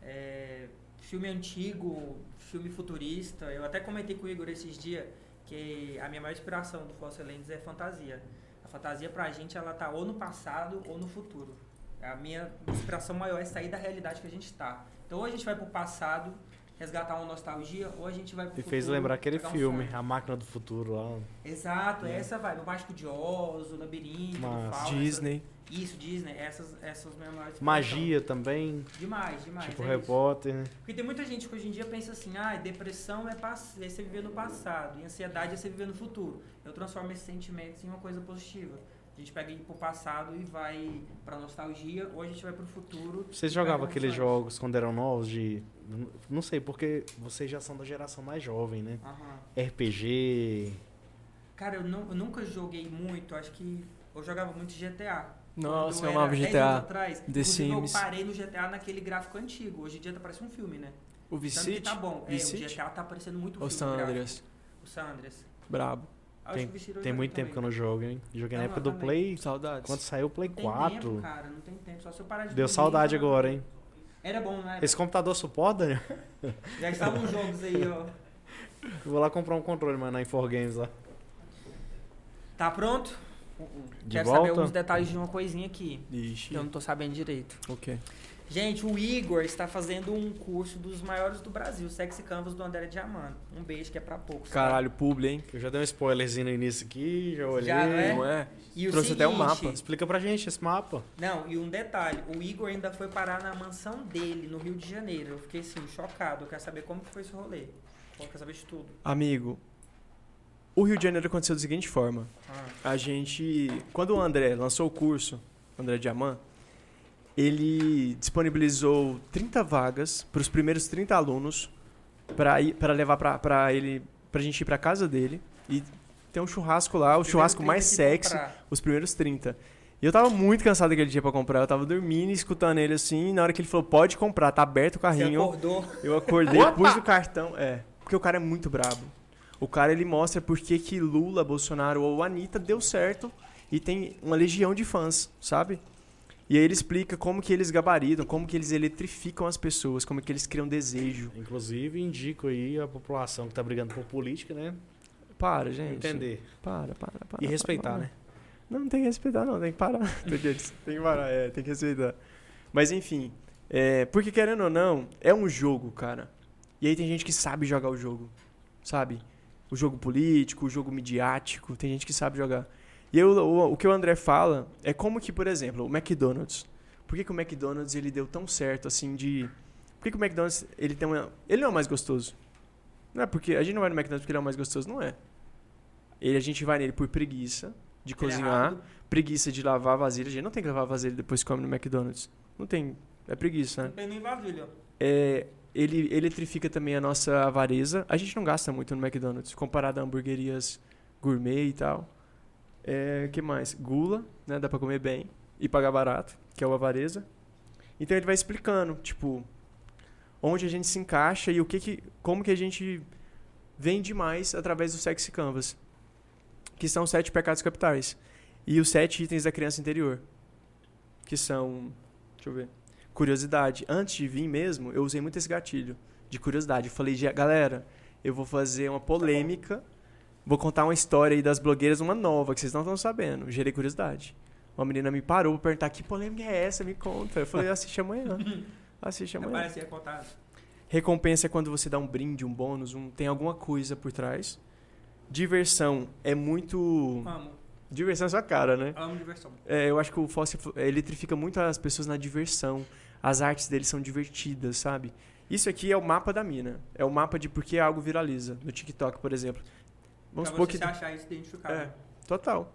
Speaker 2: É, Filme antigo, filme futurista. Eu até comentei com o Igor esses dias que a minha maior inspiração do Fossil Lands é fantasia. A fantasia pra gente, ela tá ou no passado ou no futuro. A minha inspiração maior é sair da realidade que a gente tá. Então ou a gente vai pro passado resgatar uma nostalgia, ou a gente vai pro
Speaker 1: Me
Speaker 2: futuro
Speaker 1: fez lembrar aquele
Speaker 2: pegar um
Speaker 1: filme, É.
Speaker 2: sonho. Então.
Speaker 1: A Máquina do Futuro lá.
Speaker 2: Exato, essa vai. No Mágico de Oz, o Labirinto, do
Speaker 1: Massa.
Speaker 2: Fauno,
Speaker 4: Disney.
Speaker 2: essa- isso, Disney. Essas, essas minhas maiores
Speaker 1: Magia também,
Speaker 2: inspirações. Demais, demais.
Speaker 1: tipo
Speaker 2: é
Speaker 1: Harry
Speaker 2: isso.
Speaker 1: Potter. né?
Speaker 2: Porque tem muita gente que hoje em dia pensa assim, ah, depressão é, pass- é você viver no passado, e ansiedade é você viver no futuro. Eu transformo esses sentimentos em uma coisa positiva. A gente pega ir pro passado e vai pra nostalgia, ou a gente vai pro futuro.
Speaker 1: Vocês
Speaker 2: e pega
Speaker 1: jogavam
Speaker 2: um
Speaker 1: aqueles
Speaker 2: sonho.
Speaker 1: jogos quando eram novos de. Não sei, porque vocês já são da geração mais jovem, né?
Speaker 2: Aham.
Speaker 1: RPG.
Speaker 2: Cara, eu, nu- eu nunca joguei muito, acho que eu jogava muito GTA.
Speaker 4: Nossa,
Speaker 2: Quando
Speaker 4: eu amava
Speaker 2: era 10 anos
Speaker 4: GTA.
Speaker 2: atrás,
Speaker 4: The
Speaker 2: inclusive
Speaker 4: Sims.
Speaker 2: Eu parei no GTA naquele gráfico antigo. Hoje em dia tá parecendo um filme, né?
Speaker 4: O
Speaker 2: Tanto que
Speaker 4: Vicite?
Speaker 2: tá bom. É,
Speaker 4: Vicite?
Speaker 2: o GTA tá parecendo muito um
Speaker 4: Ou
Speaker 2: filme.
Speaker 4: San
Speaker 2: gráfico.
Speaker 4: Andreas?
Speaker 2: O San Andreas.
Speaker 4: Brabo.
Speaker 2: Acho que o tá Vice Heroes
Speaker 1: Tem
Speaker 2: eu
Speaker 1: muito
Speaker 2: também. Ah,
Speaker 1: tempo que eu não jogo, hein? Joguei na
Speaker 2: Não,
Speaker 1: época
Speaker 2: eu
Speaker 1: do
Speaker 2: também.
Speaker 1: Play.
Speaker 4: Saudades.
Speaker 1: Quando saiu o Play
Speaker 2: Não tem
Speaker 1: 4.
Speaker 2: tempo, cara. Não tem tempo. Só se eu parar de
Speaker 1: Deu
Speaker 2: dormir,
Speaker 4: né?
Speaker 1: saudade
Speaker 2: jogar.
Speaker 1: agora, hein?
Speaker 2: Era bom,
Speaker 4: Tá
Speaker 2: né?
Speaker 1: Esse computador suporta, né? Daniel?
Speaker 2: Já estavam os jogos aí, ó.
Speaker 1: Eu vou lá comprar um controle, mano, na Infor Games lá.
Speaker 2: Tá pronto? uh.
Speaker 1: De
Speaker 2: Quero saber
Speaker 1: volta?
Speaker 2: alguns detalhes de uma coisinha aqui.
Speaker 4: Ixi.
Speaker 2: Que eu não tô sabendo direito.
Speaker 4: Ok.
Speaker 2: Gente, o Igor está fazendo um curso dos maiores do Brasil, Sexy Canvas do André Diamant. Um beijo que é pra poucos. tá?
Speaker 4: Caralho, publi, hein?
Speaker 1: Eu já dei um spoilerzinho no início aqui, já olhei.
Speaker 2: Já, né? É.
Speaker 4: Não é?
Speaker 2: E o
Speaker 4: Trouxe até um
Speaker 2: seguinte-
Speaker 4: mapa.
Speaker 1: Explica pra gente esse mapa.
Speaker 2: Não, e um detalhe, o Igor ainda foi parar na mansão dele, no Rio de Janeiro. Eu fiquei assim, chocado. Eu quero saber como que foi esse rolê. Eu quero saber de tudo.
Speaker 4: Amigo, o Rio de Janeiro aconteceu da seguinte forma.
Speaker 2: Ah,
Speaker 4: A gente. Quando o André lançou o curso, André Diamant, ele disponibilizou 30 vagas para os primeiros 30 alunos para ir para levar para pra ele pra gente ir para casa dele e ter um churrasco lá, o churrasco mais sexy, os primeiros 30. E eu tava muito cansado daquele dia para comprar, eu tava dormindo, e escutando ele assim, e na hora que ele falou: "Pode comprar, tá aberto o
Speaker 2: Você
Speaker 4: carrinho".
Speaker 2: acordou.
Speaker 4: Eu acordei, pus o cartão. É, porque o cara é muito brabo. O cara ele mostra por que que Lula, Bolsonaro ou Anitta deu certo e tem uma legião de fãs, sabe? E aí ele explica como que eles gabaritam, como que eles eletrificam as pessoas, como que eles criam desejo.
Speaker 1: Inclusive, indico aí a população que tá brigando por política, né?
Speaker 4: Para, gente.
Speaker 1: Entender.
Speaker 4: Para, para, para.
Speaker 1: E
Speaker 4: para,
Speaker 1: respeitar,
Speaker 4: para.
Speaker 1: né?
Speaker 4: Não, não tem que respeitar, não, tem que parar. tem, que, tem que parar, é, tem que respeitar. Mas enfim, é, porque querendo ou não, é um jogo, cara. E aí tem gente que sabe jogar o jogo, sabe? O jogo político, o jogo midiático, tem gente que sabe jogar. E eu, o, o que o André fala é como que, por exemplo, o McDonald's. Por que, que o McDonald's ele deu tão certo assim de. Por que, que o McDonald's ele tem uma, Ele não é o mais gostoso. Não é porque. A gente não vai no McDonald's porque ele é o mais gostoso, não é. Ele, a gente vai nele por preguiça de
Speaker 2: Ele é
Speaker 4: cozinhar
Speaker 2: rápido.
Speaker 4: preguiça de lavar a vasilha. A gente não tem que lavar a vasilha depois que come no McDonald's. Não tem. É preguiça,
Speaker 2: Não
Speaker 4: né?
Speaker 2: tem nem vasilha.
Speaker 4: É, ele eletrifica também a nossa avareza. A gente não gasta muito no McDonald's, comparado a hamburguerias gourmet e tal. É, que mais? Gula, né? Dá pra comer bem e pagar barato, que é o avareza. Então ele vai explicando, tipo, onde a gente se encaixa e o que que, como que a gente vende mais através do Sexy Canvas, que são os sete pecados capitais e os sete itens da criança interior, que são, deixa eu ver, curiosidade. Antes de vir mesmo, eu usei muito esse gatilho de curiosidade. Eu falei, "Ge- galera, eu vou fazer uma polêmica, vou contar uma história aí das blogueiras, uma nova que vocês não estão sabendo. Gerei curiosidade. Uma menina me parou pra perguntar que polêmica é essa, me conta. Eu falei, assiste amanhã. Assiste
Speaker 2: Até
Speaker 4: amanhã.
Speaker 2: parecia contar.
Speaker 4: Recompensa é quando você dá um brinde, um bônus, um, tem alguma coisa por trás. Diversão é muito.
Speaker 2: Amo.
Speaker 4: Diversão é sua cara, né?
Speaker 2: Amo diversão.
Speaker 4: É, eu acho que o Foster é, eletrifica muito as pessoas na diversão. As artes dele são divertidas, sabe? Isso aqui é o mapa da mina. É o mapa de por que algo viraliza. No TikTok, por exemplo. Vamos
Speaker 2: pra
Speaker 4: supor
Speaker 2: você se
Speaker 4: que.
Speaker 2: achar isso identificado.
Speaker 4: É. Total.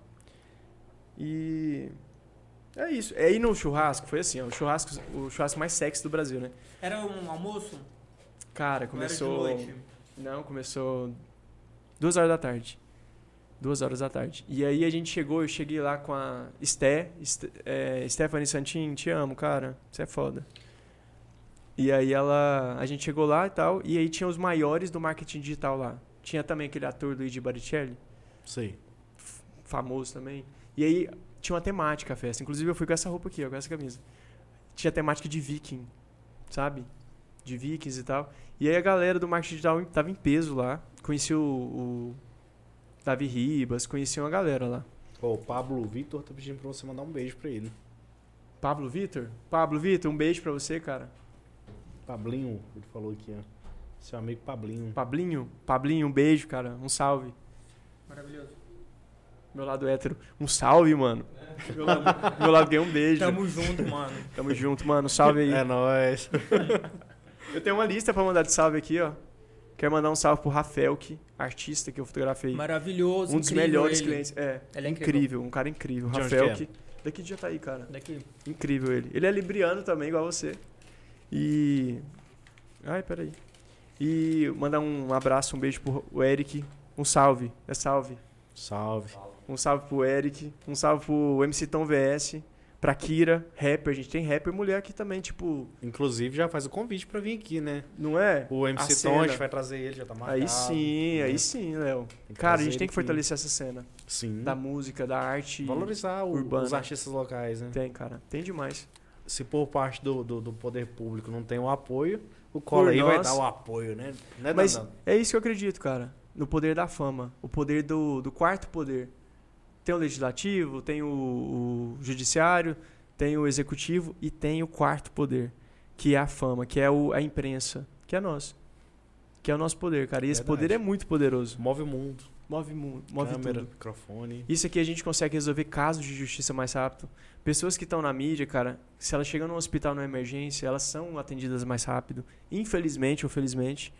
Speaker 4: E. É isso. É, e no churrasco, foi assim, ó, o churrasco, o churrasco mais sexy do Brasil, né?
Speaker 2: Era um almoço?
Speaker 4: Cara,
Speaker 2: Ou era de
Speaker 4: começou.
Speaker 2: noite?
Speaker 4: Não, começou duas horas da tarde. Duas horas da tarde. E aí a gente chegou, eu cheguei lá com a Esté, Esté- é, Stephanie Santin, te amo, cara. Você é foda. E aí ela. A gente chegou lá e tal. E aí tinha os maiores do marketing digital lá. Tinha também aquele ator Luigi Baricelli,
Speaker 1: Sei.
Speaker 4: f- famoso também. E aí tinha uma temática a festa. Inclusive eu fui com essa roupa aqui, ó, com essa camisa. Tinha temática de viking, sabe? De vikings e tal. E aí a galera do marketing digital em- tava em peso lá. Conheci o, o Davi Ribas, conheci uma galera lá.
Speaker 1: Pô, o Pablo Vitor tá pedindo pra você mandar um beijo pra ele.
Speaker 4: Pablo Vitor? Pablo Vitor, um beijo pra você, cara.
Speaker 1: Pablinho, ele falou aqui, ó. Seu amigo Pablinho.
Speaker 4: Pablinho, Pablinho, um beijo, cara. Um salve.
Speaker 2: Maravilhoso.
Speaker 4: Meu lado hétero, um salve, mano. Meu lado, meu lado gay, um beijo. Tamo,
Speaker 2: Tamo junto, mano.
Speaker 4: junto, mano. Salve aí.
Speaker 1: É nóis.
Speaker 4: Eu tenho uma lista pra mandar de salve aqui, ó. Quero mandar um salve pro Rafael, que artista que eu fotografei.
Speaker 2: Maravilhoso.
Speaker 4: um dos
Speaker 2: incrível
Speaker 4: melhores
Speaker 2: ele.
Speaker 4: clientes. É,
Speaker 2: Ele é
Speaker 4: incrível.
Speaker 2: incrível.
Speaker 4: um cara incrível.
Speaker 1: De onde
Speaker 4: Rafael,
Speaker 1: que é?
Speaker 4: que daqui de Jataí, cara.
Speaker 2: Daqui.
Speaker 4: Incrível ele. Ele é libriano também, igual você. E. Ai, peraí. E mandar um abraço, um beijo pro Eric. Um salve. É salve.
Speaker 1: Salve.
Speaker 4: Um salve pro Eric. Um salve pro MC Tom VS. Pra Kira, rapper. A gente tem rapper mulher aqui também, tipo.
Speaker 1: Inclusive, já faz o convite pra vir aqui, né?
Speaker 4: Não é?
Speaker 1: O
Speaker 4: A
Speaker 1: MC
Speaker 4: cena.
Speaker 1: Tom, a gente vai trazer ele, já tá marcado.
Speaker 4: Aí sim,
Speaker 1: né?
Speaker 4: aí sim, Léo.
Speaker 1: Tem que
Speaker 4: Cara, a
Speaker 1: trazer
Speaker 4: gente tem
Speaker 1: ele
Speaker 4: que
Speaker 1: aqui.
Speaker 4: fortalecer essa cena.
Speaker 1: Sim.
Speaker 4: Da música, da arte.
Speaker 1: Valorizar o-
Speaker 4: urbana.
Speaker 1: os artistas locais, né?
Speaker 4: Tem, cara. Tem demais.
Speaker 1: Se por parte do, do, do poder público não tem o apoio, o Cola aí vai
Speaker 4: nós.
Speaker 1: dar o apoio, né? Né,
Speaker 4: Mas
Speaker 1: Dandan?
Speaker 4: é isso que eu acredito, cara. No poder da fama. O poder do, do quarto poder. Tem o legislativo, tem o, o judiciário, tem o executivo e tem o quarto poder, que é a fama, que é o- a imprensa, que é nós. Que é o nosso poder, cara. E esse
Speaker 1: Verdade.
Speaker 4: poder é muito poderoso.
Speaker 1: Move o mundo.
Speaker 4: Move, mu- move
Speaker 1: Câmera,
Speaker 4: tudo.
Speaker 1: microfone.
Speaker 4: Isso aqui a gente consegue resolver casos de justiça mais rápido. Pessoas que estão na mídia, cara, se elas chegam num hospital numa emergência, elas são atendidas mais rápido. Infelizmente ou felizmente,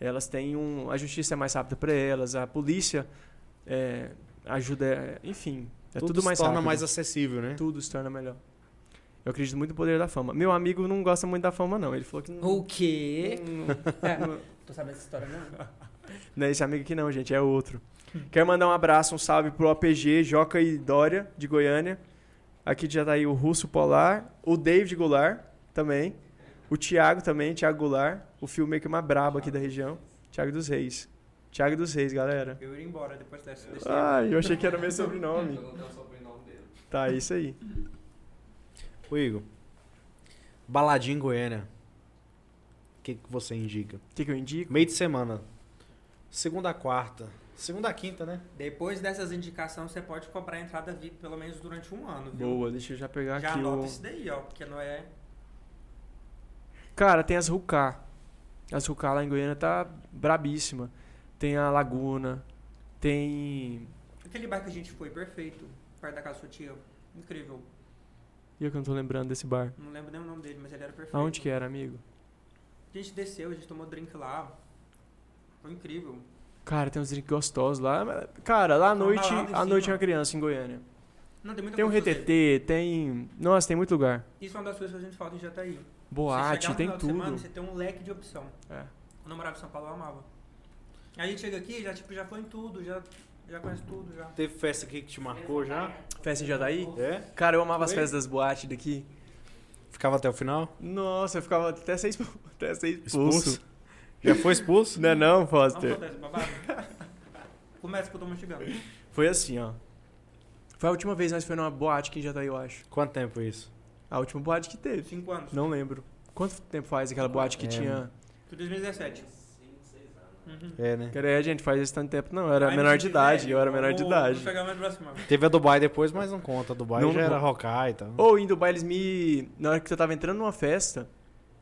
Speaker 4: elas têm um. A justiça é mais rápida para elas, a polícia é, ajuda. é, Enfim, é tudo, mais
Speaker 1: se torna
Speaker 4: rápido.
Speaker 1: mais acessível, né?
Speaker 4: Tudo se torna melhor. Eu acredito muito no poder da fama. Meu amigo não gosta muito da fama, não. Ele falou que não.
Speaker 2: O quê? É.
Speaker 4: não-
Speaker 2: Hum. Tô sabendo essa história, não?
Speaker 4: Não é esse amigo aqui não, gente, é outro. Quero mandar um abraço, um salve pro APG, Joca e Dória, de Goiânia. Aqui já tá aí o Russo Polar, o David Goulart também, o Thiago também, Thiago Goulart, o filmmaker mais brabo aqui da região, Thiago dos Reis. Thiago dos Reis, galera.
Speaker 2: Eu iria embora depois dessa. desse
Speaker 4: Ai, Ah, eu achei que era meu sobrenome.
Speaker 3: Eu não tenho o sobrenome dele.
Speaker 4: Tá, é isso aí.
Speaker 1: Ô, Igor. Baladinha em Goiânia. O que, que você indica?
Speaker 4: O que, que eu indico?
Speaker 1: Meio de semana. Segunda a quarta. Segunda a quinta, né?
Speaker 2: tempo. Depois dessas indicações, você pode cobrar a entrada VIP pelo menos durante um ano, viu?
Speaker 4: Boa, deixa eu já pegar
Speaker 2: Já
Speaker 4: aqui
Speaker 2: anota
Speaker 4: o...
Speaker 2: isso daí, ó, porque não é.
Speaker 4: Cara, tem as Rucá. As Rucá lá em Goiânia tá brabíssima. Tem a Laguna, tem...
Speaker 2: Aquele bar que a gente foi, perfeito. Perto da casa da sua tia. Incrível.
Speaker 4: E eu é que não tô lembrando desse bar.
Speaker 2: Não lembro nem o nome dele, mas ele era perfeito.
Speaker 4: Aonde que é? era, amigo?
Speaker 2: A gente desceu, a gente tomou drink lá. Foi incrível.
Speaker 4: Cara, tem uns drinks gostosos lá. mas- Cara, lá à
Speaker 2: Uma
Speaker 4: noite,
Speaker 2: balada em
Speaker 4: à
Speaker 2: cima.
Speaker 4: noite é uma criança em Goiânia.
Speaker 2: Não, tem muita
Speaker 4: Tem um
Speaker 2: coisa pra fazer.
Speaker 4: RTT, tem... Nossa, tem muito lugar.
Speaker 2: Isso é uma das coisas que a gente falta em Jataí. Você chegar
Speaker 4: Boate,
Speaker 2: no
Speaker 4: tem
Speaker 2: final de Semana,
Speaker 4: tudo.
Speaker 2: você tem um leque de opção.
Speaker 4: É.
Speaker 2: Quando eu morava em São Paulo, eu amava. Aí a gente chega aqui, já, tipo, já foi em tudo, já, já conhece tudo, já.
Speaker 1: Teve festa aqui que te marcou já?
Speaker 4: Festa em Jataí?
Speaker 1: É?
Speaker 4: Cara, eu amava as
Speaker 1: Oi?
Speaker 4: festas das boates daqui.
Speaker 1: Ficava até o final?
Speaker 4: Nossa, eu ficava até ser expulso. Até ser expulso.
Speaker 1: Expulso? Já foi expulso?
Speaker 4: Não é não,
Speaker 2: Não
Speaker 4: Foster?
Speaker 2: acontece, babado. Começa que eu tô mastigando.
Speaker 4: Foi assim, ó. Foi a última vez que nós foi numa boate aqui em Jataí, eu acho.
Speaker 1: Quanto tempo isso?
Speaker 4: A última boate que teve.
Speaker 2: Cinco anos.
Speaker 4: Não lembro. Quanto tempo faz aquela boate que
Speaker 1: É.
Speaker 4: tinha...
Speaker 2: Foi 2017. Uhum.
Speaker 1: É, né?
Speaker 4: Cara, é, gente, faz esse tanto tempo. Não, eu era
Speaker 2: Ai,
Speaker 4: menor
Speaker 2: me
Speaker 4: de
Speaker 2: senti
Speaker 4: idade.
Speaker 2: velho.
Speaker 4: Eu era menor de
Speaker 2: Vamos-
Speaker 4: idade.
Speaker 2: Vamos chegar mais próximo.
Speaker 1: Teve a Dubai depois, mas não conta. A Dubai
Speaker 4: Não,
Speaker 1: já
Speaker 4: não
Speaker 1: era
Speaker 4: conta.
Speaker 1: Hawkeye tá? e tal.
Speaker 4: Ou em Dubai, eles me. Na hora que eu tava entrando numa festa,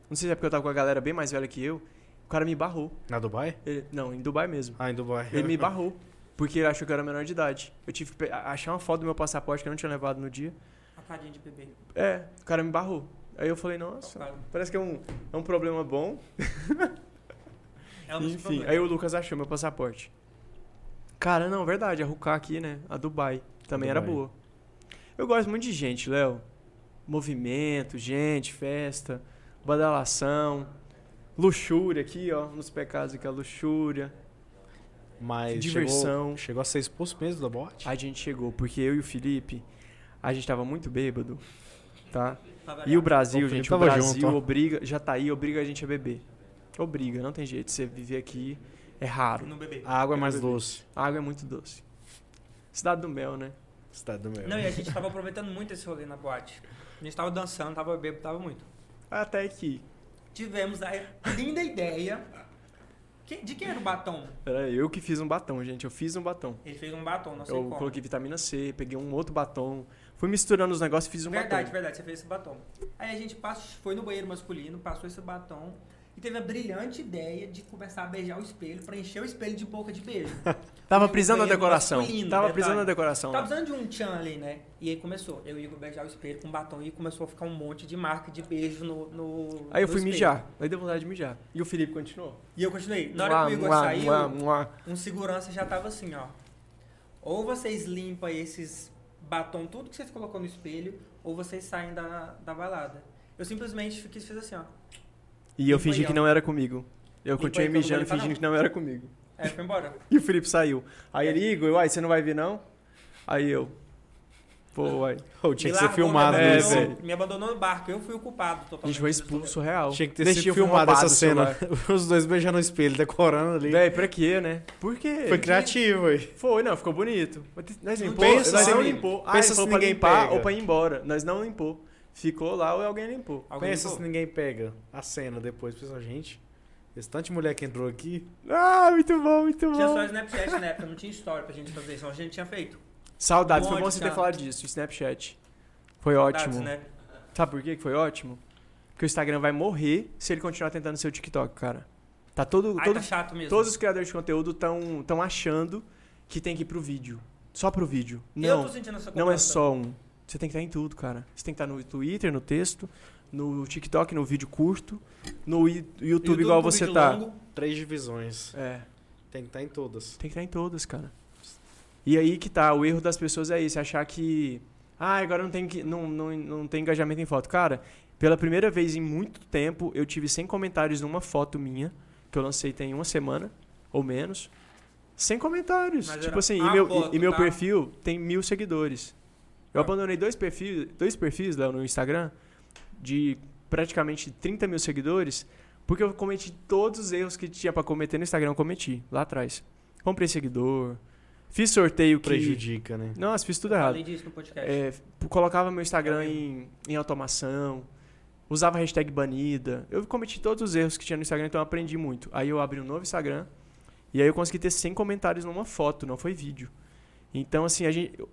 Speaker 4: não sei se é porque eu tava com a galera bem mais velha que eu, o cara me barrou.
Speaker 1: Na Dubai?
Speaker 4: Ele- Não, em Dubai mesmo.
Speaker 1: Ah, em Dubai.
Speaker 4: Ele me barrou. Porque ele achou que eu era menor de idade. Eu tive que pe- achar uma foto do meu passaporte que eu não tinha levado no dia.
Speaker 2: A carinha de bebê.
Speaker 4: É, o cara me barrou. Aí eu falei, nossa, parece que é um, é um problema bom.
Speaker 2: É o nosso
Speaker 4: Enfim,
Speaker 2: problema.
Speaker 4: aí o Lucas achou meu passaporte. Cara, não, verdade, a Ruká aqui, né? A Dubai. Também era
Speaker 1: Dubai.
Speaker 4: boa. Eu gosto muito de gente, Léo. Movimento, gente, festa, badalação. Luxúria aqui, ó. Nos pecados aqui, a luxúria.
Speaker 1: Mas
Speaker 4: Diversão.
Speaker 1: Chegou, chegou a ser expulso mesmo da boate?
Speaker 4: A gente chegou, porque eu e o Felipe, a gente tava muito bêbado, tá?
Speaker 2: Pra
Speaker 4: E o
Speaker 2: variar.
Speaker 4: Brasil,
Speaker 1: O Felipe
Speaker 4: gente, o
Speaker 1: tava
Speaker 4: Brasil
Speaker 1: junto, ó.
Speaker 4: obriga, já tá aí, obriga a gente a beber. Obriga, não tem jeito. Você viver aqui é raro.
Speaker 2: No bebê.
Speaker 1: A água é mais
Speaker 4: Bebê.
Speaker 1: doce.
Speaker 4: A água é muito doce. Cidade do Mel, né?
Speaker 1: Cidade tá do meu.
Speaker 2: Não, e a gente tava aproveitando muito esse rolê na boate. A gente tava dançando, tava bêbado, tava muito.
Speaker 4: Até que
Speaker 2: Tivemos a linda ideia. Que- De quem era o batom?
Speaker 4: era eu que fiz um batom, gente. Eu fiz um batom.
Speaker 2: Ele fez um batom, não sei
Speaker 4: eu
Speaker 2: como.
Speaker 4: coloquei vitamina C, peguei um outro batom, fui misturando os negócios e fiz um
Speaker 2: verdade,
Speaker 4: batom.
Speaker 2: verdade, você fez esse batom. Aí a gente passou, foi no banheiro masculino, passou esse batom e teve a brilhante ideia de começar a beijar o espelho, pra encher o espelho de boca de beijo.
Speaker 4: Tava
Speaker 2: No
Speaker 4: prisando a
Speaker 2: um banheiro
Speaker 4: decoração.
Speaker 2: masculino,
Speaker 4: Tava
Speaker 2: detalhe.
Speaker 4: prisando a decoração.
Speaker 2: Tava
Speaker 4: lá.
Speaker 2: precisando de um tchan ali, né? E aí começou. Eu e o Igor beijar o espelho com batom e começou a ficar um monte de marca de beijo no. no
Speaker 4: Aí eu
Speaker 2: no
Speaker 4: fui
Speaker 2: espelho.
Speaker 4: mijar. Aí deu vontade de mijar. E o Felipe continuou.
Speaker 2: E eu continuei. Na hora que o Igor
Speaker 4: Mua,
Speaker 2: saiu,
Speaker 4: mua, mua.
Speaker 2: um segurança já tava assim, ó. Ou vocês limpam esses batom, tudo que vocês colocou no espelho, ou vocês saem da, da balada. Eu simplesmente fiquei fiz assim, ó.
Speaker 4: E
Speaker 2: Limpa
Speaker 4: eu
Speaker 2: aí,
Speaker 4: fingi que
Speaker 2: ó.
Speaker 4: não era comigo. Eu
Speaker 2: Limpa
Speaker 4: continuei
Speaker 2: aí que eu não vou
Speaker 4: mijando,
Speaker 2: limpar,
Speaker 4: fingindo
Speaker 2: não.
Speaker 4: que não era comigo.
Speaker 2: É, foi embora.
Speaker 4: E o Felipe saiu. Aí ele, Igor, uai, você não vai vir não? Aí eu. Pô, uai.
Speaker 1: Pô, tinha
Speaker 2: Me
Speaker 1: que ser
Speaker 2: largou,
Speaker 1: filmado
Speaker 2: me
Speaker 4: né,
Speaker 1: isso.
Speaker 2: abandonou,
Speaker 4: velho?
Speaker 2: Me abandonou no barco, eu fui o culpado totalmente.
Speaker 4: A gente foi
Speaker 2: disso
Speaker 4: expulso
Speaker 2: tudo.
Speaker 4: real.
Speaker 1: Tinha que ter
Speaker 4: Deixei
Speaker 1: sido
Speaker 4: o filme
Speaker 1: filmado
Speaker 4: roubado
Speaker 1: essa
Speaker 4: do
Speaker 1: cena.
Speaker 4: celular.
Speaker 1: Os dois beijando o espelho, decorando ali.
Speaker 4: Véi, pra quê, né? Por quê?
Speaker 1: Foi criativo aí.
Speaker 4: Foi, não, ficou bonito. Nós
Speaker 2: Não
Speaker 4: limpou,
Speaker 2: pensa
Speaker 4: nós
Speaker 2: se
Speaker 4: não
Speaker 2: ninguém-
Speaker 4: limpou. Ah,
Speaker 1: pensa
Speaker 4: ele falou
Speaker 1: se
Speaker 4: pra
Speaker 1: ninguém
Speaker 4: limpar
Speaker 1: pega.
Speaker 4: ou pra ir embora. Nós não limpou. Ficou lá ou alguém limpou.
Speaker 2: Alguém
Speaker 1: Pensa
Speaker 2: ficou?
Speaker 1: se ninguém pega a cena depois. Pensa, gente, esse tanto de mulher que entrou aqui.
Speaker 4: Ah, muito bom, muito
Speaker 2: Tinha só
Speaker 4: bom.
Speaker 2: Snapchat na época, não tinha história pra gente fazer isso, a gente tinha feito.
Speaker 4: Saudades, foi bom
Speaker 2: Onde,
Speaker 4: você ter
Speaker 2: cara?
Speaker 4: falado disso, Snapchat. Foi
Speaker 2: Dados,
Speaker 4: ótimo.
Speaker 2: né?
Speaker 4: Sabe por quê que foi ótimo? Porque o Instagram vai morrer se ele continuar tentando ser o TikTok, cara. Tá todo,
Speaker 2: Ai,
Speaker 4: todo
Speaker 2: tá chato mesmo.
Speaker 4: todos os criadores de conteúdo estão tão achando que tem que ir pro vídeo. Só pro vídeo.
Speaker 2: eu
Speaker 4: Não.
Speaker 2: tô sentindo essa
Speaker 4: Não é
Speaker 2: cobrança.
Speaker 4: só um. Você tem que estar em tudo, cara. Você tem que estar no Twitter, no texto, no TikTok, no vídeo curto, no i- YouTube, igual
Speaker 2: com
Speaker 4: você
Speaker 2: um vídeo
Speaker 4: tá.
Speaker 2: longo,
Speaker 1: Três divisões.
Speaker 4: É,
Speaker 1: Tem que estar em todas.
Speaker 4: tem que estar em todas, cara. E aí que tá, o erro das pessoas é esse, achar que. Ah, agora não tem, que, não, não, não tem engajamento em foto. Cara, pela primeira vez em muito tempo, eu tive 100 comentários numa foto minha, que eu lancei tem uma semana, ou menos. 100 comentários.
Speaker 2: Mas
Speaker 4: tipo
Speaker 2: era
Speaker 4: assim,
Speaker 2: a
Speaker 4: e meu,
Speaker 2: foto,
Speaker 4: e meu
Speaker 2: tá?
Speaker 4: perfil tem mil seguidores. Eu
Speaker 2: Ah.
Speaker 4: abandonei dois perfis, dois perfis Léo, no Instagram de praticamente 30 mil seguidores, porque eu cometi todos os erros que tinha pra cometer no Instagram, eu cometi lá atrás. Comprei seguidor, fiz sorteio que.
Speaker 1: Prejudica, né?
Speaker 4: Nossa, fiz tudo
Speaker 2: eu
Speaker 4: errado.
Speaker 2: Falei disso no podcast.
Speaker 4: É, f- colocava meu Instagram
Speaker 2: Eu
Speaker 4: em, em automação, usava a hashtag banida. Eu cometi todos os erros que tinha no Instagram, então eu aprendi muito. Aí eu abri um novo Instagram e aí eu consegui ter 100 comentários numa foto, não foi vídeo. Então, assim, a gente, eu-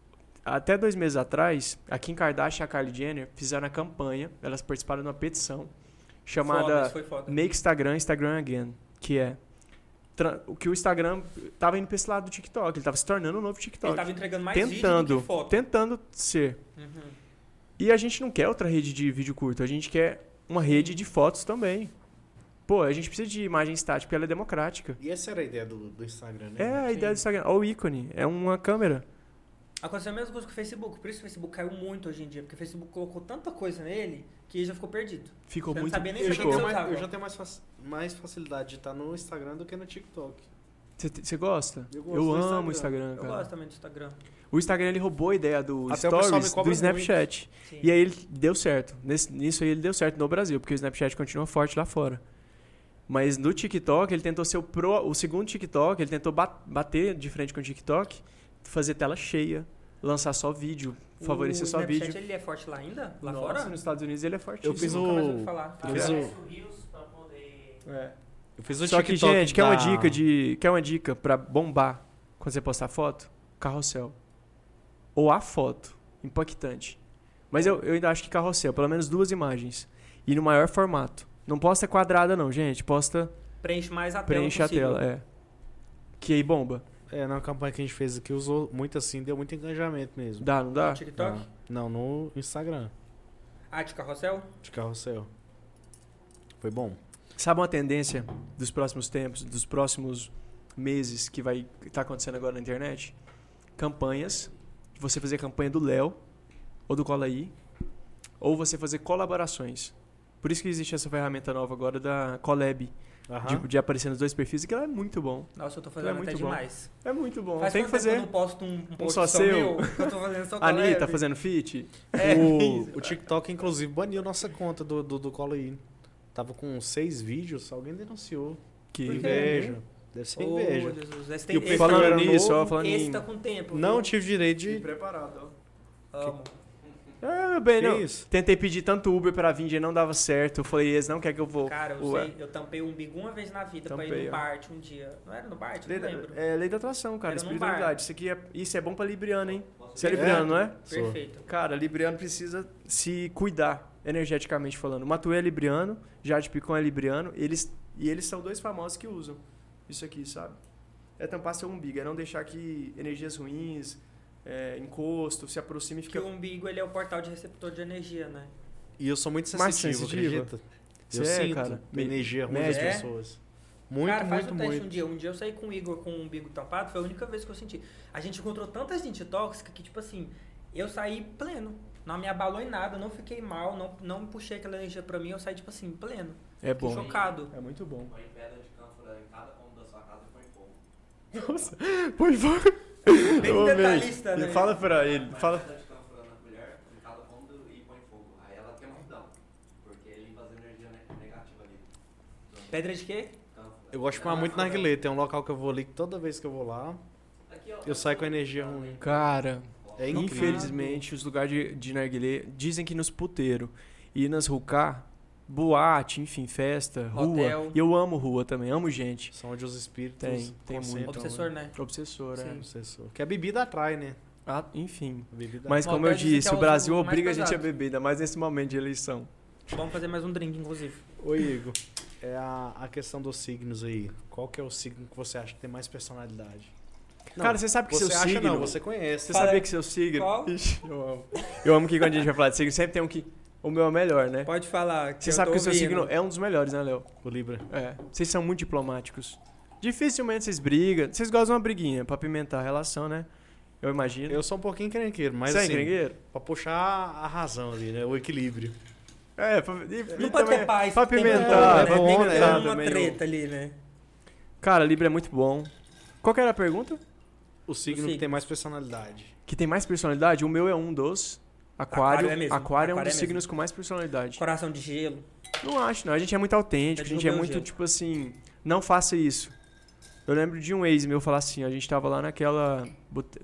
Speaker 4: até dois meses atrás, a Kim Kardashian e a Kylie Jenner fizeram a campanha, elas participaram de uma petição
Speaker 2: Foda,
Speaker 4: chamada
Speaker 2: isso foi foda.
Speaker 4: Make Instagram Instagram Again, que é tra- o que o Instagram tava indo pra esse lado do TikTok, ele tava se tornando um novo
Speaker 2: Ele tá
Speaker 4: TikTok
Speaker 2: tava entregando mais vídeo do
Speaker 4: tentando,
Speaker 2: que foto.
Speaker 4: tentando ser.
Speaker 2: Uhum.
Speaker 4: E a gente não quer outra rede de vídeo curto, a gente quer uma rede de fotos também. Pô, a gente precisa de imagem estática, porque ela é democrática.
Speaker 1: E essa era a ideia do, do Instagram, né?
Speaker 4: É a
Speaker 2: Sim.
Speaker 4: ideia do Instagram. Olha o ícone, é uma câmera.
Speaker 2: Aconteceu a mesma coisa com o Facebook, por isso o Facebook caiu muito hoje em dia, porque o Facebook colocou tanta coisa nele que ele já ficou perdido. Você tá
Speaker 4: Ficou
Speaker 2: não
Speaker 4: muito...
Speaker 2: sabia nem
Speaker 1: Eu já,
Speaker 2: Ficou.
Speaker 1: tenho mais,
Speaker 2: Ficou.
Speaker 1: eu já tenho mais, faci- mais facilidade de estar no Instagram do que no TikTok.
Speaker 4: Você você gosta?
Speaker 1: Eu gosto
Speaker 4: eu
Speaker 1: do
Speaker 4: amo
Speaker 1: Instagram.
Speaker 4: o Instagram,
Speaker 2: Eu
Speaker 4: cara.
Speaker 2: gosto também do Instagram.
Speaker 4: O Instagram, ele roubou a ideia do
Speaker 1: Até o pessoal me
Speaker 4: Stories do
Speaker 1: cobra
Speaker 4: Snapchat.
Speaker 2: Sim.
Speaker 4: E aí ele deu certo. Nesse- nisso aí ele deu certo no Brasil, porque o Snapchat continua forte lá fora. Mas no TikTok, ele tentou ser o, pro- o segundo TikTok, ele tentou ba- bater de frente com o TikTok, fazer tela cheia, lançar só vídeo, favorecer
Speaker 2: o
Speaker 4: só
Speaker 2: Snapchat,
Speaker 4: vídeo.
Speaker 2: ele é forte lá ainda? Lá
Speaker 4: Nossa,
Speaker 2: fora?
Speaker 4: nos Estados Unidos ele é fortíssimo.
Speaker 1: Eu fiz um
Speaker 2: Nunca mais
Speaker 1: o-
Speaker 2: ouvi falar.
Speaker 1: eu fiz o-
Speaker 4: É.
Speaker 1: Eu fiz o
Speaker 4: Só que,
Speaker 1: TikTok
Speaker 4: gente, quer uma
Speaker 1: da-
Speaker 4: dica de. Quer uma dica pra bombar quando você postar foto? Carrossel. Ou a foto. Impactante. Mas eu, eu ainda acho que carrossel, pelo menos duas imagens. E no maior formato. Não posta quadrada, não, gente. Posta.
Speaker 2: Preenche mais a tela
Speaker 4: Preenche a
Speaker 2: possível.
Speaker 4: tela, é. Que aí bomba.
Speaker 1: É, na campanha que a gente fez aqui, usou muito assim, deu muito engajamento mesmo.
Speaker 4: Dá, não
Speaker 2: No
Speaker 4: dá?
Speaker 2: TikTok?
Speaker 1: Não, no Instagram,
Speaker 4: Uhum.
Speaker 2: Ah, de carrossel?
Speaker 1: de carrossel. Foi bom.
Speaker 4: Sabe uma tendência dos próximos tempos, dos próximos meses que vai estar acontecendo agora na internet? Campanhas. de Você fazer campanha do Léo ou do Colaí. Ou você fazer colaborações. Por isso que existe essa ferramenta nova agora da Collab, de, de aparecer nos dois perfis, que ela é muito bom.
Speaker 2: Nossa, eu tô
Speaker 4: É
Speaker 2: fazendo até
Speaker 4: muito bom.
Speaker 2: demais.
Speaker 4: É muito bom.
Speaker 2: Faz
Speaker 4: Tem que
Speaker 2: quanto tempo
Speaker 4: fazer.
Speaker 2: Eu não posto um, um,
Speaker 4: só
Speaker 2: só
Speaker 4: seu?
Speaker 2: meu. Eu tô fazendo só
Speaker 4: Anitta um.
Speaker 2: collab.
Speaker 4: fazendo fit?
Speaker 2: É,
Speaker 1: o, o TikTok, inclusive, baniu nossa conta do, do, do colo aí. Tava com seis vídeos, alguém denunciou.
Speaker 4: Que
Speaker 2: Por quê?
Speaker 1: Inveja. Deve ser
Speaker 2: Ô,
Speaker 1: inveja.
Speaker 2: Jesus, esse
Speaker 1: E
Speaker 2: tem
Speaker 1: o
Speaker 2: esse,
Speaker 1: perfil
Speaker 4: Falando
Speaker 1: era
Speaker 4: nisso,
Speaker 1: novo,
Speaker 4: ó, falando
Speaker 2: esse
Speaker 4: em...
Speaker 2: tá com tempo.
Speaker 1: Não
Speaker 2: viu?
Speaker 1: tive direito de.
Speaker 4: Preparado,
Speaker 2: Amo.
Speaker 4: É, bem,
Speaker 1: Que
Speaker 4: não.
Speaker 1: isso?
Speaker 4: Tentei pedir tanto Uber pra Vindy, não dava certo. Eu falei, eles não querem que eu vou.
Speaker 2: Cara, eu
Speaker 4: Ué.
Speaker 2: sei, eu tampei o umbigo uma vez na vida pra
Speaker 4: Tampei,
Speaker 2: ir
Speaker 4: ó.
Speaker 2: no Bart um dia. Não era no Bart?
Speaker 4: Lei
Speaker 2: Não
Speaker 4: da,
Speaker 2: lembro.
Speaker 4: é lei da atração, cara.
Speaker 2: Era num bar.
Speaker 4: Espiritualidade. Isso aqui é, isso é bom pra Libriano, hein? Você é
Speaker 1: É.
Speaker 4: Libriano, não é?
Speaker 1: Sou.
Speaker 2: Perfeito.
Speaker 4: Cara, Libriano precisa se cuidar, energeticamente falando. Matuê é Libriano, Jade Picon é Libriano, eles, e eles são dois famosos que usam isso aqui, sabe? É tampar seu umbigo, é não deixar que energias ruins, é, encosto, se aproxime e
Speaker 2: Porque
Speaker 4: fica.
Speaker 2: o umbigo ele é o portal de receptor de energia, né?
Speaker 1: E eu sou muito sensitivo,
Speaker 4: Mais sensitivo?
Speaker 1: acredita?
Speaker 4: Você
Speaker 1: Eu
Speaker 4: é,
Speaker 1: sinto
Speaker 4: cara? né? Me-
Speaker 1: energia ruim das
Speaker 2: médio.
Speaker 1: pessoas. Muito,
Speaker 2: Cara, faz
Speaker 1: muito,
Speaker 2: o teste
Speaker 1: muito.
Speaker 2: um dia. Um dia eu saí com o Igor com o umbigo tampado, foi a única vez que eu senti. A gente encontrou tanta gente tóxica que, tipo assim, eu saí pleno. Não me abalou em nada, não fiquei mal, não, não puxei aquela energia pra mim, eu saí, tipo assim, pleno.
Speaker 4: É
Speaker 2: Fiquei
Speaker 4: bom.
Speaker 2: chocado.
Speaker 4: É muito bom.
Speaker 3: Põe pedra de cânfora em cada cômodo da sua casa e põe fogo.
Speaker 4: Pois vai.
Speaker 2: Bem
Speaker 4: Eu amei.
Speaker 2: detalhista, né?
Speaker 4: Fala pra ele,
Speaker 3: Põe
Speaker 4: fala.
Speaker 3: pedra de cânfora na colher em cada cômodo e põe fogo. Aí ela queima tudão. Porque ele limpa as energias ne- negativas ali.
Speaker 2: Pedra de quê?
Speaker 3: Cânfora.
Speaker 1: Eu gosto de fumar muito narguilé. Tem um local que eu vou ali que toda vez que eu vou lá,
Speaker 3: Aqui, ó.
Speaker 1: eu saio com energia ruim.
Speaker 4: Cara,
Speaker 1: É incrível.
Speaker 4: Infelizmente, os lugares de, de narguilé dizem que nos puteiro e nas rucá, boate, enfim, festa, rua.
Speaker 2: Hotel.
Speaker 4: E eu amo rua também, amo gente.
Speaker 1: São onde os espíritos
Speaker 4: Tem, tem
Speaker 1: concentram,
Speaker 4: muito.
Speaker 2: Obsessor, né?
Speaker 4: Obsessor,
Speaker 1: né?
Speaker 4: é.
Speaker 1: Obsessor. Que a bebida atrai, né?
Speaker 4: Ah, enfim.
Speaker 1: A bebida
Speaker 4: Mas
Speaker 2: Bom,
Speaker 4: como eu
Speaker 2: até dizem que
Speaker 4: disse,
Speaker 2: é
Speaker 4: o
Speaker 2: o
Speaker 4: Brasil
Speaker 2: jogo mais
Speaker 4: obriga a gente a
Speaker 2: pesado.
Speaker 4: beber, ainda mais nesse momento de eleição.
Speaker 2: Vamos fazer mais um drink, inclusive.
Speaker 1: Ô Igor, é a, a questão dos signos aí. Qual que é o signo que você acha que tem mais personalidade? Não,
Speaker 4: Cara, você sabe que é
Speaker 1: você
Speaker 4: seu
Speaker 1: acha
Speaker 4: signo...
Speaker 1: não, você conhece.
Speaker 4: Você
Speaker 2: Fala
Speaker 4: sabia
Speaker 2: aí.
Speaker 4: que seu signo...
Speaker 2: Qual?
Speaker 4: Ixi, eu amo. Eu amo que quando a gente vai falar de signo, sempre tem um que... O meu é o melhor, né?
Speaker 2: Pode falar.
Speaker 4: Você sabe que o seu signo é um dos melhores, né, Léo?
Speaker 1: O Libra.
Speaker 4: É, vocês são muito diplomáticos. Dificilmente vocês brigam. Vocês gostam de uma briguinha pra pimentar a relação, né? Eu imagino.
Speaker 1: Eu sou um pouquinho encrenqueiro, mas
Speaker 4: Você é
Speaker 1: assim,
Speaker 4: encrengueiro?
Speaker 1: pra puxar a razão ali, né? O equilíbrio.
Speaker 4: É, pra, e- e
Speaker 2: Não pode ter
Speaker 4: também-
Speaker 2: paz.
Speaker 4: Pra
Speaker 2: tem que
Speaker 4: pimentar,
Speaker 2: ter
Speaker 4: pra
Speaker 2: uma- tem que ter
Speaker 4: pimentar
Speaker 2: uma
Speaker 4: também.
Speaker 2: treta ali, né?
Speaker 4: Cara, Libra é muito bom. Qual que era a pergunta?
Speaker 1: O signo que
Speaker 2: signo.
Speaker 1: tem mais personalidade.
Speaker 4: Que tem mais personalidade? O meu é um dos. Aquário.
Speaker 2: Aquário é mesmo.
Speaker 4: Aquário
Speaker 2: Aquário
Speaker 4: é um dos
Speaker 2: é mesmo.
Speaker 4: signos com mais personalidade.
Speaker 2: Coração de gelo.
Speaker 4: Não acho, não. A gente é muito autêntico, a
Speaker 2: Eu
Speaker 4: gente é
Speaker 2: derrubei o
Speaker 4: muito,
Speaker 2: gelo.
Speaker 4: tipo assim, não faça isso. Eu lembro de um ex meu falar assim, a gente tava lá naquela. bote-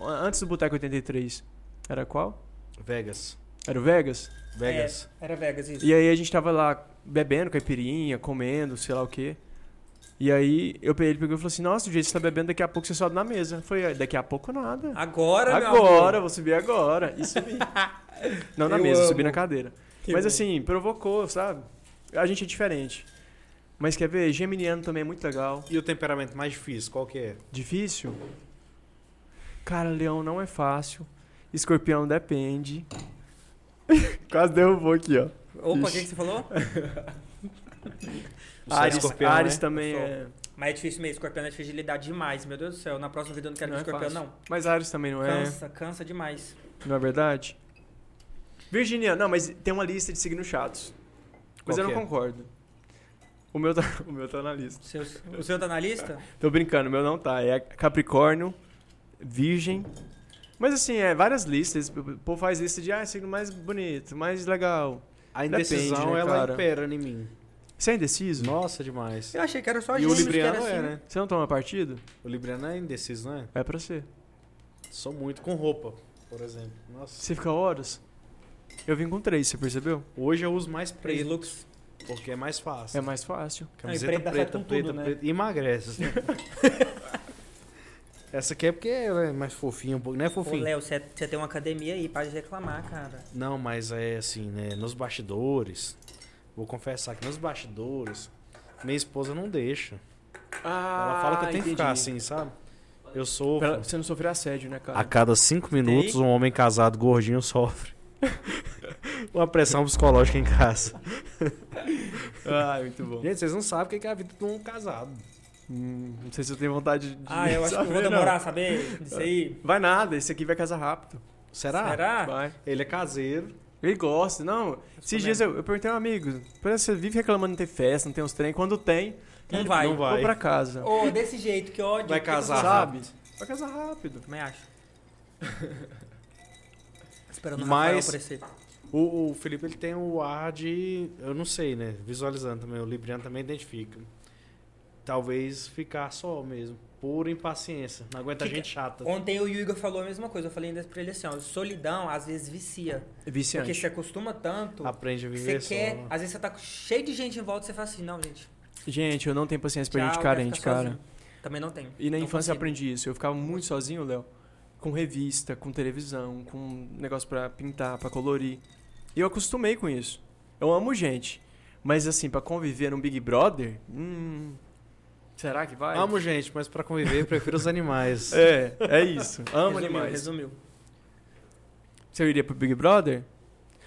Speaker 4: Antes do Boteco 83. Era qual?
Speaker 1: Vegas.
Speaker 4: Era o Vegas?
Speaker 1: Vegas.
Speaker 2: Era Vegas isso.
Speaker 4: E aí a gente tava lá bebendo caipirinha, comendo, sei lá o quê. E aí eu pe- ele pegou e falou assim, nossa, do jeito que você tá bebendo, daqui a pouco você sobe na mesa. Eu falei, "Ah, daqui a pouco nada.
Speaker 2: Agora, meu
Speaker 4: Agora,
Speaker 2: amor.
Speaker 4: vou subir agora. E subi. Não na
Speaker 2: Eu
Speaker 4: mesa,
Speaker 2: amo.
Speaker 4: subi na cadeira.
Speaker 2: Eu
Speaker 4: Mas
Speaker 2: amo.
Speaker 4: assim, provocou, sabe? A gente é diferente. Mas quer ver? Geminiano também é muito legal.
Speaker 1: E o temperamento mais difícil, qual que é?
Speaker 4: Difícil? Cara, leão não é fácil. Escorpião depende. Quase derrubou aqui, ó.
Speaker 2: Opa, o que, que você falou?
Speaker 1: O
Speaker 4: Ares,
Speaker 1: é escorpião,
Speaker 4: Ares
Speaker 2: tá-
Speaker 1: né?
Speaker 4: também
Speaker 2: Eu sou.
Speaker 4: é.
Speaker 2: Mas é difícil mesmo, escorpião é difícil de lidar demais, meu Deus do céu. Na próxima vida eu não quero
Speaker 4: Não
Speaker 2: ver
Speaker 4: é
Speaker 2: escorpião,
Speaker 4: fácil.
Speaker 2: não.
Speaker 4: Mas Ares também não é.
Speaker 2: Cansa, cansa demais.
Speaker 4: Não é verdade? Virginiano, não, mas tem uma lista de signos chatos. Mas
Speaker 1: Qual
Speaker 4: eu
Speaker 1: que
Speaker 4: não
Speaker 1: é?
Speaker 4: concordo. O meu, tá, o meu tá na lista.
Speaker 2: O seu, o seu tá na lista?
Speaker 4: Tô brincando, o meu não tá. É Capricórnio, Virgem. Mas assim, é várias listas. O povo faz lista de, ah, signo mais bonito, mais legal.
Speaker 1: A indecisão,
Speaker 4: Depende, né,
Speaker 1: ela
Speaker 4: cara?
Speaker 1: impera em mim.
Speaker 4: Você é indeciso?
Speaker 1: Nossa, demais.
Speaker 2: Eu achei que era só a
Speaker 1: E o
Speaker 2: gente que
Speaker 1: Libriano
Speaker 2: era
Speaker 1: é,
Speaker 2: assim.
Speaker 1: né?
Speaker 4: Você não toma partido?
Speaker 1: O Libriano é indeciso, não é?
Speaker 4: É pra você.
Speaker 1: Sou muito. Com roupa, por exemplo. Nossa.
Speaker 4: Você fica horas? Eu vim com três, você percebeu?
Speaker 1: Hoje eu uso mais
Speaker 2: Três
Speaker 1: preto,
Speaker 2: looks.
Speaker 1: porque é mais
Speaker 4: É
Speaker 1: fácil.
Speaker 4: mais fácil.
Speaker 1: Camiseta
Speaker 2: preto dá certo
Speaker 1: preta,
Speaker 2: com
Speaker 1: preta,
Speaker 2: tudo, né?
Speaker 1: preta. E emagrece. né? Essa aqui é porque ela é mais fofinha um pouco. Não é
Speaker 2: Ô,
Speaker 1: fofinha?
Speaker 2: Léo, você você tem uma academia aí, para de reclamar, cara.
Speaker 1: Não, mas é assim, né? Nos bastidores. Vou confessar que nos bastidores, minha esposa não deixa. Ah, Ela fala que eu tenho que ficar assim, sabe? Eu sofro.
Speaker 4: Pra você não sofrer assédio, né, cara?
Speaker 1: A cada cinco minutos, um homem casado gordinho sofre. Uma pressão psicológica em casa.
Speaker 4: Ah, muito bom.
Speaker 1: Gente, vocês não sabem o que é a vida de um casado.
Speaker 4: Hum, não sei se eu tenho vontade de.
Speaker 2: Ah, eu acho que eu vou
Speaker 4: saber, não.
Speaker 2: demorar, saber disso aí.
Speaker 4: Vai nada, esse aqui vai casar rápido.
Speaker 1: Será?
Speaker 2: Será?
Speaker 4: Vai.
Speaker 1: Ele é caseiro,
Speaker 4: Ele gosta, não. Esses dias eu, eu perguntei a um amigo, parece que você vive reclamando de ter festa, não tem uns trem. Quando tem,
Speaker 2: Não
Speaker 4: ele-
Speaker 2: vai.
Speaker 1: Não vai.
Speaker 4: vou pra casa.
Speaker 2: Ô, desse jeito, que ódio.
Speaker 1: Vai
Speaker 2: Por que
Speaker 1: casar
Speaker 2: que eu-
Speaker 1: rápido.
Speaker 4: Sabe? Pra casa rápido.
Speaker 2: Também acho. Esperando o
Speaker 1: Mas-
Speaker 2: Rafael aparecer.
Speaker 1: O, o Felipe ele tem o ar de. Eu não sei, né? Visualizando também, o Libriano também identifica. Talvez ficar só mesmo, por impaciência. Não aguenta
Speaker 2: Fica-
Speaker 1: gente chata.
Speaker 2: Ontem o Igor falou a mesma coisa. Eu falei ainda pra ele assim, ó. Solidão, às vezes, vicia. Porque
Speaker 4: Viciante. Ah,
Speaker 2: você acostuma tanto...
Speaker 1: Aprende a
Speaker 2: Você
Speaker 1: viver só.
Speaker 2: quer... Às vezes você tá cheio de gente em volta e você fala assim, não, gente.
Speaker 4: Gente, eu não tenho paciência pra
Speaker 2: tchau,
Speaker 4: Tipo, gente
Speaker 2: quero
Speaker 4: carente,
Speaker 2: ficar
Speaker 4: cara.
Speaker 2: sozinho. Também não tenho.
Speaker 4: E na
Speaker 2: Não
Speaker 4: infância eu
Speaker 2: consigo.
Speaker 4: aprendi isso. Eu ficava muito sozinho, Léo. Com revista, com televisão, com negócio pra pintar, pra colorir. E eu acostumei com isso. Eu amo gente. Mas assim, pra conviver num Big Brother, hum. Será que vai?
Speaker 1: Amo gente, mas pra conviver prefiro os animais.
Speaker 4: É, é isso. Amo
Speaker 2: Resumiu,
Speaker 4: animais.
Speaker 2: Resumiu.
Speaker 4: Você iria pro Big Brother?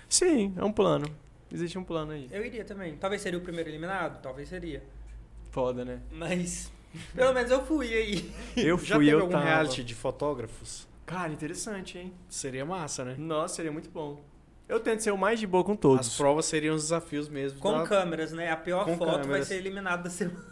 Speaker 4: Sim, é um plano. Existe um plano aí.
Speaker 2: Eu iria também. Talvez seria o primeiro eliminado, talvez seria.
Speaker 4: Foda, né?
Speaker 2: Mas... Pelo menos eu fui aí.
Speaker 4: Eu fui,
Speaker 1: Já teve
Speaker 4: eu
Speaker 1: algum
Speaker 4: tava.
Speaker 1: reality de fotógrafos?
Speaker 4: Cara, interessante, hein?
Speaker 1: Seria massa, né?
Speaker 4: Nossa, seria muito bom. Eu tento ser o mais de boa com todos.
Speaker 1: As provas seriam os desafios mesmo.
Speaker 2: Com
Speaker 1: da-
Speaker 2: câmeras, né? A pior
Speaker 1: Com
Speaker 2: foto vai
Speaker 1: câmeras.
Speaker 2: ser eliminada da semana.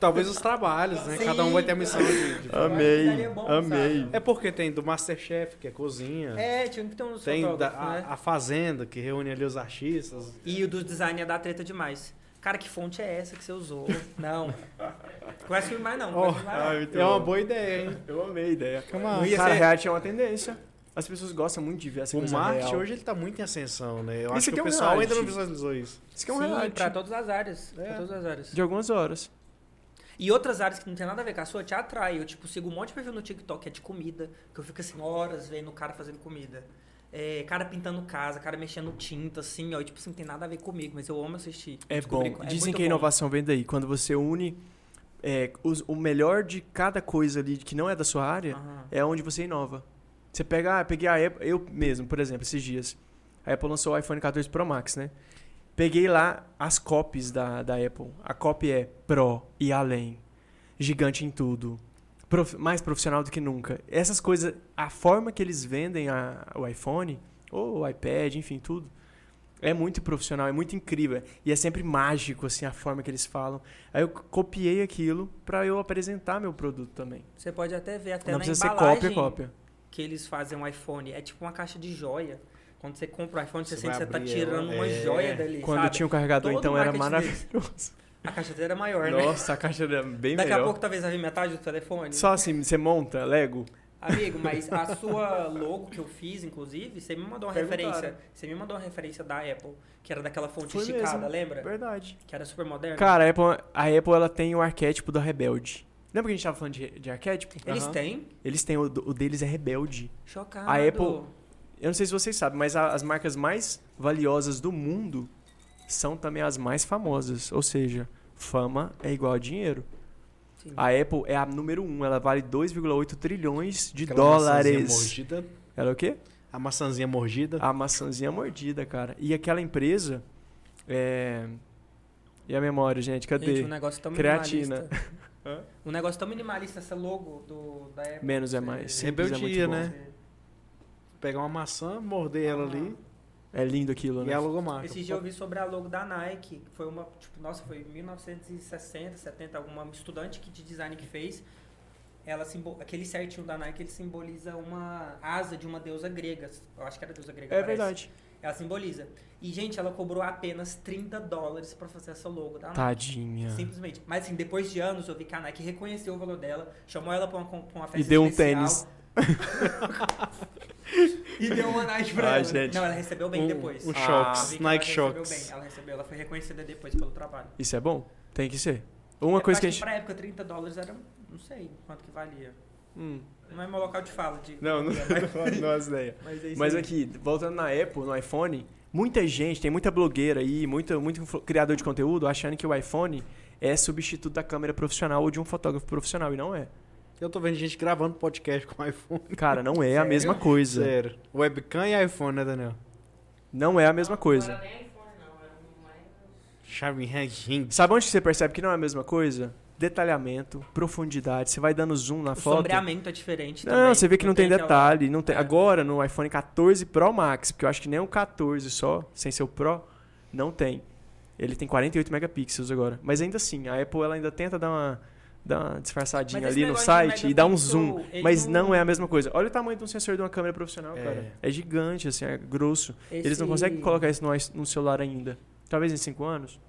Speaker 1: Talvez os trabalhos, né?
Speaker 2: é? Sim,
Speaker 1: Cada um vai ter a missão de. de-
Speaker 2: Eu
Speaker 4: Amei,
Speaker 2: acho que daria bom,
Speaker 4: amei.
Speaker 2: sabe?
Speaker 1: É porque tem do Masterchef, que é cozinha.
Speaker 2: É, tinha que ter uns
Speaker 1: Tem da-
Speaker 2: fotógrafos,
Speaker 1: a,
Speaker 2: né?
Speaker 1: a Fazenda, que reúne ali os artistas.
Speaker 2: E o dos design ia dar treta demais. Cara, que fonte é essa que você usou? Não. Oh. Não vai filmar mais não. não
Speaker 1: Ó,
Speaker 2: vai filmar, não.
Speaker 4: ai, Ah, muito
Speaker 1: é uma
Speaker 4: bom.
Speaker 1: boa ideia, hein?
Speaker 4: Eu amei a ideia.
Speaker 1: Calma.
Speaker 4: Não ia
Speaker 1: Cara,
Speaker 4: ser- reality é uma tendência. As pessoas gostam muito de ver essa
Speaker 1: O
Speaker 4: coisa
Speaker 1: marketing
Speaker 4: é real.
Speaker 1: hoje ele tá muito em ascensão, né? Eu
Speaker 4: Isso
Speaker 1: acho
Speaker 4: aqui
Speaker 1: que
Speaker 4: é
Speaker 1: o
Speaker 4: um
Speaker 1: pessoal ainda não
Speaker 4: reality.
Speaker 1: visualizou isso.
Speaker 4: Isso que é um
Speaker 2: Sim,
Speaker 4: reality.
Speaker 2: pra todas as áreas.
Speaker 1: É.
Speaker 2: Pra todas as áreas.
Speaker 4: De algumas horas.
Speaker 2: E outras áreas que não tem nada a ver com a sua te atrai. Eu, tipo, sigo um monte de perfil no TikTok que é de comida, que eu fico assim, horas vendo o cara fazendo comida. É, cara pintando casa, cara mexendo tinta, assim, ó. E, tipo, assim, não tem nada a ver comigo, mas eu amo assistir.
Speaker 4: É
Speaker 2: Descobri
Speaker 4: bom.
Speaker 2: co- é
Speaker 4: Dizem
Speaker 2: muito
Speaker 4: que a
Speaker 2: bom.
Speaker 4: inovação vem daí. Quando você une é, os- o melhor de cada coisa ali que não é da sua área,
Speaker 2: Aham.
Speaker 4: é onde você inova. Você pega, ah, peguei a Apple, eu mesmo, por exemplo, esses dias. A Apple lançou o iPhone 14 Pro Max, né? Peguei lá as copies da, da Apple. A copy é Pro e além. Gigante em tudo. Prof- mais profissional do que nunca. Essas coisas, a forma que eles vendem a- o iPhone, ou o iPad, enfim, tudo, é muito profissional, é muito incrível. E é sempre mágico, assim, a forma que eles falam. Aí eu copiei aquilo pra eu apresentar meu produto também.
Speaker 2: Você pode até ver até
Speaker 4: Não
Speaker 2: na
Speaker 4: precisa ser
Speaker 2: embalagem
Speaker 4: cópia, cópia.
Speaker 2: que eles fazem um iPhone. É tipo uma caixa de joia. Quando você compra o iPhone, você,
Speaker 1: Você
Speaker 2: sente que
Speaker 1: vai
Speaker 2: você tá
Speaker 1: abrir
Speaker 2: tirando
Speaker 1: ela,
Speaker 2: uma
Speaker 1: é.
Speaker 2: joia dali,
Speaker 4: Quando
Speaker 2: sabe?
Speaker 4: tinha o carregador,
Speaker 2: Todo
Speaker 4: então
Speaker 2: o
Speaker 4: era
Speaker 2: marketing deles.
Speaker 4: maravilhoso.
Speaker 2: A caixa dele era maior, né?
Speaker 4: Nossa, a caixa era bem
Speaker 2: Daqui
Speaker 4: melhor.
Speaker 2: a pouco talvez vai vir metade do telefone.
Speaker 4: Só assim, você monta, Lego.
Speaker 2: Amigo, mas a sua logo que eu fiz, inclusive, você me mandou uma
Speaker 4: Perguntaram.
Speaker 2: referência. Você me mandou uma referência da Apple, que era daquela fonte
Speaker 4: Foi
Speaker 2: esticada,
Speaker 4: mesmo.
Speaker 2: lembra?
Speaker 4: Verdade.
Speaker 2: Que era super moderna.
Speaker 4: Cara, a Apple, a Apple ela tem o arquétipo da rebelde. Lembra que a gente tava falando de, de arquétipo?
Speaker 2: Eles
Speaker 4: Aham.
Speaker 2: têm?
Speaker 4: Eles têm, o, do- o deles é rebelde.
Speaker 2: Chocado.
Speaker 4: A Apple- Eu não sei se vocês sabem, mas a- as marcas mais valiosas do mundo são também as mais famosas. Ou seja, fama é igual a dinheiro.
Speaker 2: Sim.
Speaker 4: A Apple é a número um, ela vale 2,8 trilhões de
Speaker 1: Aquela maçãzinha
Speaker 4: dólares. Ah.
Speaker 1: Mordida,
Speaker 4: Ela é o quê?
Speaker 1: a maçãzinha mordida.
Speaker 4: A maçãzinha mordida, cara. E aquela empresa. É... E a memória, gente? Cadê?
Speaker 2: Gente, um negócio tão
Speaker 4: Creatina.
Speaker 2: minimalista. um negócio tão minimalista, essa logo do, da Apple.
Speaker 4: Menos é mais.
Speaker 2: Você-
Speaker 4: Simples é
Speaker 1: Rebeldia,
Speaker 4: muito bom.
Speaker 1: né? Pegar uma maçã, morder ela ali
Speaker 4: É lindo aquilo,
Speaker 1: e
Speaker 4: né?
Speaker 1: a logomarca.
Speaker 2: Esses dias eu vi sobre a logo da Nike, que foi uma, tipo, nossa, foi 1960, 70, alguma estudante que de design que fez. Ela simbo- aquele certinho da Nike, ele simboliza uma asa de uma deusa grega. Eu acho que era deusa grega.
Speaker 4: É
Speaker 2: parece.
Speaker 4: verdade.
Speaker 2: Ela simboliza. E gente, ela cobrou apenas 30 dólares pra fazer essa logo da Nike.
Speaker 4: Tadinha.
Speaker 2: Simplesmente. Mas assim, depois de anos, eu vi que a Nike reconheceu o valor dela, chamou ela pra uma, com- pra uma festa
Speaker 4: E deu um
Speaker 2: especial,
Speaker 4: tênis.
Speaker 2: E deu uma Nike pra
Speaker 4: Ai,
Speaker 2: ela.
Speaker 4: Ah, gente.
Speaker 2: Não, ela recebeu bem
Speaker 1: Um-
Speaker 2: depois.
Speaker 1: um
Speaker 2: Eu
Speaker 1: shocks,
Speaker 2: vi que
Speaker 1: Nike
Speaker 2: ela recebeu
Speaker 1: shocks.
Speaker 2: bem, Ela recebeu, ela foi reconhecida depois pelo trabalho. É
Speaker 4: Isso é bom? Tem que ser. Uma coisa que a gente.
Speaker 2: Pra época, 30 dólares era. Não sei quanto que valia.
Speaker 4: Hum.
Speaker 2: Não é meu local de fala. De...
Speaker 4: Não, não, não, não é essa ideia.
Speaker 2: Mas é isso
Speaker 4: Mas
Speaker 2: aí.
Speaker 4: aqui, voltando na Apple, no iPhone, muita gente, tem muita blogueira aí, muito, muito influ- criador de conteúdo achando que o iPhone é substituto da câmera profissional ou de um fotógrafo profissional. E não é.
Speaker 1: Eu tô vendo gente gravando podcast com iPhone.
Speaker 4: Cara, não é a
Speaker 2: Sério?
Speaker 4: mesma coisa.
Speaker 1: Sério. Webcam e iPhone, né, Daniel?
Speaker 4: Não é a mesma coisa.
Speaker 1: Charme Hank. né,
Speaker 4: Sabe onde que você percebe que não é a mesma coisa? detalhamento, profundidade. Você vai dando zoom na
Speaker 2: O
Speaker 4: foto.
Speaker 2: sombreamento é diferente também.
Speaker 4: Não, você vê que não, tem,
Speaker 2: aquela-
Speaker 4: detalhe. Não tem,
Speaker 2: É.
Speaker 4: Agora, no iPhone 14 Pro Max, porque eu acho que nem o 14 só, sem ser o Pro, não tem. Ele tem 48 megapixels agora. Mas ainda assim, a Apple ela ainda tenta dar uma, dar uma disfarçadinha
Speaker 2: Mas esse
Speaker 4: ali no
Speaker 2: negócio de
Speaker 4: site e dar um zoom.
Speaker 2: megapixel, ele
Speaker 4: Mas
Speaker 2: não-
Speaker 4: não... é a mesma coisa. Olha o tamanho de um sensor de uma câmera profissional,
Speaker 1: É.
Speaker 4: cara. É gigante, assim, é grosso. Eles
Speaker 2: Esse-
Speaker 4: não conseguem colocar isso no, i- no celular ainda. Talvez em 5 anos.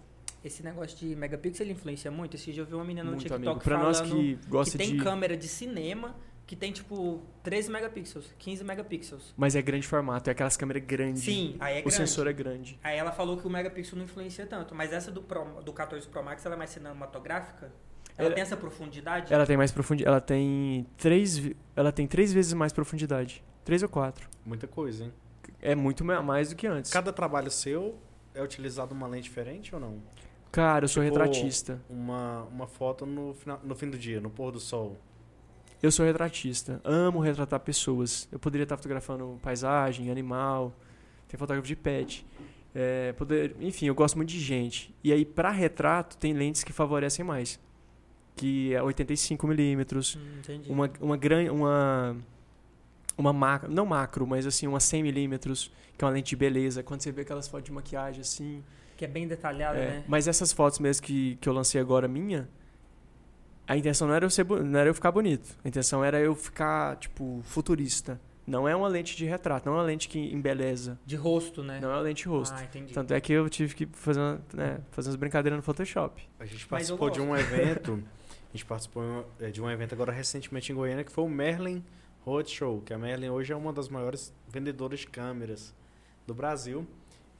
Speaker 2: Esse negócio de megapixel influencia muito. Esse dia eu vi uma menina no
Speaker 4: muito
Speaker 2: TikTok
Speaker 4: amigo. Pra
Speaker 2: falando
Speaker 4: nós que gosta
Speaker 2: que tem
Speaker 4: de.
Speaker 2: câmera de cinema que tem tipo 13 megapixels, 15 megapixels.
Speaker 4: Mas é grande formato, é aquelas câmeras grandes.
Speaker 2: Sim, aí é
Speaker 4: O
Speaker 2: grande.
Speaker 4: sensor é grande.
Speaker 2: Aí ela falou que o megapixel não influencia tanto, mas essa do, Pro- do 14 Pro Max ela é mais cinematográfica? Ela,
Speaker 4: Ela-
Speaker 2: tem essa profundidade?
Speaker 4: Ela tem mais profundidade. Ela tem três. vi- Ela tem três vezes mais profundidade. Três ou quatro.
Speaker 1: Muita coisa, hein?
Speaker 4: É muito ma- mais do que antes.
Speaker 1: Cada trabalho seu é utilizado uma lente diferente ou não?
Speaker 4: Cara, eu sou
Speaker 1: Tipo-
Speaker 4: retratista.
Speaker 1: Uma, uma foto no, final, no fim do dia, no pôr do sol.
Speaker 4: Eu sou retratista. Amo retratar pessoas. Eu poderia estar fotografando paisagem, animal. Tem fotógrafo de pet. É, poder... Enfim, eu gosto muito de gente. E aí, pra retrato, tem lentes que favorecem mais. Que é 85mm,
Speaker 2: Hum, entendi.
Speaker 4: uma, uma grande uma uma macro, não macro, mas assim uma 100 milímetros, que é uma lente de beleza. Quando você vê aquelas fotos de maquiagem assim,
Speaker 2: Que é bem detalhada,
Speaker 4: é.
Speaker 2: né?
Speaker 4: mas essas fotos mesmo que, que eu lancei agora minha, a intenção não era eu ser bo- não era eu ficar bonito. A intenção era eu ficar tipo futurista. Não é uma lente de retrato, não é uma lente que embeleza,
Speaker 2: De rosto, né?
Speaker 4: não é uma lente de rosto.
Speaker 2: Ah, entendi.
Speaker 4: Tanto é que eu tive que fazer, uma, né, fazer umas brincadeiras no Photoshop.
Speaker 1: A gente
Speaker 2: Mas eu
Speaker 1: participou de um evento. A gente participou eh, de um evento agora recentemente em Goiânia que foi o Merlin Roadshow, que a Merlin hoje é uma das maiores vendedoras de câmeras do Brasil.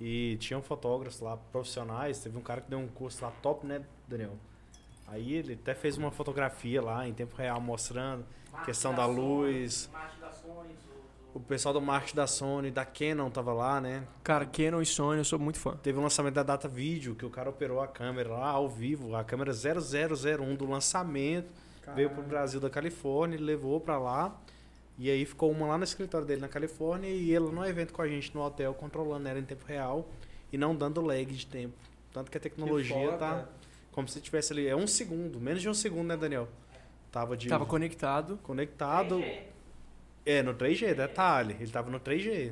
Speaker 1: E tinham fotógrafos lá profissionais. Teve um cara que deu um curso lá top, né, Daniel? Aí ele até fez uma fotografia lá em tempo real mostrando questão da luz. O pessoal do marketing da Sony, da Canon tava lá, né?
Speaker 4: Cara, Canon e Sony, eu sou muito fã.
Speaker 1: Teve o lançamento da Data Video, que o cara operou a câmera lá ao vivo, a câmera 0001 do lançamento,
Speaker 4: é
Speaker 1: veio pro Brasil da Califórnia, ele levou pra lá. E aí ficou uma lá no escritório dele na Califórnia e ele no evento com a gente no hotel, controlando ela em tempo real e não dando lag de tempo. Tanto que a tecnologia tá como se tivesse ali, é um segundo, menos de um segundo, né, Daniel? Tava de
Speaker 4: Tava conectado.
Speaker 1: conectado. É, no 3G, detalhe, ele tava no 3G.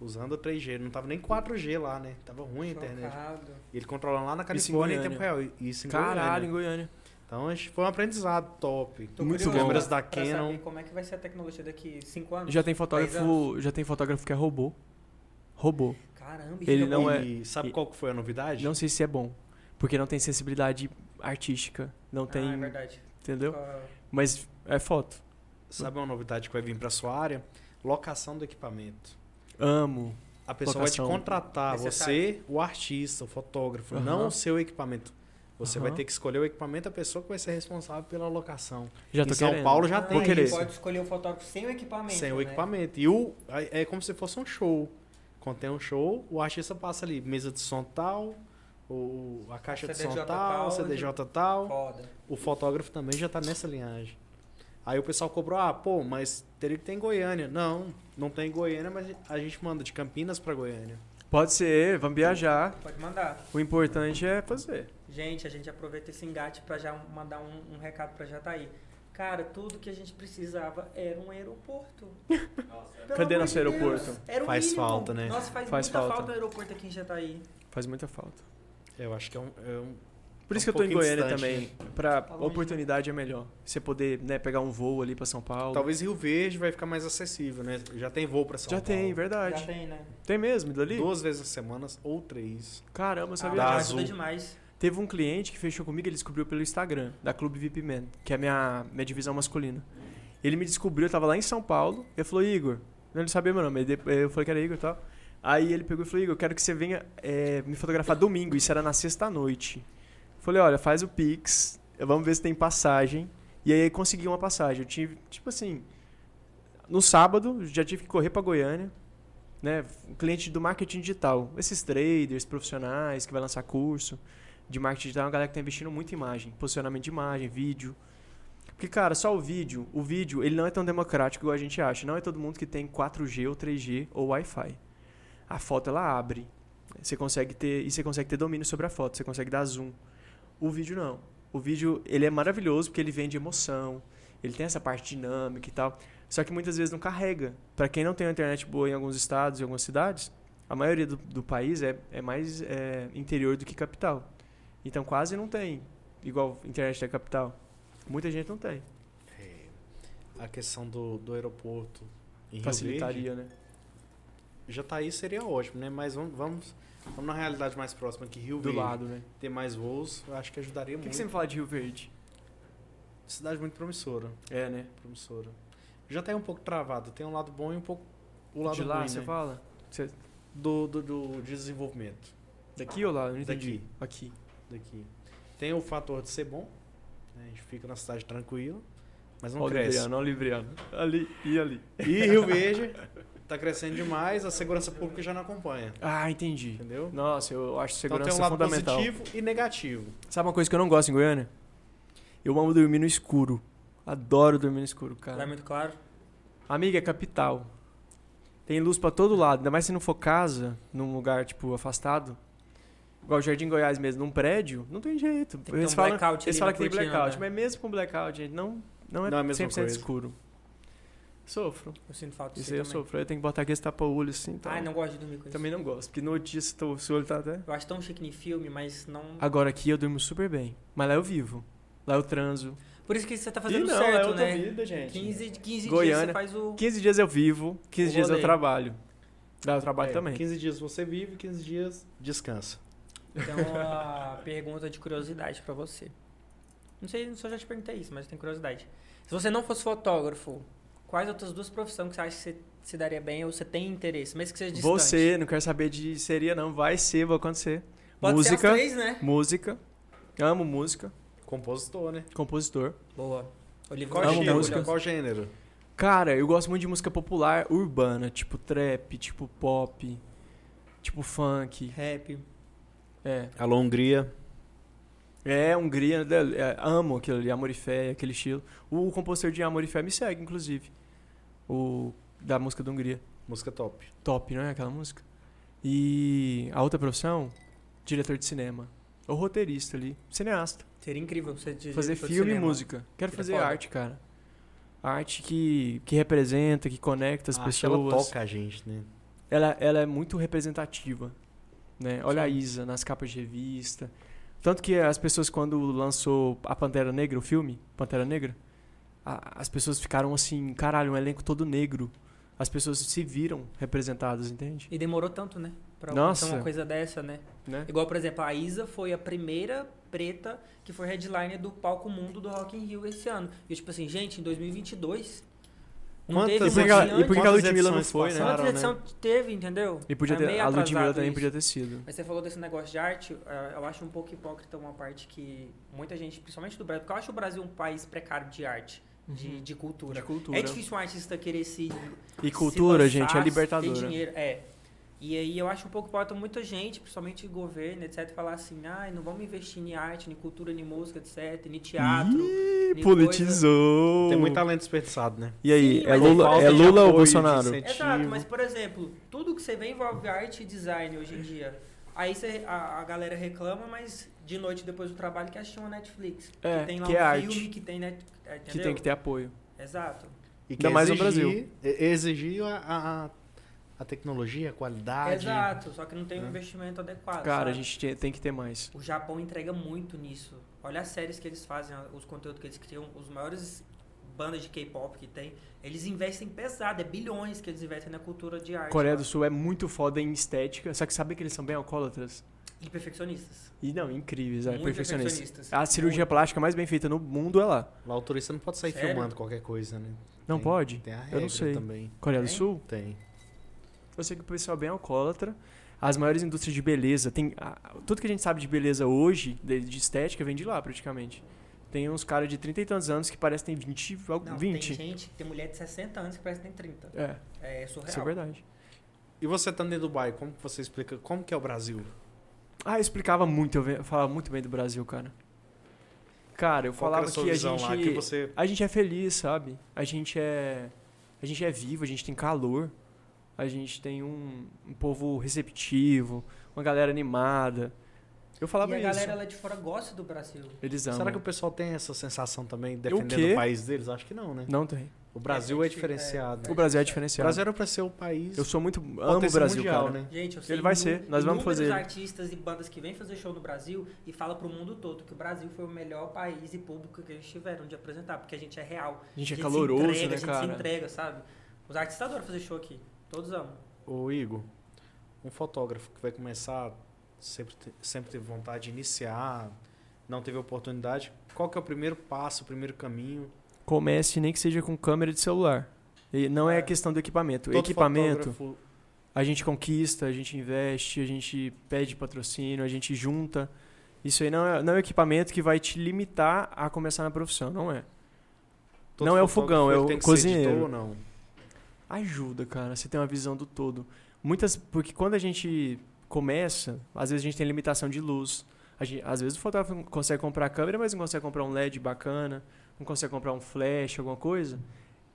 Speaker 1: Usando o 3G, não tava nem 4G lá, né? Tava ruim a internet.
Speaker 2: Chocado.
Speaker 1: E ele controlando lá na
Speaker 4: Isso em
Speaker 1: Califórnia em
Speaker 4: Goiânia.
Speaker 1: tempo real. E Isso em
Speaker 4: Caralho, em
Speaker 1: Goiânia.
Speaker 4: Goiânia.
Speaker 1: Então acho que foi um aprendizado top.
Speaker 2: Tô
Speaker 4: Muito
Speaker 2: curioso
Speaker 4: bom.
Speaker 1: Câmeras
Speaker 2: pra-
Speaker 1: da
Speaker 2: pra
Speaker 1: Canon.
Speaker 2: saber como é que vai ser a tecnologia daqui 5 anos?
Speaker 4: Já tem
Speaker 2: Dez
Speaker 4: fotógrafo, já tem fotógrafo que é robô. Robô.
Speaker 2: Caramba,
Speaker 4: Ele
Speaker 2: é
Speaker 4: não
Speaker 2: bom.
Speaker 4: é-
Speaker 1: E sabe
Speaker 4: e-
Speaker 1: qual que foi a novidade?
Speaker 4: Não sei se é bom, porque não tem sensibilidade artística, não tem,
Speaker 2: Ah, é verdade.
Speaker 4: entendeu?
Speaker 2: Ah,
Speaker 4: Mas é foto.
Speaker 1: Sabe uma novidade que vai vir para sua área? Locação do equipamento.
Speaker 4: Amo.
Speaker 1: A pessoa
Speaker 4: Locação.
Speaker 1: vai te contratar,
Speaker 2: Necessário.
Speaker 1: você, o artista, o fotógrafo,
Speaker 4: Aham.
Speaker 1: não o seu equipamento. Você vai
Speaker 4: Aham.
Speaker 1: ter que escolher o equipamento, a pessoa que vai ser responsável pela locação.
Speaker 4: Já
Speaker 1: em
Speaker 4: tô
Speaker 1: São
Speaker 4: querendo.
Speaker 1: Paulo já
Speaker 2: ah,
Speaker 1: tem
Speaker 4: Vou querer.
Speaker 2: ele
Speaker 1: isso.
Speaker 2: pode escolher o fotógrafo sem o equipamento.
Speaker 1: Sem o
Speaker 2: né?
Speaker 1: equipamento. E o, aí é como se fosse um show. Quando tem um show, o artista passa ali, mesa de som tal, o, a caixa de som
Speaker 2: CDJ
Speaker 1: tal,
Speaker 2: tal, é
Speaker 1: CDJ tal.
Speaker 2: Foda.
Speaker 1: O fotógrafo também já tá nessa linhagem. Aí o pessoal cobrou, ah, pô, mas teria que ter em Goiânia. Não, não tem em Goiânia, mas a gente manda de Campinas pra Goiânia.
Speaker 4: Pode ser, vamos viajar.
Speaker 2: Pode mandar.
Speaker 4: O importante é fazer.
Speaker 2: Gente, a gente aproveita esse engate pra já mandar um, um recado pra Jataí. Cara, tudo que a gente precisava era um aeroporto.
Speaker 3: é
Speaker 2: Pelo
Speaker 4: Cadê
Speaker 2: amor
Speaker 4: nosso
Speaker 2: de Deus,
Speaker 4: aeroporto?
Speaker 2: era o
Speaker 1: Faz
Speaker 2: mínimo.
Speaker 1: falta, né?
Speaker 2: Nossa, faz,
Speaker 4: Faz
Speaker 2: muita
Speaker 4: falta.
Speaker 2: falta. o aeroporto aqui em Jataí.
Speaker 4: Faz muita falta.
Speaker 1: Eu acho que é um. é um-
Speaker 4: Por
Speaker 1: É
Speaker 4: isso
Speaker 1: um
Speaker 4: que eu tô em
Speaker 1: pouquinho
Speaker 4: Goiânia
Speaker 1: distante, né?
Speaker 4: também. Pra
Speaker 2: Tá
Speaker 4: a
Speaker 2: longe,
Speaker 4: oportunidade é melhor. Você poder, né, pegar um voo ali pra São Paulo.
Speaker 1: Talvez Rio Verde vai ficar mais acessível, né? Já tem voo pra São
Speaker 4: Já
Speaker 1: Paulo.
Speaker 4: tem,
Speaker 2: Já
Speaker 4: verdade.
Speaker 2: tem, né?
Speaker 4: Tem mesmo dali?
Speaker 1: Duas vezes a semana ou três.
Speaker 4: Caramba, eu
Speaker 2: Ah,
Speaker 4: sabia
Speaker 1: Da
Speaker 2: ajuda
Speaker 4: disso.
Speaker 1: Azul.
Speaker 2: demais.
Speaker 4: Teve um cliente que fechou comigo, ele descobriu pelo Instagram, da Clube VIP Men, que é a minha, minha divisão masculina. Ele me descobriu, eu tava lá em São Paulo, ele falou, Igor, eu não sabia meu nome, ele de- eu falei que era Igor e tal. Aí ele pegou e falou, Igor, eu quero que você venha eh, me fotografar domingo, isso era na sexta-noite. Falei, olha, faz o Pix, vamos ver se tem passagem. E aí consegui uma passagem, eu tive, tipo assim, no sábado já tive que correr pra Goiânia, né, um cliente do marketing digital, esses traders, profissionais que vai lançar curso de marketing digital é uma galera que tá investindo muito em imagem, posicionamento de imagem, vídeo. Porque, cara, só o vídeo, o vídeo, ele não é tão democrático igual a gente acha. Não é todo mundo que tem 4G ou 3G ou Wi-Fi. A foto, ela abre. Você consegue ter, e você consegue ter domínio sobre a foto, você consegue dar zoom. O vídeo, não. O o vídeo ele é maravilhoso porque ele vem de emoção, ele tem essa parte dinâmica e tal. Só que muitas vezes não carrega. Pra quem não tem uma internet boa em alguns estados e algumas cidades, a maioria do, do país é, é mais é, interior do que capital. Então quase não tem igual internet da capital. Muita gente não tem.
Speaker 1: É, a questão do, do aeroporto em Rio Verde,
Speaker 4: Facilitaria, né?
Speaker 1: Jataí seria ótimo, né? Mas vamos, vamos, vamos na realidade mais próxima que Rio
Speaker 4: Do
Speaker 1: Verde
Speaker 4: lado, né?
Speaker 1: ter mais voos, eu acho que ajudaria
Speaker 4: O que,
Speaker 1: muito.
Speaker 4: que você me fala de Rio Verde?
Speaker 1: Cidade muito promissora,
Speaker 4: É, né?
Speaker 1: promissora. Jataí é um pouco travado, tem um lado bom e um pouco o lado
Speaker 4: de lá,
Speaker 1: ruim,
Speaker 4: você
Speaker 1: né?
Speaker 4: fala? Você-
Speaker 1: do, do, do desenvolvimento
Speaker 4: Daqui ou lá? Eu não entendi. Aqui.
Speaker 1: daqui. Tem o fator de ser bom, né? a gente fica na cidade tranquila, mas não
Speaker 4: Olha o
Speaker 1: cresce.
Speaker 4: Libriano, olha o Libriano. Ali e ali.
Speaker 1: E Rio Verde tá crescendo demais, a segurança pública já não acompanha,
Speaker 4: Ah, entendi.
Speaker 1: entendeu?
Speaker 4: Nossa, eu acho
Speaker 1: Então
Speaker 4: segurança
Speaker 1: tem um lado
Speaker 4: fundamental.
Speaker 1: positivo e negativo.
Speaker 4: Sabe uma coisa que eu não gosto em Goiânia? Eu amo dormir no escuro. Adoro dormir no escuro,
Speaker 2: Lá é
Speaker 4: cara.
Speaker 2: muito claro.
Speaker 4: Amiga, é capital. Tem luz pra todo lado, ainda mais se não for casa, num lugar, tipo, afastado. Igual o Jardim Goiás mesmo, num prédio, não tem jeito.
Speaker 2: ter
Speaker 4: eles
Speaker 2: um
Speaker 4: falam,
Speaker 2: blackout ali
Speaker 4: eles falam
Speaker 2: na
Speaker 4: que tem
Speaker 2: cortina,
Speaker 4: blackout,
Speaker 2: né?
Speaker 4: mas mesmo com blackout, gente, não, não é,
Speaker 1: Não é a mesma
Speaker 4: 100%
Speaker 1: coisa.
Speaker 4: escuro. Sofro.
Speaker 2: Eu sinto falta
Speaker 4: Isso
Speaker 2: disso
Speaker 4: aí eu
Speaker 2: também.
Speaker 4: sofro. Aí Eu tenho que botar aqui esse tapa-olho assim. Então.
Speaker 2: Ai, não gosto de dormir com isso.
Speaker 4: Também não gosto, porque no dia se o seu olho tá até.
Speaker 2: Eu acho tão chique em filme, mas não...
Speaker 4: Agora aqui eu durmo super bem. Mas lá eu vivo. Lá eu transo.
Speaker 2: Por isso que você tá fazendo
Speaker 4: Ih, não, é
Speaker 2: certo,
Speaker 4: outra
Speaker 2: né?
Speaker 4: vida, gente.
Speaker 2: 15, 15 dias
Speaker 4: Goiânia.
Speaker 2: você faz o...
Speaker 4: 15 dias eu vivo, 15
Speaker 2: O
Speaker 4: dias eu
Speaker 2: rolê.
Speaker 4: trabalho. Lá eu trabalho
Speaker 1: É,
Speaker 4: também.
Speaker 1: 15 dias você vive, 15 dias descansa.
Speaker 2: Então, uma pergunta de curiosidade pra você. Não sei se eu já te perguntei isso, mas eu tenho curiosidade. Se você não fosse fotógrafo, quais outras duas profissões que você acha que você se daria bem ou você tem interesse, mesmo que seja é distante?
Speaker 4: Você, não quero saber de seria, não. Vai ser, vai acontecer.
Speaker 2: Pode
Speaker 4: música.
Speaker 2: ser as três, né?
Speaker 4: Música. Amo música.
Speaker 1: Compositor, né?
Speaker 4: Compositor.
Speaker 2: Boa. Olivia,
Speaker 1: Qual
Speaker 4: Amo
Speaker 2: Rodrigo,
Speaker 1: gênero?
Speaker 4: música.
Speaker 1: Qual gênero?
Speaker 4: Cara, eu gosto muito de música popular urbana, tipo trap, tipo pop, tipo funk.
Speaker 2: Rap.
Speaker 4: É.
Speaker 1: Alô, Hungria.
Speaker 4: É, Hungria, né? É, amo aquilo ali, Amorifé, aquele estilo. O compositor de Amorifé me segue, inclusive. O da música da Hungria.
Speaker 1: Música top.
Speaker 4: Top, não é aquela música? E a outra profissão, diretor de cinema. Ou roteirista ali, cineasta.
Speaker 2: Seria incrível você de-
Speaker 4: fazer
Speaker 2: de
Speaker 4: filme e
Speaker 2: cinema.
Speaker 4: música. Quero
Speaker 2: Seria
Speaker 4: fazer
Speaker 2: é foda.
Speaker 4: arte, cara. Arte que, que representa, que conecta as
Speaker 1: Ah, acho que
Speaker 4: pessoas.
Speaker 1: Ela toca a gente, né?
Speaker 4: ela, ela é muito representativa. Né? Olha a
Speaker 2: Sim.
Speaker 4: Isa nas capas de revista. Tanto que as pessoas, quando lançou A Pantera Negra, o filme, Pantera Negra, a- as pessoas ficaram assim, caralho, um elenco todo negro. As pessoas se viram representadas, entende?
Speaker 2: E demorou tanto, né? Pra
Speaker 4: Nossa.
Speaker 2: acontecer uma coisa dessa, né?
Speaker 4: Né?
Speaker 2: Igual, por exemplo, a Isa foi a primeira preta que foi headliner do palco mundo do Rock in Rio esse ano. E eu, tipo assim, gente, em 2022... Não
Speaker 1: Quantas
Speaker 2: teve
Speaker 1: edições- né?
Speaker 2: uma
Speaker 4: E por que que a- e
Speaker 2: adiante.
Speaker 4: por que que a
Speaker 1: Quantas
Speaker 4: Ludmilla não
Speaker 1: edições
Speaker 4: foi, né?
Speaker 1: passaram,
Speaker 2: Quantas edição teve, entendeu?
Speaker 4: E podia
Speaker 2: É
Speaker 4: ter,
Speaker 2: meio
Speaker 4: a Ludmilla
Speaker 2: atrasado
Speaker 4: também
Speaker 2: isso.
Speaker 4: podia ter sido.
Speaker 2: Mas você falou desse negócio de arte, eh, eu acho um pouco hipócrita uma parte que muita gente, principalmente do Brasil, porque eu acho o Brasil um país precário de arte, de, de cultura.
Speaker 4: Uhum. De cultura.
Speaker 2: É difícil um artista querer se.
Speaker 4: E
Speaker 2: se
Speaker 4: cultura,
Speaker 2: lançar,
Speaker 4: gente, é
Speaker 2: se ter
Speaker 4: libertadora.
Speaker 2: dinheiro, é. E aí eu acho um pouco hipócrita muita gente, principalmente governo, etc., falar assim, ai, não vamos investir em arte, em cultura, em música, etc., em teatro.
Speaker 4: Ih,
Speaker 2: nem
Speaker 4: politizou.
Speaker 1: Tem muito talento desperdiçado, né?
Speaker 4: E aí,
Speaker 2: Sim,
Speaker 4: é
Speaker 2: mas
Speaker 4: Lula,
Speaker 2: falta
Speaker 4: é
Speaker 2: de
Speaker 4: Lula ou
Speaker 1: apoio, de
Speaker 4: Bolsonaro?
Speaker 1: incentivo.
Speaker 2: Exato, mas por exemplo, tudo que você vê envolve arte e design hoje em dia. Aí você- a, a galera reclama, mas de noite depois do trabalho que assiste uma Netflix.
Speaker 4: É,
Speaker 2: que tem lá
Speaker 4: que
Speaker 2: um
Speaker 4: é arte.
Speaker 2: filme que tem net, é,
Speaker 4: Que
Speaker 2: entendeu?
Speaker 4: tem que ter apoio.
Speaker 2: Exato.
Speaker 1: E
Speaker 4: Ainda
Speaker 1: quer
Speaker 4: mais no
Speaker 1: exigir- e- Exigir a, a, a- a tecnologia, a qualidade.
Speaker 2: Exato, só que não tem um
Speaker 1: É.
Speaker 2: investimento adequado.
Speaker 4: Ah, Cara, a
Speaker 2: sabe?
Speaker 4: gente te- tem que ter mais.
Speaker 2: O Japão entrega muito nisso. Olha as séries que eles fazem, os conteúdos que eles criam, os maiores bandas de K-pop que tem, eles investem pesado, é bilhões que eles investem na cultura de arte.
Speaker 4: Coreia
Speaker 2: lá.
Speaker 4: do Sul é muito foda em estética, só que sabe que eles são bem alcoólatras?
Speaker 2: E perfeccionistas.
Speaker 4: E não, incríveis, é
Speaker 2: Muito
Speaker 4: perfeccionista.
Speaker 2: perfeccionistas.
Speaker 4: A cirurgia plástica mais bem feita no mundo é lá.
Speaker 1: Lá o turista não pode sair
Speaker 2: Sério?
Speaker 1: filmando qualquer coisa, né?
Speaker 4: Não
Speaker 1: Tem-
Speaker 4: pode?
Speaker 1: Tem a regra
Speaker 4: Eu não sei.
Speaker 1: também.
Speaker 4: Coreia do
Speaker 2: Tem?
Speaker 4: Sul?
Speaker 1: Tem.
Speaker 4: Eu sei que o pessoal é bem alcoólatra. As maiores indústrias de beleza, tem a- tudo que a gente sabe de beleza hoje, de, de estética, vem de lá praticamente. Tem uns caras de 30 e tantos anos que parecem que tem 20. e algo-
Speaker 2: Não,
Speaker 4: 20.
Speaker 2: tem gente, tem mulher de 60 anos que parece que tem 30.
Speaker 4: É,
Speaker 2: É surreal.
Speaker 4: isso é verdade.
Speaker 1: E você estando em Dubai, como que você explica como que é o Brasil?
Speaker 4: Ah, eu explicava muito, eu ve- eu falava muito bem do Brasil, cara. Cara, eu
Speaker 1: Qual
Speaker 4: falava
Speaker 1: era a sua
Speaker 4: que a
Speaker 1: visão
Speaker 4: gente.
Speaker 1: lá que você
Speaker 4: A gente é feliz, sabe? A gente é. A gente é vivo, a gente tem calor, a gente tem um, um povo receptivo, uma galera animada. Eu falava
Speaker 2: e a
Speaker 4: isso.
Speaker 2: galera lá de fora gosta do Brasil.
Speaker 4: Eles amam.
Speaker 1: Será que o pessoal tem essa sensação também
Speaker 4: quê?
Speaker 1: defendendo o país deles? Acho que não, né?
Speaker 4: Não tem.
Speaker 1: O Brasil é
Speaker 2: É,
Speaker 1: diferenciado.
Speaker 4: O Brasil é
Speaker 1: O
Speaker 4: diferenciado.
Speaker 1: Brasil era pra ser o país.
Speaker 4: Eu sou muito. Amo o
Speaker 1: potência
Speaker 4: Brasil,
Speaker 1: mundial,
Speaker 4: cara.
Speaker 1: né?
Speaker 2: Gente, eu sei
Speaker 4: Ele vai
Speaker 2: inú-
Speaker 4: ser, nós vamos
Speaker 2: inúmeros
Speaker 4: fazer ele.
Speaker 2: artistas e bandas que vêm fazer show no Brasil e fala pro mundo todo que o Brasil foi o melhor país e público que eles tiveram de apresentar, porque a gente é real.
Speaker 4: A gente é
Speaker 2: se
Speaker 4: caloroso,
Speaker 2: entrega,
Speaker 4: né,
Speaker 2: a gente
Speaker 4: cara?
Speaker 2: se entrega, sabe? Os artistas adoram fazer show aqui. Todos amam.
Speaker 1: Ô, Igor, um fotógrafo que vai começar, sempre, te- sempre teve vontade de iniciar, não teve oportunidade, qual que é o primeiro passo, o primeiro caminho?
Speaker 4: Comece nem que seja com câmera de celular. E não é
Speaker 2: É.
Speaker 4: questão do equipamento.
Speaker 1: Todo
Speaker 4: equipamento,
Speaker 1: fotógrafo-
Speaker 4: a gente conquista, a gente investe, a gente pede patrocínio, a gente junta. Isso aí não é, não é o equipamento que vai te limitar a começar na profissão, não é.
Speaker 1: todo
Speaker 4: não é o
Speaker 1: fotógrafo,
Speaker 4: fogão, é
Speaker 1: ele
Speaker 4: o
Speaker 1: tem que Ser
Speaker 4: cozinheiro.
Speaker 1: editor, ou não.
Speaker 4: Ajuda, cara, você tem uma visão do todo. Muitas. Porque quando a gente começa, às vezes a gente tem limitação de luz. A gente- às vezes o fotógrafo consegue comprar a câmera, mas não consegue comprar um LED bacana, não consegue comprar um flash, alguma coisa.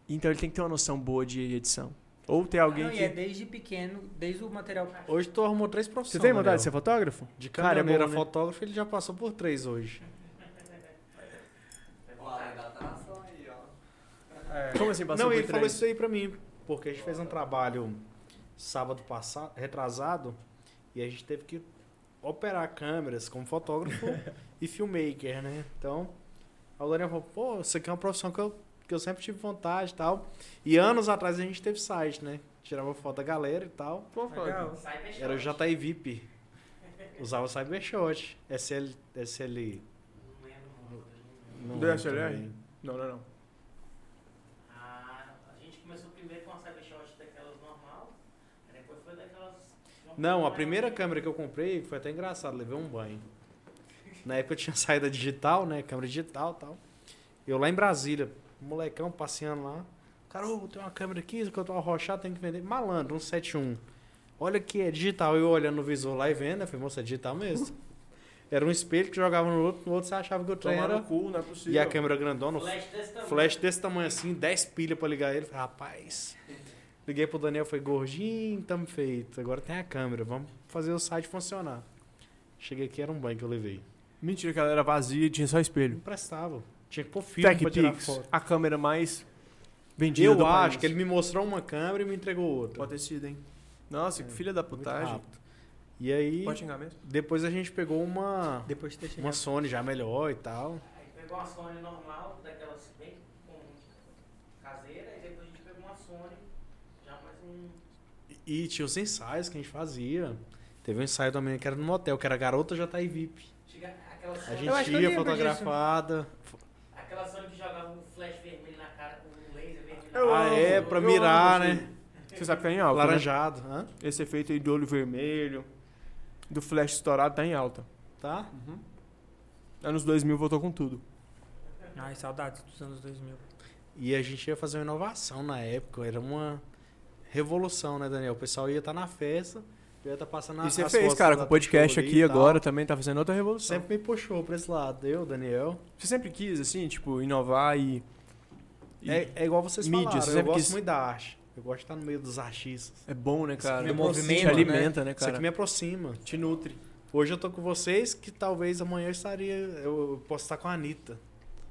Speaker 4: Então ele tem que ter uma noção boa de edição. Ou ter alguém
Speaker 2: Não,
Speaker 4: que.
Speaker 2: e é desde pequeno, desde o material.
Speaker 1: Hoje tu arrumou três
Speaker 4: Você
Speaker 1: profissões.
Speaker 4: tem vontade de ser
Speaker 1: Daniel.
Speaker 4: fotógrafo?
Speaker 1: De
Speaker 4: Cara, é bom,
Speaker 1: caminhoneiro a
Speaker 4: né?
Speaker 1: fotógrafo, ele já passou por três hoje.
Speaker 3: Ó, a lei da atração aí, ó.
Speaker 2: É,
Speaker 4: Como assim passou
Speaker 1: não,
Speaker 4: por
Speaker 1: ele falou
Speaker 4: três?
Speaker 1: isso aí pra mim, porque a gente fez um trabalho sábado passado, retrasado, e a gente teve que operar câmeras como fotógrafo e filmmaker, né? Então, a Daniel falou, pô, isso aqui é uma profissão que eu, que eu sempre tive vontade e tal. E anos atrás a gente teve site, né? Tirava foto da galera e tal.
Speaker 2: legal.
Speaker 1: Era o JI VIP. Usava Cybershot. SL. SL. Não
Speaker 4: Do
Speaker 1: lembro
Speaker 4: SLR?
Speaker 1: também.
Speaker 4: Não, não, não.
Speaker 5: Ah, a gente começou primeiro com a Cybershot daquelas normal, aí depois foi daquelas.
Speaker 1: Não, a primeira câmera que eu comprei foi até engraçado, levei um banho. Na época eu tinha saída digital, né? Câmera digital e tal. Eu lá em Brasília, molecão passeando lá. Cara, ô, tem uma câmera aqui, que eu tô arrochado, tem que vender. Malandro, 171. Olha que é digital. Eu olhando no visor lá e vendo, né? Falei, moça, é digital mesmo. Era um espelho que jogava no outro, no outro você achava que o trem era.
Speaker 4: cu, não é
Speaker 1: E
Speaker 4: possível.
Speaker 1: a câmera grandona, o
Speaker 5: Flash desse tamanho.
Speaker 1: Flash desse tamanho assim, 10 pilhas pra ligar ele. Falei, rapaz. Liguei pro Daniel, foi gordinho, tamo feito. Agora tem a câmera, vamos fazer o site funcionar. Cheguei aqui, era um banho que eu levei.
Speaker 4: Mentira que ela era vazia e tinha só
Speaker 1: Não
Speaker 4: espelho.
Speaker 1: prestava. Tinha que pôr filme pra tirar
Speaker 4: TechPix,
Speaker 1: foto.
Speaker 4: a câmera mais vendida
Speaker 1: Eu
Speaker 4: do
Speaker 1: acho
Speaker 4: país.
Speaker 1: que ele me mostrou uma câmera e me entregou outra.
Speaker 4: Pode ter sido, hein? Nossa, que
Speaker 1: É,
Speaker 4: filha da
Speaker 1: Muito
Speaker 4: putagem.
Speaker 1: rápido. E aí,
Speaker 4: Pode xingar mesmo?
Speaker 1: depois a gente pegou uma,
Speaker 2: Depois de ter chegado.
Speaker 1: uma Sony já melhor e tal.
Speaker 5: Aí pegou uma Sony normal, daquelas bem comum, caseira, e depois a gente pegou uma Sony, já mais um.
Speaker 1: E tinha os ensaios que a gente fazia. Teve um ensaio também que era no motel, que era Garota Tá JI VIP.
Speaker 5: Chega, aquela,
Speaker 1: A
Speaker 5: Sony,
Speaker 2: acho
Speaker 1: gente
Speaker 2: que eu
Speaker 1: ia
Speaker 2: lembro
Speaker 1: fotografada.
Speaker 5: aquela Sony que jogava um flash vermelho na cara com um laser vermelho.
Speaker 4: Eu
Speaker 1: ah,
Speaker 4: amo,
Speaker 1: é,
Speaker 4: eu
Speaker 1: pra
Speaker 4: amo
Speaker 1: mirar,
Speaker 4: esse-
Speaker 1: né?
Speaker 4: Você sabe que tá em alta. né?
Speaker 1: Laranjado. Hã?
Speaker 4: Esse efeito aí do olho vermelho, do flash estourado, tá em alta.
Speaker 1: Tá?
Speaker 4: Anos 2000 voltou com tudo.
Speaker 2: Ai, saudades dos anos 2000.
Speaker 1: E a gente ia fazer uma inovação na época. Era uma revolução, né, Daniel? O pessoal ia estar na festa, ia estar passando
Speaker 4: e
Speaker 1: as
Speaker 4: você
Speaker 1: as
Speaker 4: fez,
Speaker 1: fotos
Speaker 4: cara,
Speaker 1: da
Speaker 4: com o podcast
Speaker 1: Tcholi
Speaker 4: aqui
Speaker 1: e tal.
Speaker 4: agora também tá fazendo outra revolução.
Speaker 1: Sempre me puxou pra esse lado. Eu, Daniel.
Speaker 4: Você sempre quis, assim, tipo, inovar e. e- É,
Speaker 1: É, é igual vocês
Speaker 4: mídia,
Speaker 1: falaram.
Speaker 4: você
Speaker 1: eu
Speaker 4: sempre
Speaker 1: gosto
Speaker 4: quis-
Speaker 1: muito da arte. Eu gosto de estar no meio dos artistas.
Speaker 4: bom, né, cara?
Speaker 2: Meu
Speaker 4: Te
Speaker 2: movimento,
Speaker 4: alimenta, né,
Speaker 1: Isso
Speaker 4: cara?
Speaker 1: aqui me aproxima.
Speaker 4: Te nutre.
Speaker 1: Hoje eu tô com vocês, que talvez amanhã eu estaria. Eu posso estar com a Anitta.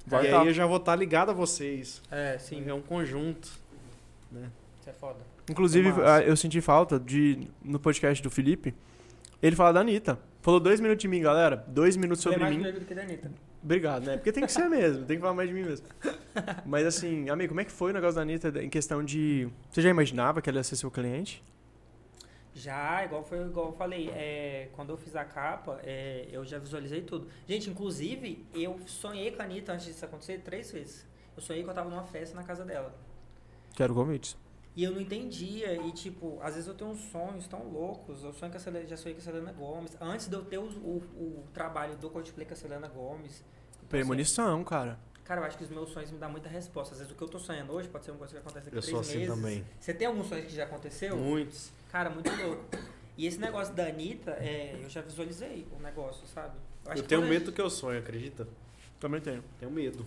Speaker 4: Vai
Speaker 1: e
Speaker 4: tá.
Speaker 1: aí eu já vou estar ligado a vocês.
Speaker 2: É,
Speaker 1: Sim.
Speaker 2: sim.
Speaker 1: É um conjunto.
Speaker 2: Isso é foda.
Speaker 4: Inclusive,
Speaker 1: É massa.
Speaker 4: ah, eu senti falta de. No podcast do Felipe, ele fala da Anitta. Falou dois minutos de mim, galera. Dois minutos sobre
Speaker 2: Ele é mais
Speaker 4: mim.
Speaker 2: negro do que da Anitta.
Speaker 4: Obrigado, né? Porque tem que ser mesmo, tem que falar mais de mim mesmo. Mas assim, amigo, como é que foi o negócio da Anitta em questão de. Você já imaginava que ela ia ser seu cliente?
Speaker 2: Já, igual, foi, igual eu falei, é, quando eu fiz a capa, é, eu já visualizei tudo. Gente, inclusive, eu sonhei com a Anitta antes disso acontecer três vezes. Eu sonhei que eu tava numa festa na casa dela.
Speaker 4: Quero convites.
Speaker 2: E eu não entendia, e tipo, às vezes eu tenho uns sonhos tão loucos. Eu sonho com a Selena, já sonhei com a Selena Gomes. Antes de eu ter o, o, o trabalho do Coldplay com a Selena Gomes. Então,
Speaker 4: Premonição, cara.
Speaker 2: assim, cara, eu acho que os meus sonhos me dão muita resposta. Às vezes o que eu tô sonhando hoje pode ser uma coisa que acontece daqui a
Speaker 1: Eu
Speaker 2: três
Speaker 1: sou assim
Speaker 2: meses.
Speaker 1: também.
Speaker 2: Você tem alguns sonhos que já aconteceu?
Speaker 1: Muitos.
Speaker 2: Cara, muito louco. E esse negócio da Anitta, é, eu já visualizei o negócio, sabe? acho
Speaker 1: Eu
Speaker 2: que
Speaker 1: tenho
Speaker 2: quando a
Speaker 1: medo do que eu sonho, acredita?
Speaker 4: Também tenho.
Speaker 1: Tenho medo.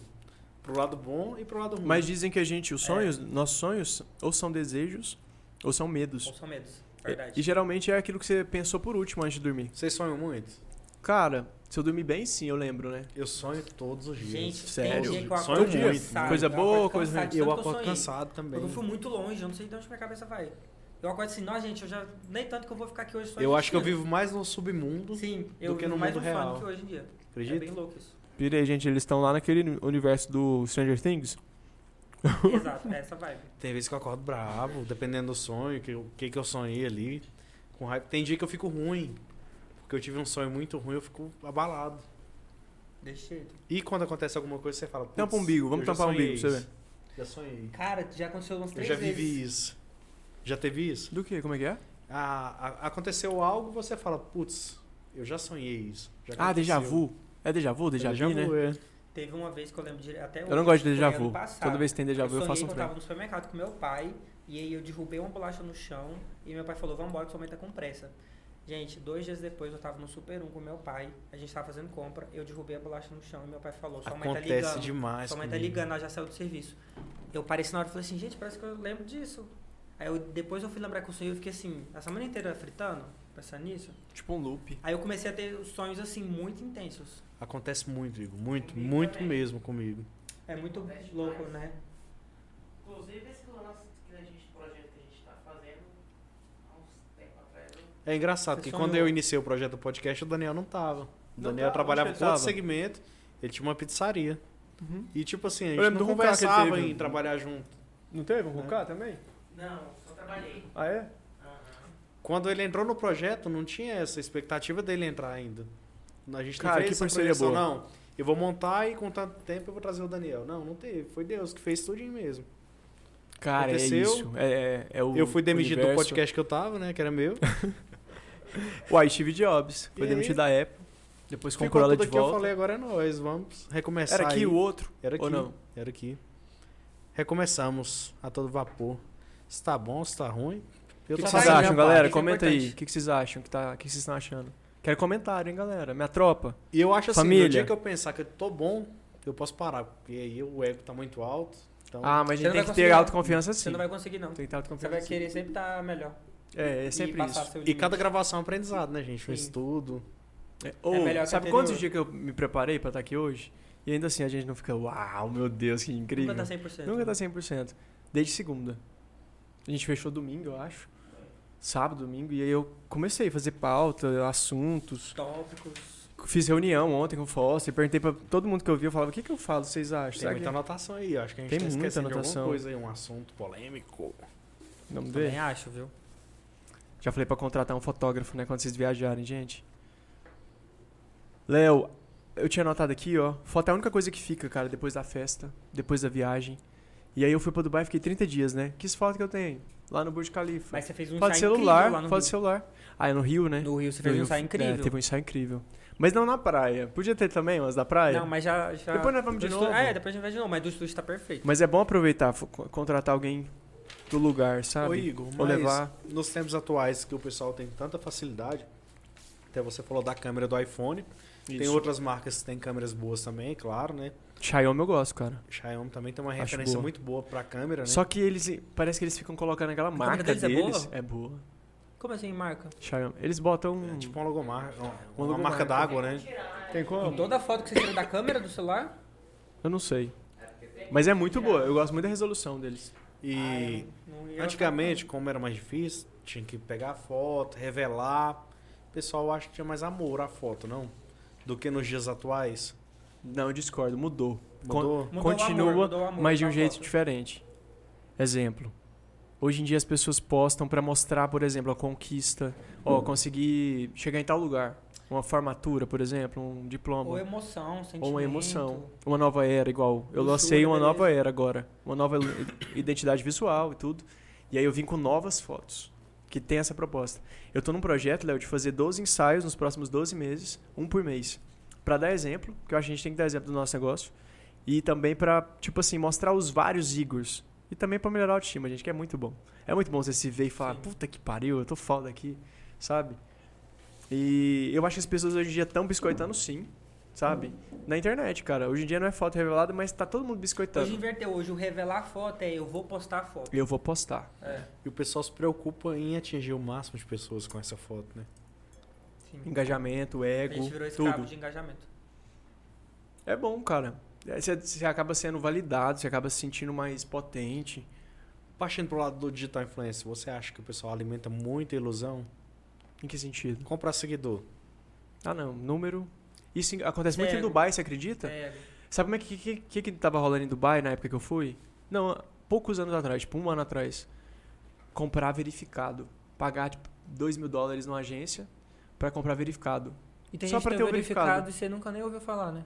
Speaker 1: Pro lado bom e pro lado ruim.
Speaker 4: Mas dizem que a gente, os sonhos, nossos sonhos, ou são desejos, ou são
Speaker 2: Gente... Ou
Speaker 4: medos.
Speaker 2: são medos,
Speaker 4: E, e
Speaker 2: verdade.
Speaker 4: geralmente é aquilo que você pensou por último antes de dormir.
Speaker 1: Vocês sonham muito?
Speaker 6: Cara, se eu dormir bem, sim, eu lembro, né?
Speaker 1: Eu sonho todos os dias.
Speaker 2: Gente,
Speaker 6: Sério?
Speaker 2: tem dia que eu
Speaker 1: Sonho
Speaker 2: acordo
Speaker 1: muito.
Speaker 2: cansado,
Speaker 6: Coisa
Speaker 2: eu acordo
Speaker 6: boa,
Speaker 2: cansado,
Speaker 6: coisa
Speaker 2: de
Speaker 6: ruim.
Speaker 2: tanto
Speaker 1: eu
Speaker 2: que
Speaker 1: acordo
Speaker 2: sonhei.
Speaker 1: cansado também.
Speaker 2: Eu fui muito longe, eu não sei de onde minha cabeça vai. Eu acordo assim, não, gente, eu já. Nem tanto que eu vou ficar aqui hoje só
Speaker 1: Eu acho que eu
Speaker 2: assistindo."
Speaker 1: vivo mais no submundo,
Speaker 2: Sim,
Speaker 1: do
Speaker 2: eu
Speaker 1: que
Speaker 2: vivo
Speaker 1: no
Speaker 2: mais
Speaker 1: mundo
Speaker 2: no fã
Speaker 1: real.
Speaker 2: do que hoje em dia. É
Speaker 1: acredita?
Speaker 2: bem louco isso.
Speaker 4: Pirei, gente, eles estão lá naquele universo do Stranger Things.
Speaker 2: Exato, é essa vibe.
Speaker 1: Tem vezes que eu acordo bravo, dependendo do sonho, que eu- o que, que eu sonhei ali. Com raiva. Tem dia que eu fico ruim. Porque eu tive um sonho muito ruim, eu fico abalado.
Speaker 2: Desse jeito.
Speaker 1: E quando acontece alguma coisa, você fala. "Putz,
Speaker 4: Tampa o umbigo,
Speaker 1: eu
Speaker 4: vamos
Speaker 1: já
Speaker 4: tampar o umbigo
Speaker 1: sonhei
Speaker 4: pra você
Speaker 1: isso. Já sonhei.
Speaker 2: Cara, já aconteceu umas
Speaker 1: Eu
Speaker 2: três
Speaker 1: já
Speaker 2: vezes.
Speaker 1: vivi isso. Já teve isso?
Speaker 4: Do que? Como é que é?
Speaker 1: Ah, a- aconteceu algo, você fala, putz, eu já sonhei isso. Já
Speaker 4: Ah, déjà
Speaker 1: aconteceu."
Speaker 4: vu. É déjà vu,
Speaker 1: É
Speaker 4: déjà,
Speaker 1: déjà
Speaker 4: vu, né?
Speaker 1: vu, é.
Speaker 2: Teve uma vez que eu lembro de até
Speaker 4: Eu
Speaker 2: hoje,
Speaker 4: não gosto de
Speaker 2: foi
Speaker 4: déjà
Speaker 2: ano
Speaker 4: vu.
Speaker 2: passado.
Speaker 4: Toda vez que tem déjà vu, é. eu
Speaker 2: sonhei
Speaker 4: faço um
Speaker 2: que eu
Speaker 4: trem.
Speaker 2: tava no supermercado com meu pai e aí eu derrubei uma bolacha no chão e meu pai falou, vamos embora que sua mãe tá com pressa. Gente, dois dias depois eu tava no Super 1 com meu pai, a gente tava fazendo compra, eu derrubei a bolacha no chão e meu pai falou, sua mãe tá
Speaker 1: Acontece
Speaker 2: ligando.
Speaker 1: demais.
Speaker 2: Sua mãe tá
Speaker 1: comigo.
Speaker 2: ligando, ela já saiu do serviço. Eu pareci na hora e falei assim, gente, parece que eu lembro disso. Aí eu, depois eu fui lembrar que eu sonhei e eu fiquei assim, a semana inteira fritando, pensando nisso.
Speaker 4: tá?
Speaker 6: Tipo um loop.
Speaker 2: Aí eu comecei a ter sonhos assim, muito intensos.
Speaker 1: Acontece muito, Igor. Muito, muito mesmo comigo.
Speaker 2: É muito louco, né?
Speaker 5: Inclusive esse lance que a gente, projeto que a gente tá fazendo há uns tempo atrás. eu-
Speaker 1: É engraçado,
Speaker 2: Você
Speaker 1: porque
Speaker 2: sonhou.
Speaker 1: quando eu iniciei o projeto do podcast, o Daniel não tava. O
Speaker 6: Não
Speaker 1: Daniel
Speaker 6: tava,
Speaker 1: trabalhava
Speaker 6: onde
Speaker 1: com
Speaker 6: ele
Speaker 1: outro
Speaker 6: tava?
Speaker 1: segmento, ele tinha uma pizzaria.
Speaker 6: Uhum.
Speaker 1: E tipo assim, a
Speaker 6: Eu
Speaker 1: gente
Speaker 6: lembro
Speaker 1: não
Speaker 6: do Rucá que ele
Speaker 1: conversava
Speaker 6: teve.
Speaker 1: em trabalhar junto.
Speaker 6: Não teve um
Speaker 1: É.
Speaker 6: Ruká também?
Speaker 5: Não, só trabalhei.
Speaker 6: Ah, é?
Speaker 5: Aham.
Speaker 1: Quando ele entrou no projeto, não tinha essa expectativa dele entrar ainda. A gente
Speaker 4: Cara,
Speaker 1: não
Speaker 4: que
Speaker 1: fez essa
Speaker 4: parceria
Speaker 1: projeção,
Speaker 4: boa.
Speaker 1: não. Eu vou montar e com tanto tempo eu vou trazer o Daniel. Não, não teve. Foi Deus que fez tudinho mesmo.
Speaker 4: Cara,
Speaker 1: Aconteceu.
Speaker 4: é isso. É, é- é o
Speaker 1: eu fui demitido do
Speaker 4: universo.
Speaker 1: podcast que eu tava, né? Que era meu.
Speaker 4: Uai, Steve Jobs. Foi
Speaker 1: E-
Speaker 4: demitido da Apple. Depois
Speaker 1: Ficou
Speaker 4: comprou ela
Speaker 1: tudo
Speaker 4: de
Speaker 1: aqui, eu
Speaker 4: volta.
Speaker 1: falei, agora é nós, vamos recomeçar
Speaker 4: Era aqui
Speaker 1: aí.
Speaker 4: o outro.
Speaker 1: Era aqui.
Speaker 4: Ou não?
Speaker 1: Era aqui. Recomeçamos a todo vapor. Se tá bom, se tá ruim.
Speaker 4: O
Speaker 1: Eu tô
Speaker 4: que
Speaker 2: tava
Speaker 4: vocês
Speaker 2: aí,
Speaker 1: fazendo
Speaker 4: acham,
Speaker 1: minha
Speaker 4: galera?
Speaker 1: parte.
Speaker 2: Isso é
Speaker 4: Comenta aí. O
Speaker 2: importante.
Speaker 4: que, que vocês acham? O que, tá, o que vocês estão achando? Quero comentário, hein, galera? Minha tropa.
Speaker 1: E eu acho assim,
Speaker 4: Família.
Speaker 1: no dia que eu pensar que eu tô bom, eu posso parar. Porque aí o ego tá muito alto. Então,
Speaker 4: Ah, mas
Speaker 2: Você
Speaker 4: a gente
Speaker 2: não
Speaker 4: tem
Speaker 2: vai
Speaker 4: que ter
Speaker 2: conseguir.
Speaker 4: autoconfiança
Speaker 2: Você
Speaker 4: sim.
Speaker 2: não vai conseguir, não.
Speaker 4: Tem que ter
Speaker 2: Você
Speaker 4: autoconfiança
Speaker 2: vai
Speaker 4: sim.
Speaker 2: querer sempre estar melhor.
Speaker 4: É, é
Speaker 2: e
Speaker 4: sempre
Speaker 2: passar
Speaker 4: isso.
Speaker 2: Seu
Speaker 1: e
Speaker 2: limite.
Speaker 1: cada gravação é um aprendizado, né, gente? Um
Speaker 2: Sim.
Speaker 1: estudo.
Speaker 4: É, ou,
Speaker 2: melhor que a
Speaker 4: sabe
Speaker 2: anterior.
Speaker 4: quantos dias que eu me preparei pra estar aqui hoje? E ainda assim a gente não fica, uau, meu Deus, que incrível.
Speaker 2: Nunca tá 100%.
Speaker 4: Nunca tá 100%. Desde segunda. A gente fechou domingo, eu acho. Sábado, domingo. E aí eu comecei a fazer pauta, assuntos.
Speaker 2: Tópicos.
Speaker 4: Fiz reunião ontem com o Foster. Perguntei pra todo mundo que eu vi. Eu falava, o que, que eu falo? Vocês acham?
Speaker 1: Tem
Speaker 4: Será
Speaker 1: muita
Speaker 4: que...
Speaker 1: anotação aí. Acho que a gente
Speaker 4: Tem
Speaker 1: tá
Speaker 4: muita
Speaker 1: esquecendo de
Speaker 4: anotação.
Speaker 1: alguma coisa aí. Um assunto polêmico.
Speaker 4: Vamos ver.
Speaker 2: Também acho, viu?
Speaker 4: Já falei pra contratar um fotógrafo, né? Quando vocês viajarem, gente. Léo, eu tinha anotado aqui, ó. Foto é a única coisa que fica, cara, depois da festa, depois da viagem. E aí eu fui pra Dubai, fiquei 30 dias, né? Que foto que eu tenho? Lá no Burj Khalifa.
Speaker 2: Mas você fez um
Speaker 4: Foto de
Speaker 2: ensaio
Speaker 4: celular,
Speaker 2: incrível lá no
Speaker 4: foto de
Speaker 2: Rio.
Speaker 4: celular. Ah, é no Rio, né?
Speaker 2: No Rio você fez um
Speaker 4: Rio,
Speaker 2: ensaio incrível.
Speaker 4: É, teve um ensaio incrível. Mas não na praia. Podia ter também umas da praia.
Speaker 2: Não, mas já... já...
Speaker 4: Depois nós vamos
Speaker 2: do
Speaker 4: de
Speaker 2: estúdio-
Speaker 4: novo.
Speaker 2: Ah, é, depois a gente vai de novo. Mas do estúdio tá perfeito.
Speaker 4: Mas é bom aproveitar, fo- co- contratar alguém do lugar, sabe?
Speaker 1: Ô, Igor,
Speaker 4: Ou
Speaker 1: mas
Speaker 4: levar.
Speaker 1: nos tempos atuais que o pessoal tem tanta facilidade, até você falou da câmera do iPhone, tem
Speaker 4: Isso.
Speaker 1: outras marcas que têm câmeras boas também, claro, né?
Speaker 4: Xiaomi eu é gosto, cara.
Speaker 1: Xiaomi também tem uma
Speaker 4: Acho
Speaker 1: referência
Speaker 4: boa.
Speaker 1: muito boa pra câmera, né?
Speaker 4: Só que eles parece que eles ficam colocando aquela
Speaker 2: câmera
Speaker 4: marca
Speaker 2: deles é
Speaker 4: deles.
Speaker 2: boa?
Speaker 4: É boa.
Speaker 2: Como assim, marca?
Speaker 4: Xiaomi. Eles botam um,
Speaker 1: É tipo uma logomarca, uma, uma
Speaker 4: logomarca.
Speaker 1: marca d'água, né?
Speaker 4: Tem
Speaker 2: Com toda a foto que você tirou da câmera do celular?
Speaker 4: Eu não sei. Mas é muito boa. Eu gosto muito da resolução deles. Ah,
Speaker 1: E
Speaker 2: Ah, Não
Speaker 4: é.
Speaker 2: ia-
Speaker 1: antigamente, como era mais difícil, tinha que pegar a foto, revelar. O pessoal acha que tinha mais amor à foto, não? Do que nos dias atuais.
Speaker 4: Não, eu discordo. Mudou. Con-
Speaker 1: Mudou?
Speaker 2: Mudou o
Speaker 4: Continua,
Speaker 2: amor, mudou o amor
Speaker 4: mas de um
Speaker 2: da
Speaker 4: jeito
Speaker 2: foto.
Speaker 4: diferente. Exemplo. Hoje em dia as pessoas postam pra mostrar, por exemplo, a conquista. Ó,
Speaker 2: Hum.
Speaker 4: consegui chegar em tal lugar. Uma formatura, por exemplo, um diploma.
Speaker 2: Ou emoção, sentimento.
Speaker 4: Ou uma emoção. Uma nova era, igual. Eu
Speaker 2: Luxúria,
Speaker 4: lancei uma
Speaker 2: beleza.
Speaker 4: nova era agora. Uma nova lu- identidade visual e tudo. E aí eu vim com novas fotos. Que tem essa proposta. Eu tô num projeto, Léo, de fazer 12 ensaios nos próximos 12 meses, um por mês. Pra dar exemplo, que eu acho que a gente tem que dar exemplo do nosso negócio. E também pra, tipo assim, mostrar os vários Igors. E também pra melhorar a autoestima, gente, que é muito bom. É muito bom você se ver e falar,
Speaker 2: Sim.
Speaker 4: puta que pariu, eu tô foda aqui, sabe? E eu acho que as pessoas hoje em dia estão biscoitando sim, sabe? Na internet, cara. Hoje em dia não é foto revelada, mas tá todo mundo biscoitando.
Speaker 2: Hoje inverteu. Hoje o revelar a foto é eu vou postar a foto.
Speaker 4: Eu vou postar.
Speaker 2: É.
Speaker 1: E o pessoal se preocupa em atingir o máximo de pessoas com essa foto, né?
Speaker 2: Sim.
Speaker 4: Engajamento,
Speaker 2: A gente
Speaker 4: ego,
Speaker 2: virou escravo
Speaker 4: tudo.
Speaker 2: de engajamento.
Speaker 4: É bom, cara. Aí Você, você acaba sendo validado, você acaba se sentindo mais potente.
Speaker 1: Partindo pro lado do digital influencer, você acha que o pessoal alimenta muita ilusão?
Speaker 4: Em que sentido?
Speaker 1: Comprar seguidor.
Speaker 4: Ah, não. Número. Isso em- acontece muito em
Speaker 2: Ego.
Speaker 4: Dubai, você acredita?
Speaker 2: É,
Speaker 4: Sabe como é que, que, que, que tava rolando em Dubai na época que eu fui? Não, há poucos anos atrás, tipo um ano atrás. Comprar verificado. Pagar, tipo, 2 mil dólares numa agência pra comprar verificado.
Speaker 7: E tem
Speaker 4: Só
Speaker 7: gente
Speaker 4: pra
Speaker 7: que
Speaker 4: ter
Speaker 7: tem
Speaker 4: o
Speaker 7: um verificado.
Speaker 4: verificado.
Speaker 7: e você nunca nem ouviu falar, né?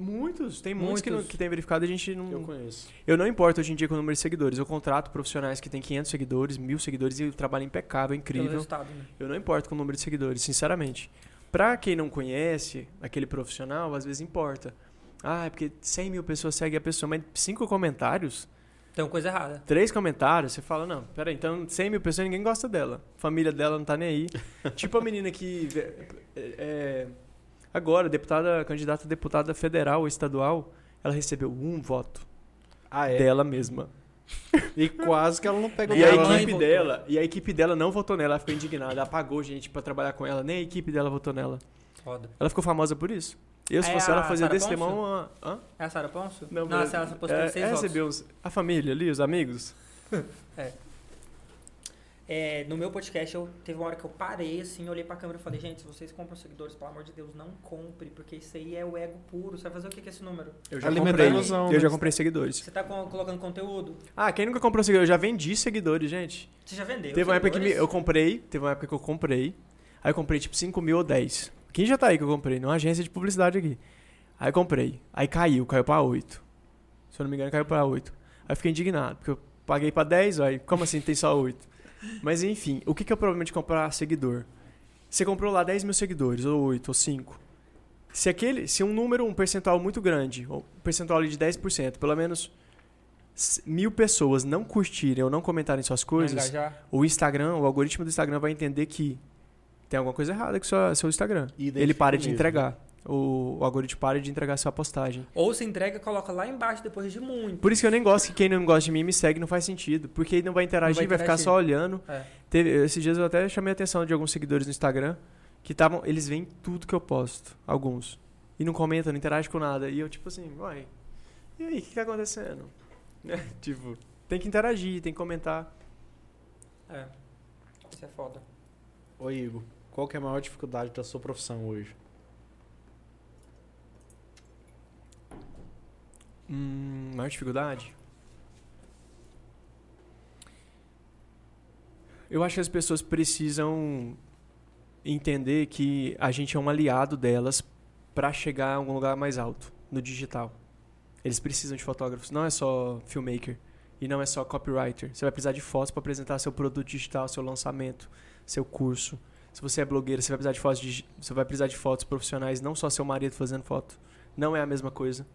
Speaker 4: Muitos, tem muitos, Que, não,
Speaker 7: Muitos.
Speaker 4: que tem verificado e a gente não.
Speaker 1: Eu conheço.
Speaker 4: Eu não importo hoje em dia com o número de seguidores. Eu contrato profissionais que têm 500 seguidores, 1000 seguidores e o trabalho é impecável,
Speaker 2: pelo
Speaker 4: é incrível.
Speaker 2: resultado, né?
Speaker 4: Eu não importo com o número de seguidores, sinceramente. Pra quem não conhece aquele profissional, às vezes importa. Ah, é porque 100 mil pessoas seguem a pessoa, mas cinco comentários,
Speaker 2: Tem uma coisa errada.
Speaker 4: três comentários, você fala, não, peraí, então 100 mil pessoas ninguém gosta dela. Família dela não tá nem aí. tipo a menina que... é, é, agora, deputada, candidata a deputada federal ou estadual, ela recebeu um voto
Speaker 1: Ah, é.
Speaker 4: dela mesma.
Speaker 1: E quase que ela não pega o
Speaker 4: E a
Speaker 1: dela, né?
Speaker 2: mãe
Speaker 4: equipe
Speaker 2: votou.
Speaker 4: dela, e a equipe dela não votou nela, ela ficou indignada, apagou gente pra trabalhar com ela, nem a equipe dela votou nela.
Speaker 2: Foda.
Speaker 4: Ela ficou famosa por isso. Eu, se
Speaker 2: É
Speaker 4: fosse ela,
Speaker 2: a
Speaker 4: fazia
Speaker 2: Sarah
Speaker 4: desse tema
Speaker 2: Paulson?
Speaker 4: uma. Hã?
Speaker 2: É a Sarah Ponço?
Speaker 4: mas-
Speaker 2: Nossa, ela postou
Speaker 4: é,
Speaker 2: seis
Speaker 4: é,
Speaker 2: votos.
Speaker 4: recebeu uns- a família ali, os amigos.
Speaker 2: É, no meu podcast, eu teve uma hora que eu parei, assim, olhei pra câmera e falei, gente, se vocês compram seguidores, pelo amor de Deus, não compre, porque isso aí é o ego puro. Você vai fazer o que com esse número?
Speaker 4: Eu
Speaker 1: já Alimentar
Speaker 2: comprei. a
Speaker 1: ilusão,
Speaker 4: eu
Speaker 1: né?
Speaker 4: já comprei seguidores.
Speaker 2: Você tá co- colocando conteúdo?
Speaker 4: Ah, quem nunca comprou seguidores? Eu já vendi seguidores, gente.
Speaker 2: Você já vendeu?
Speaker 4: teve uma época que me- eu
Speaker 2: seguidores?
Speaker 4: comprei, teve uma época que eu comprei. Aí eu comprei tipo 5 mil ou 10. Quem já tá aí que eu comprei? Numa agência de publicidade aqui. Aí eu comprei. Aí caiu, caiu pra 8. Se eu não me engano, caiu pra 8. Aí eu fiquei indignado, porque eu paguei pra 10, aí como assim tem só 8? Mas enfim, o que, que é o problema de comprar seguidor? Você comprou lá 10 mil seguidores, ou 8, ou 5. Se aquele, se um número, um percentual muito grande, ou um percentual ali de 10%, pelo menos s- mil pessoas não curtirem ou não comentarem suas
Speaker 2: Não
Speaker 4: coisas,
Speaker 2: engajar?
Speaker 4: o Instagram, o algoritmo do Instagram vai entender que tem alguma coisa errada com sua, seu Instagram.
Speaker 1: E
Speaker 4: Ele para de
Speaker 1: mesmo.
Speaker 2: né?
Speaker 4: entregar. O, o algoritmo para de entregar sua postagem.
Speaker 2: Ou se entrega e coloca lá embaixo depois de muito.
Speaker 4: Por isso que eu nem gosto que quem não gosta de mim me segue, não faz sentido. Porque ele não vai interagir, vai,
Speaker 2: Não vai
Speaker 4: ficar
Speaker 2: interagir.
Speaker 4: só olhando.
Speaker 2: É.
Speaker 4: Teve- esses dias eu até chamei a atenção de alguns seguidores no Instagram que estavam. Eles veem tudo que eu posto. Alguns. E não comentam, não interagem com nada. E eu, tipo assim, uai. E aí, o que tá acontecendo? Né? tipo, tem que interagir, tem que comentar.
Speaker 2: É. Isso é foda.
Speaker 1: Ô, Igor, qual que é a maior dificuldade da sua profissão hoje?
Speaker 4: Hum, maior dificuldade? Eu acho que as pessoas precisam entender que a gente é um aliado delas para chegar a algum lugar mais alto no digital. Eles precisam de fotógrafos, não é só filmmaker e não é só copywriter. Você vai precisar de fotos para apresentar seu produto digital, seu lançamento, seu curso. Se você é blogueira, você vai precisar de fotos, digi- você vai precisar de fotos profissionais, não só seu marido fazendo foto. Não é a mesma coisa.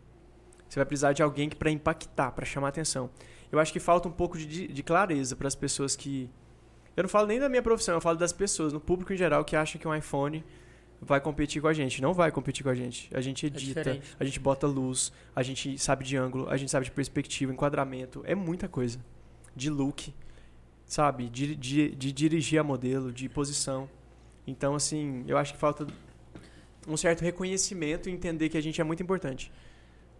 Speaker 4: Você vai precisar de alguém para impactar, para chamar atenção. Eu acho que falta um pouco de, de clareza para as pessoas que. Eu não falo nem da minha profissão, eu falo das pessoas, no público em geral, que acha que um iPhone vai competir com a gente. Não vai competir com a gente. A gente edita,
Speaker 2: diferente.
Speaker 4: a gente bota luz, a gente sabe de ângulo, a gente sabe de perspectiva, enquadramento. É muita coisa. De look, sabe? De, de, de dirigir a modelo, de posição. Então, assim, eu acho que falta um certo reconhecimento e entender que a gente é muito importante.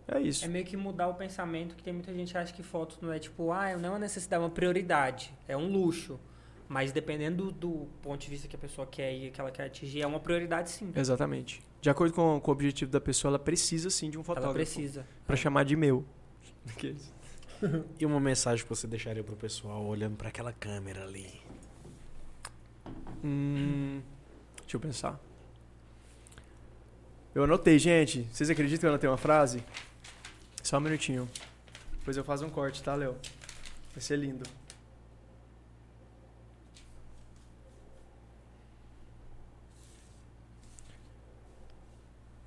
Speaker 4: É isso.
Speaker 2: É meio que mudar o pensamento, que tem muita gente que acha que foto não é tipo, ah, não é uma necessidade, é uma prioridade, é um luxo. Mas dependendo do, do ponto de vista que a pessoa quer e que ela quer atingir, é uma prioridade sim.
Speaker 4: Exatamente. De acordo com, com o objetivo da pessoa, ela precisa sim de um
Speaker 2: Ela
Speaker 4: fotógrafo
Speaker 2: precisa.
Speaker 4: para chamar de meu.
Speaker 1: E uma mensagem que você deixaria pro pessoal olhando pra aquela câmera ali?
Speaker 4: Hum, deixa eu pensar. Eu anotei, gente. Vocês acreditam que eu anotei uma frase? Só um minutinho. Depois eu faço um corte, tá, Léo? Vai ser lindo.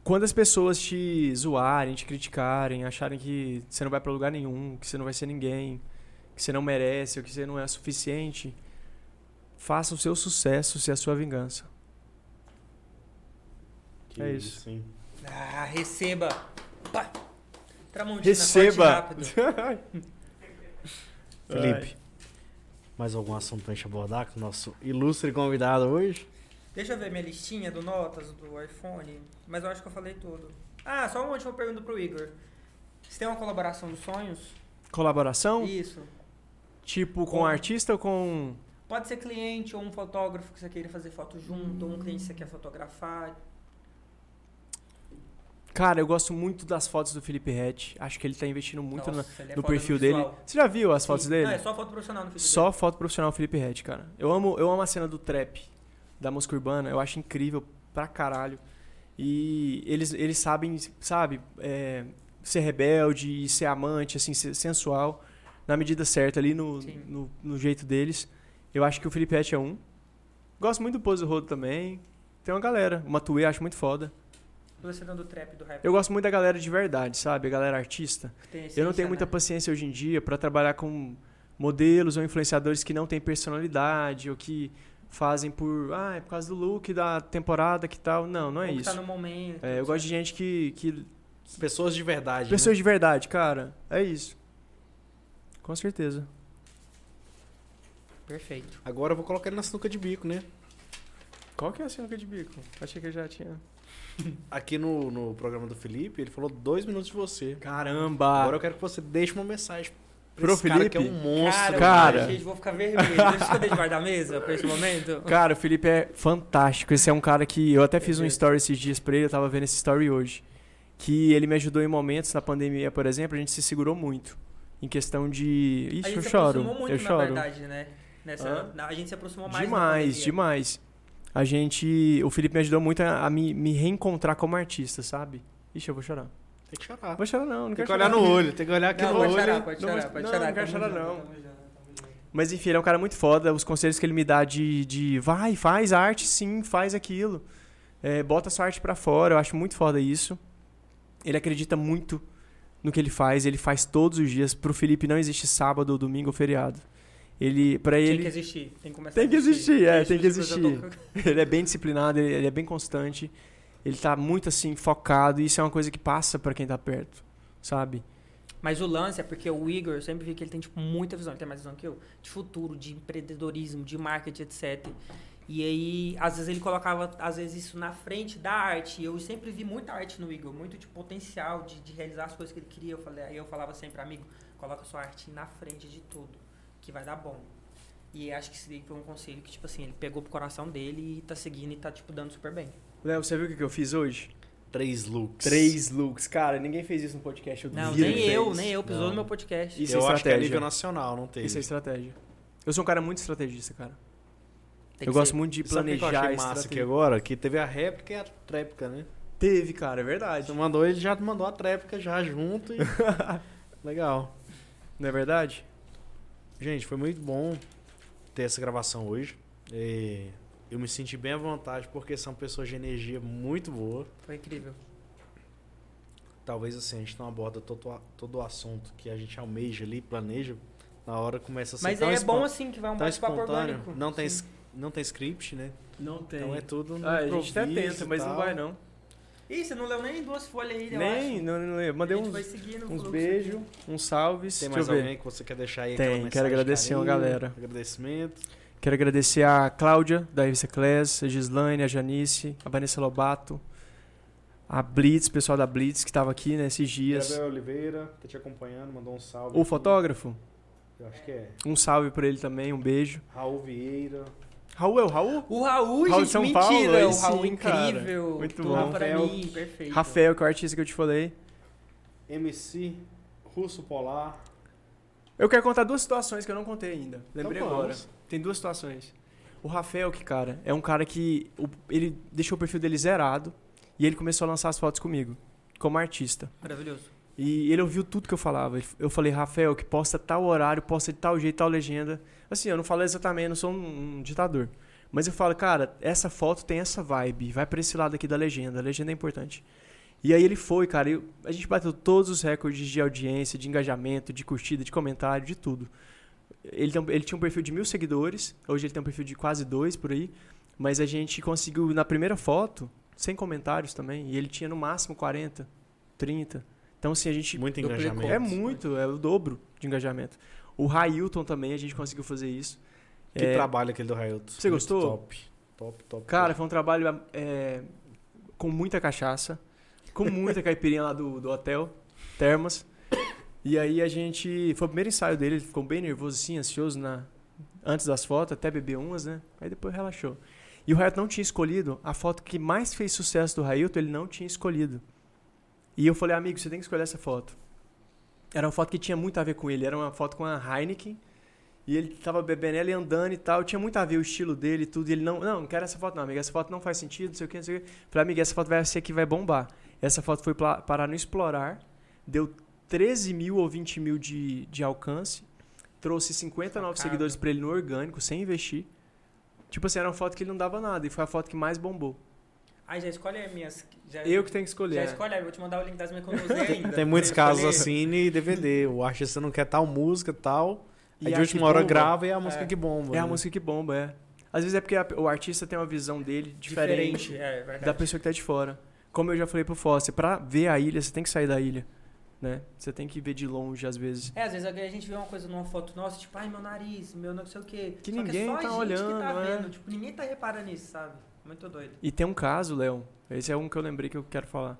Speaker 4: Quando as pessoas te zoarem, te criticarem, acharem que você não vai pra lugar nenhum, que você não vai ser ninguém, que você não merece ou que você não é suficiente, faça o seu sucesso se é a sua vingança.
Speaker 1: Que
Speaker 4: É isso.
Speaker 1: hein?
Speaker 2: Ah, receba! Pá. Tramontina, corte
Speaker 4: Receba!
Speaker 2: rápido.
Speaker 1: Felipe, mais algum assunto pra gente abordar com o nosso ilustre convidado hoje?
Speaker 2: Deixa eu ver minha listinha do Notas, do iPhone. Mas eu acho que eu falei tudo. Ah, só uma última pergunta pro Igor. Você tem uma colaboração dos sonhos?
Speaker 4: Colaboração?
Speaker 2: Isso.
Speaker 4: Tipo, com,
Speaker 2: Com-
Speaker 4: artista ou com.
Speaker 2: Pode ser cliente ou um fotógrafo que você queira fazer foto junto, ou um cliente que você quer fotografar.
Speaker 4: Cara, eu gosto muito das fotos do Felipe Rett. Acho que ele tá investindo muito na-
Speaker 2: Nossa, ele é
Speaker 4: no
Speaker 2: foda
Speaker 4: perfil dele.
Speaker 2: visual.
Speaker 4: Você já viu as fotos
Speaker 2: Sim.
Speaker 4: dele?
Speaker 2: Não, é só foto profissional no perfil
Speaker 4: Só foto profissional Felipe Red, cara. Eu amo, eu amo a cena do trap, da música urbana, eu acho incrível pra caralho. E eles, eles sabem, sabe, é, ser rebelde e ser amante, assim, ser sensual, na medida certa ali, no,
Speaker 2: Sim.
Speaker 4: no, no jeito deles. Eu acho que o Felipe Red é um. Gosto muito do Pose Rodo também. Tem uma galera. O Matuê acho muito foda.
Speaker 2: dele. Você dando trap do rap.
Speaker 4: Eu gosto muito da galera de verdade, sabe? A galera artista.
Speaker 2: que tem
Speaker 4: Eu não
Speaker 2: essência,
Speaker 4: tenho muita
Speaker 2: né?
Speaker 4: paciência hoje em dia para trabalhar com modelos ou influenciadores que não têm personalidade ou que fazem por, ah, é por causa do look da temporada que tal. Não, não é
Speaker 2: Ou que
Speaker 4: isso.
Speaker 2: Tá no momento.
Speaker 4: É, eu gosto de gente que, que
Speaker 1: Pessoas de verdade. né?
Speaker 4: pessoas de verdade, cara. É isso. Com certeza.
Speaker 2: Perfeito.
Speaker 1: Agora eu vou colocar ele na sinuca de bico, né?
Speaker 4: Qual que é a sinuca de bico? Achei que eu já tinha.
Speaker 1: Aqui no, no programa do Felipe, ele falou dois minutos de você.
Speaker 4: Caramba!
Speaker 1: Agora eu quero que você deixe uma mensagem pra
Speaker 4: Pro
Speaker 1: esse cara que é
Speaker 4: Felipe?
Speaker 1: um monstro.
Speaker 4: Cara.
Speaker 2: Gente, vou ficar vermelho. Deixa eu esconder debaixo da mesa pra esse momento.
Speaker 4: Cara, o Felipe é fantástico. Esse é um cara que eu até fiz um
Speaker 2: Perfeito.
Speaker 4: story esses dias pra ele, eu tava vendo esse story hoje. Que ele me ajudou em momentos na pandemia, por exemplo, a gente se segurou muito. Em questão de.
Speaker 2: a
Speaker 4: Ixi,
Speaker 2: gente
Speaker 4: eu
Speaker 2: se
Speaker 4: choro.
Speaker 2: aproximou muito,
Speaker 4: eu
Speaker 2: na
Speaker 4: choro.
Speaker 2: verdade, né? Nessa,
Speaker 4: Hã?
Speaker 2: na- a gente se aproximou mais. na
Speaker 4: Demais,
Speaker 2: pandemia.
Speaker 4: demais. A gente. O Felipe me ajudou muito a, a me, me reencontrar como artista, sabe? Ixi, eu vou chorar.
Speaker 1: Tem que chorar.
Speaker 4: Vou chorar, não, não
Speaker 1: Tem
Speaker 4: quero
Speaker 1: que olhar
Speaker 4: chorar. né?
Speaker 1: no olho, tem que olhar aqui
Speaker 2: Não,
Speaker 1: no
Speaker 2: pode
Speaker 1: olho.
Speaker 2: chorar, pode
Speaker 4: não,
Speaker 2: chorar,
Speaker 4: mas-
Speaker 2: pode
Speaker 4: não,
Speaker 2: chorar. tá
Speaker 4: não quero
Speaker 2: tamo
Speaker 4: chorar,
Speaker 2: junto,
Speaker 4: não.
Speaker 2: tamo junto, tamo junto.
Speaker 4: Mas enfim, ele é um cara muito foda. Os conselhos que ele me dá de, de vai, faz arte, sim, faz aquilo. É, bota sua arte pra fora. Eu acho muito foda isso. Ele acredita muito no que ele faz. Ele faz todos os dias. Pro Felipe não existe sábado, ou domingo ou feriado. Ele, pra
Speaker 2: Tem
Speaker 4: ele,
Speaker 2: que existir. Tem que começar
Speaker 4: Tem
Speaker 2: a
Speaker 4: que existir, é, tem que
Speaker 2: Mas eu tô-
Speaker 4: ele é bem disciplinado, ele, ele é bem constante. Ele tá muito assim focado. E isso é uma coisa que passa pra quem tá perto, sabe?
Speaker 2: Mas o lance é porque o Igor, eu sempre vi que ele tem tipo, muita visão, ele tem mais visão que eu, de futuro, de empreendedorismo, de marketing, etc. E aí, às vezes ele colocava, às vezes, isso na frente da arte. E eu sempre vi muita arte no Igor, muito de potencial de, de realizar as coisas que ele queria. Eu falei, aí eu falava sempre, amigo, coloca sua arte na frente de tudo, que vai dar bom. E acho que esse daí foi um conselho que, tipo assim, ele pegou pro coração dele e tá seguindo e tá, tipo, dando super bem.
Speaker 4: Léo, você viu o que que eu fiz hoje?
Speaker 1: Três looks.
Speaker 4: Três looks. Cara, ninguém fez isso no podcast. Eu
Speaker 2: Não,
Speaker 4: duvido que
Speaker 2: nem eu,
Speaker 4: fez.
Speaker 2: nem eu, pisou
Speaker 1: Não.
Speaker 2: no meu podcast.
Speaker 4: Isso é
Speaker 1: eu acho que é
Speaker 4: estratégia.
Speaker 1: nível nacional, não tem.
Speaker 4: Isso é estratégia. Eu sou um cara muito estrategista, cara.
Speaker 2: Tem
Speaker 4: eu
Speaker 2: que
Speaker 4: gosto
Speaker 2: ser.
Speaker 4: muito de
Speaker 1: Sabe o que
Speaker 4: planejar
Speaker 1: eu achei massa
Speaker 4: estratégia.
Speaker 1: aqui agora? Que teve a réplica e a tréplica, né?
Speaker 4: Teve, cara, é verdade.
Speaker 1: Você mandou, ele já mandou a tréplica já junto e... Legal.
Speaker 4: Não é verdade?
Speaker 1: Gente, foi muito bom ter essa gravação hoje. É, eu me senti bem à vontade porque são pessoas de energia muito boa.
Speaker 2: Foi incrível.
Speaker 1: Talvez assim, a gente não aborda todo, a- todo o assunto que a gente almeja ali, planeja. Na hora começa a ser
Speaker 2: Mas
Speaker 1: tão
Speaker 2: é
Speaker 1: espon-
Speaker 2: bom assim que vai um
Speaker 1: tão
Speaker 2: bate-papo
Speaker 1: espontâneo.
Speaker 2: orgânico.
Speaker 1: Não tem,
Speaker 2: Sim.
Speaker 1: s- não tem script, né?
Speaker 4: Não tem.
Speaker 1: Então é tudo no
Speaker 4: ah, a gente até
Speaker 1: improviso
Speaker 4: tenta,
Speaker 1: e
Speaker 4: mas não
Speaker 1: tal.
Speaker 4: vai, não.
Speaker 2: Ih, você não leu nem duas folhas aí, eu
Speaker 4: nem,
Speaker 2: acho.
Speaker 4: não, não, não.
Speaker 2: A
Speaker 4: Mandei
Speaker 2: gente vai
Speaker 4: uns,
Speaker 2: seguindo o
Speaker 4: uns
Speaker 2: fluxo
Speaker 4: beijos,
Speaker 2: aqui.
Speaker 4: uns salves.
Speaker 1: Tem
Speaker 4: Deixa eu
Speaker 1: mais
Speaker 4: ver.
Speaker 1: alguém que você quer deixar aí?
Speaker 4: Tem,
Speaker 1: aquela
Speaker 4: quero
Speaker 1: mensagem de
Speaker 4: agradecer a
Speaker 1: carinho,
Speaker 4: galera.
Speaker 1: Agradecimento.
Speaker 4: Quero agradecer a Cláudia, da revista Class, a Gislaine, a Janice, a Vanessa Lobato, a Blitz, pessoal da Blitz que tava aqui, né, esses dias.
Speaker 1: Gabriel Oliveira, tá te acompanhando, mandou um salve.
Speaker 4: O
Speaker 1: aqui.
Speaker 4: fotógrafo,
Speaker 1: Eu acho que é.
Speaker 4: um salve pra ele também, um beijo.
Speaker 1: Raul Vieira.
Speaker 4: Raul é o Raul?
Speaker 2: O Raul,
Speaker 4: Raul de
Speaker 2: gente,
Speaker 4: São
Speaker 2: mentira.
Speaker 4: Paulo, aí
Speaker 2: o Raul
Speaker 4: sim, cara.
Speaker 2: incrível.
Speaker 4: Muito
Speaker 2: Tudo
Speaker 4: bom.
Speaker 2: pra
Speaker 1: Rafael.
Speaker 2: mim, perfeito.
Speaker 4: Rafael, que é o artista que eu te falei.
Speaker 1: MC Russo Polar.
Speaker 4: Eu quero contar duas situações que eu não contei ainda. Lembrei
Speaker 1: Então
Speaker 4: agora.
Speaker 1: vamos.
Speaker 4: Tem duas situações. O Rafael, que cara, é um cara que o- ele deixou o perfil dele zerado e ele começou a lançar as fotos comigo, como artista.
Speaker 2: Maravilhoso.
Speaker 4: E ele ouviu tudo que eu falava. Ele- Eu falei, Rafael, que posta tal horário, posta de tal jeito, tal legenda. Assim, eu não falo exatamente, eu não sou um, um ditador. Mas eu falo, cara, essa foto tem essa vibe, vai pra esse lado aqui da legenda, a legenda é importante. E aí ele foi, cara, eu- a gente bateu todos os recordes de audiência, de engajamento, de curtida, de comentário, de tudo. Ele, tem um- ele tinha um perfil de mil seguidores, hoje ele tem um perfil de quase dois por aí, mas a gente conseguiu na primeira foto, sem comentários também, e ele tinha no máximo 40, 30. Então, assim, a gente.
Speaker 1: Muito
Speaker 4: duplicou.
Speaker 1: engajamento.
Speaker 4: É muito, é o dobro de engajamento. O Railton também, a gente conseguiu fazer isso.
Speaker 1: Que
Speaker 4: É,
Speaker 1: trabalho aquele do Railton.
Speaker 4: Você gostou?
Speaker 1: Top. Top, top.
Speaker 4: Cara,
Speaker 1: top.
Speaker 4: foi um trabalho é, com muita cachaça, com muita caipirinha lá do, do hotel, termas. E aí a gente. Foi o primeiro ensaio dele, ele ficou bem nervoso, assim, ansioso na, antes das fotos, até beber umas, né? Aí depois relaxou. E o Railton não tinha escolhido a foto que mais fez sucesso do Railton, ele não tinha escolhido. E eu falei, amigo, você tem que escolher essa foto. Era uma foto que tinha muito a ver com ele, era uma foto com a Heineken. E ele tava bebendo ela e andando e tal. Tinha muito a ver o estilo dele e tudo. E ele não, não, não quero essa foto, não, amigo. Essa foto não faz sentido, não sei o que, não sei o que. Falei, amigo, essa foto vai ser que vai bombar. Essa foto foi pla- parar no Explorar, deu 13 mil ou 20 mil de, de alcance, trouxe 50 novos
Speaker 2: Sacada.
Speaker 4: seguidores pra ele no orgânico, sem investir. Tipo assim, era uma foto que ele não dava nada e foi a foto que mais bombou.
Speaker 2: Ai, já escolhe as minhas. Já,
Speaker 4: Eu que tenho
Speaker 2: É.
Speaker 4: que
Speaker 2: já
Speaker 4: escolher. é. né?
Speaker 2: escolhe, aí, vou te mandar o link das minhas que eu não usei ainda.
Speaker 1: Tem muitos
Speaker 2: Pra
Speaker 1: casos
Speaker 2: escolher.
Speaker 1: assim e DVD. O artista não quer tal música, tal.
Speaker 4: E
Speaker 1: aí de
Speaker 4: a que
Speaker 1: última hora
Speaker 4: bomba
Speaker 1: grava e é a música
Speaker 2: É.
Speaker 1: que bomba.
Speaker 4: É a
Speaker 1: né?
Speaker 4: música que bomba, é. Às vezes é porque a- o artista tem uma visão dele diferente.
Speaker 2: Diferente, é verdade.
Speaker 4: da pessoa que tá de fora. Como eu já falei pro Foster, pra ver a ilha, você tem que sair da ilha, né? Você tem que ver de longe, às vezes.
Speaker 2: É, às vezes a gente vê uma coisa numa foto nossa, tipo, ai, meu nariz, meu não sei o quê.
Speaker 4: Que
Speaker 2: Só
Speaker 4: ninguém
Speaker 2: que é só
Speaker 4: tá
Speaker 2: a gente que tá
Speaker 4: olhando, é.
Speaker 2: vendo. Tipo, ninguém tá reparando nisso, sabe? Muito doido.
Speaker 4: E tem um caso, Léo, esse é um que eu lembrei que eu quero falar,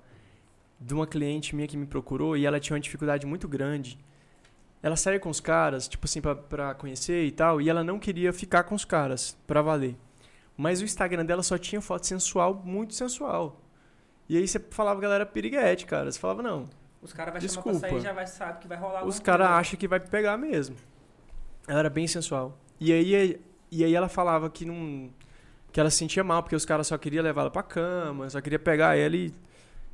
Speaker 4: de uma cliente minha que me procurou e ela tinha uma dificuldade muito grande. Ela saía com os caras, tipo assim, pra, pra conhecer e tal, e ela não queria ficar com os caras, pra valer. Mas o Instagram dela só tinha foto sensual, muito sensual. E aí você falava que ela era piriguete, cara. Você falava, não,
Speaker 2: Os caras vão chamar pra
Speaker 4: Desculpa.
Speaker 2: sair e já vai sabe que vai rolar
Speaker 4: Os
Speaker 2: alguma
Speaker 4: caras
Speaker 2: coisa.
Speaker 4: acham que vai pegar mesmo. Ela era bem sensual. E aí, e aí ela falava que não. Que ela se sentia mal, porque os caras só queriam levar ela pra cama, só queria pegar ela e,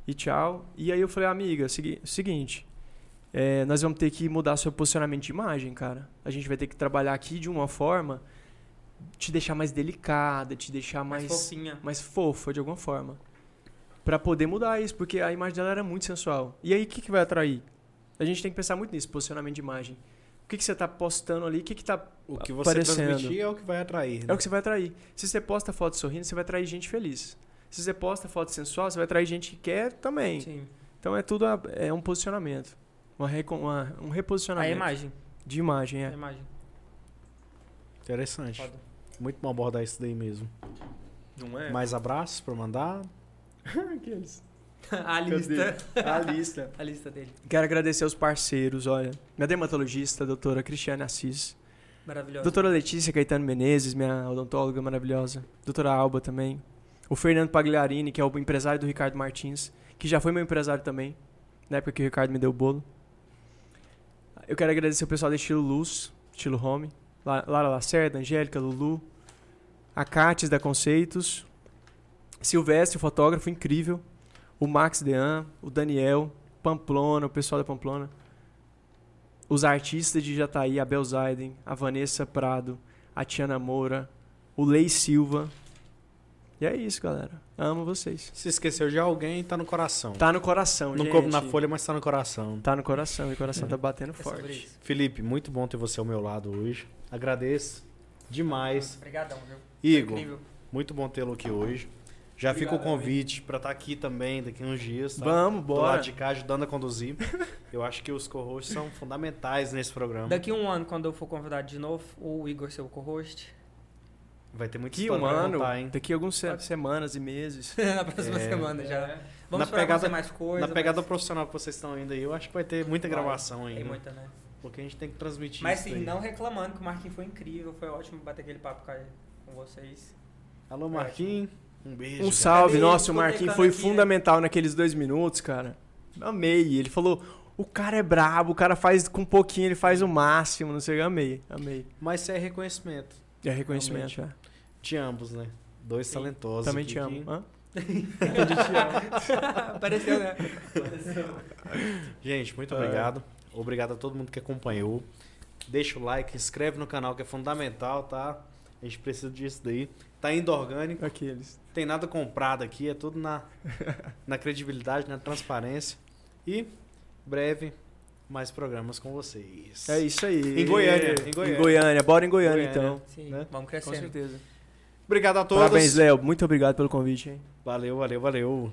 Speaker 4: e tchau. E aí eu falei, amiga, segui- seguinte. é, nós vamos ter que mudar seu posicionamento de imagem, cara. A gente vai ter que trabalhar aqui de uma forma te deixar mais delicada, te deixar
Speaker 2: mais
Speaker 4: mais,
Speaker 2: fofinha.
Speaker 4: mais fofa de alguma forma. Pra poder mudar isso, porque a imagem dela era muito sensual. E aí, o que, que vai atrair? A gente tem que pensar muito nisso, posicionamento de imagem. O que, que você tá postando ali? O que, que tá.
Speaker 1: O que você
Speaker 4: aparecendo.
Speaker 1: transmitir é o que vai atrair.
Speaker 4: É
Speaker 1: né?
Speaker 4: o que você vai atrair. Se você posta foto sorrindo, você vai atrair gente feliz. Se você posta foto sensual, você vai atrair gente que quer também.
Speaker 2: Sim.
Speaker 4: Então é tudo a- é um posicionamento. Uma recon- uma- um
Speaker 2: A
Speaker 4: reposicionamento
Speaker 2: imagem.
Speaker 4: de imagem.
Speaker 2: A
Speaker 4: É.
Speaker 2: imagem.
Speaker 1: Interessante.
Speaker 2: Foda.
Speaker 1: Muito bom abordar isso daí mesmo.
Speaker 4: Não é?
Speaker 1: Mais abraços pra mandar?
Speaker 2: a lista.
Speaker 4: A lista.
Speaker 2: A lista dele.
Speaker 4: Quero agradecer aos parceiros, olha. Minha dermatologista, a doutora Cristiane Assis.
Speaker 2: Maravilhosa.
Speaker 4: Doutora Letícia Caetano Menezes, minha odontóloga maravilhosa. Doutora Alba também. O Fernando Pagliarini, que é o empresário do Ricardo Martins, que já foi meu empresário também, na época que o Ricardo me deu o bolo. Eu quero agradecer o pessoal da Estilo Luz, Estilo Home, La- Lara Lacerda, Angélica, Lulu, a Cates da Conceitos, Silvestre, o fotógrafo incrível, o Max Dean, o Daniel, Pamplona, o pessoal da Pamplona os artistas de Jataí, a Bel Zaiden, a Vanessa Prado, a Tiana Moura, o Lei Silva. E é isso, galera. Amo vocês.
Speaker 1: Se esqueceu de alguém, tá no coração.
Speaker 4: Tá no coração,
Speaker 1: Não
Speaker 4: gente.
Speaker 1: coube na folha, mas tá no coração.
Speaker 4: Tá no coração, e o coração tá batendo
Speaker 2: É sobre
Speaker 4: forte.
Speaker 2: isso.
Speaker 1: Felipe, muito bom ter você ao meu lado hoje. Agradeço demais.
Speaker 2: Obrigadão, viu?
Speaker 1: Igor,
Speaker 2: Incrível.
Speaker 1: muito bom tê-lo aqui hoje. Já fica o
Speaker 2: Obrigado,
Speaker 1: convite pra estar aqui também daqui a uns dias. Tá?
Speaker 4: Vamos,
Speaker 1: Do lado
Speaker 4: bora.
Speaker 1: de cá, ajudando a conduzir. Eu acho que os co são fundamentais nesse programa.
Speaker 2: Daqui um ano, quando eu for convidado de novo, o Igor ser o co-host.
Speaker 1: Vai ter muito
Speaker 4: Daqui
Speaker 1: história
Speaker 4: um
Speaker 1: pra
Speaker 4: ano,
Speaker 1: contar, hein?
Speaker 4: daqui algumas se- semanas e meses.
Speaker 2: Na próxima
Speaker 1: É.
Speaker 2: semana já.
Speaker 1: Na
Speaker 2: Vamos esperar
Speaker 1: pegada-
Speaker 2: acontecer mais coisa.
Speaker 1: Na pegada
Speaker 2: mas...
Speaker 1: profissional que vocês estão indo aí, eu acho que vai ter muita
Speaker 2: Vai,
Speaker 1: gravação
Speaker 2: Tem
Speaker 1: ainda.
Speaker 2: muita, né?
Speaker 1: Porque a gente tem que transmitir
Speaker 2: Mas
Speaker 1: isso
Speaker 2: sim,
Speaker 1: daí.
Speaker 2: não reclamando que o Marquinhos foi incrível, foi ótimo bater aquele papo com- com vocês.
Speaker 1: Alô, Marquinhos. Um beijo.
Speaker 4: Um
Speaker 1: cara.
Speaker 4: salve,
Speaker 2: Cadê
Speaker 4: nossa,
Speaker 2: ele?
Speaker 4: o
Speaker 2: Tô
Speaker 4: Marquinhos
Speaker 2: tentando
Speaker 4: foi
Speaker 2: aqui, né?
Speaker 4: fundamental naqueles dois minutos, cara. Amei. Ele falou: o cara é brabo, o cara faz com pouquinho, ele faz o máximo, não sei o que. Amei, amei.
Speaker 1: Mas isso é reconhecimento
Speaker 4: E é reconhecimento, é.
Speaker 1: de ambos, né? Dois
Speaker 2: Sim.
Speaker 1: talentosos.
Speaker 4: Também
Speaker 1: aqui
Speaker 4: te amo.
Speaker 1: que-
Speaker 4: Hã?
Speaker 2: Apareceu, né?
Speaker 1: Gente, muito
Speaker 4: É.
Speaker 1: obrigado. Obrigado a todo mundo que acompanhou. Deixa o like, inscreve no canal que é fundamental, tá? A gente precisa disso daí. Tá indo orgânico,
Speaker 4: Aqueles.
Speaker 1: tem nada comprado aqui, é tudo na, na credibilidade, na transparência. E breve, mais programas com vocês.
Speaker 4: É isso aí.
Speaker 1: Em Goiânia, em Goiânia.
Speaker 4: Bora em Goiânia,
Speaker 1: Goiânia.
Speaker 4: então.
Speaker 2: Sim,
Speaker 1: Né?
Speaker 2: vamos
Speaker 4: Com
Speaker 2: crescendo.
Speaker 4: certeza.
Speaker 1: Obrigado a todos.
Speaker 4: Parabéns, Léo. Muito obrigado pelo convite, hein?
Speaker 1: Valeu, valeu, valeu.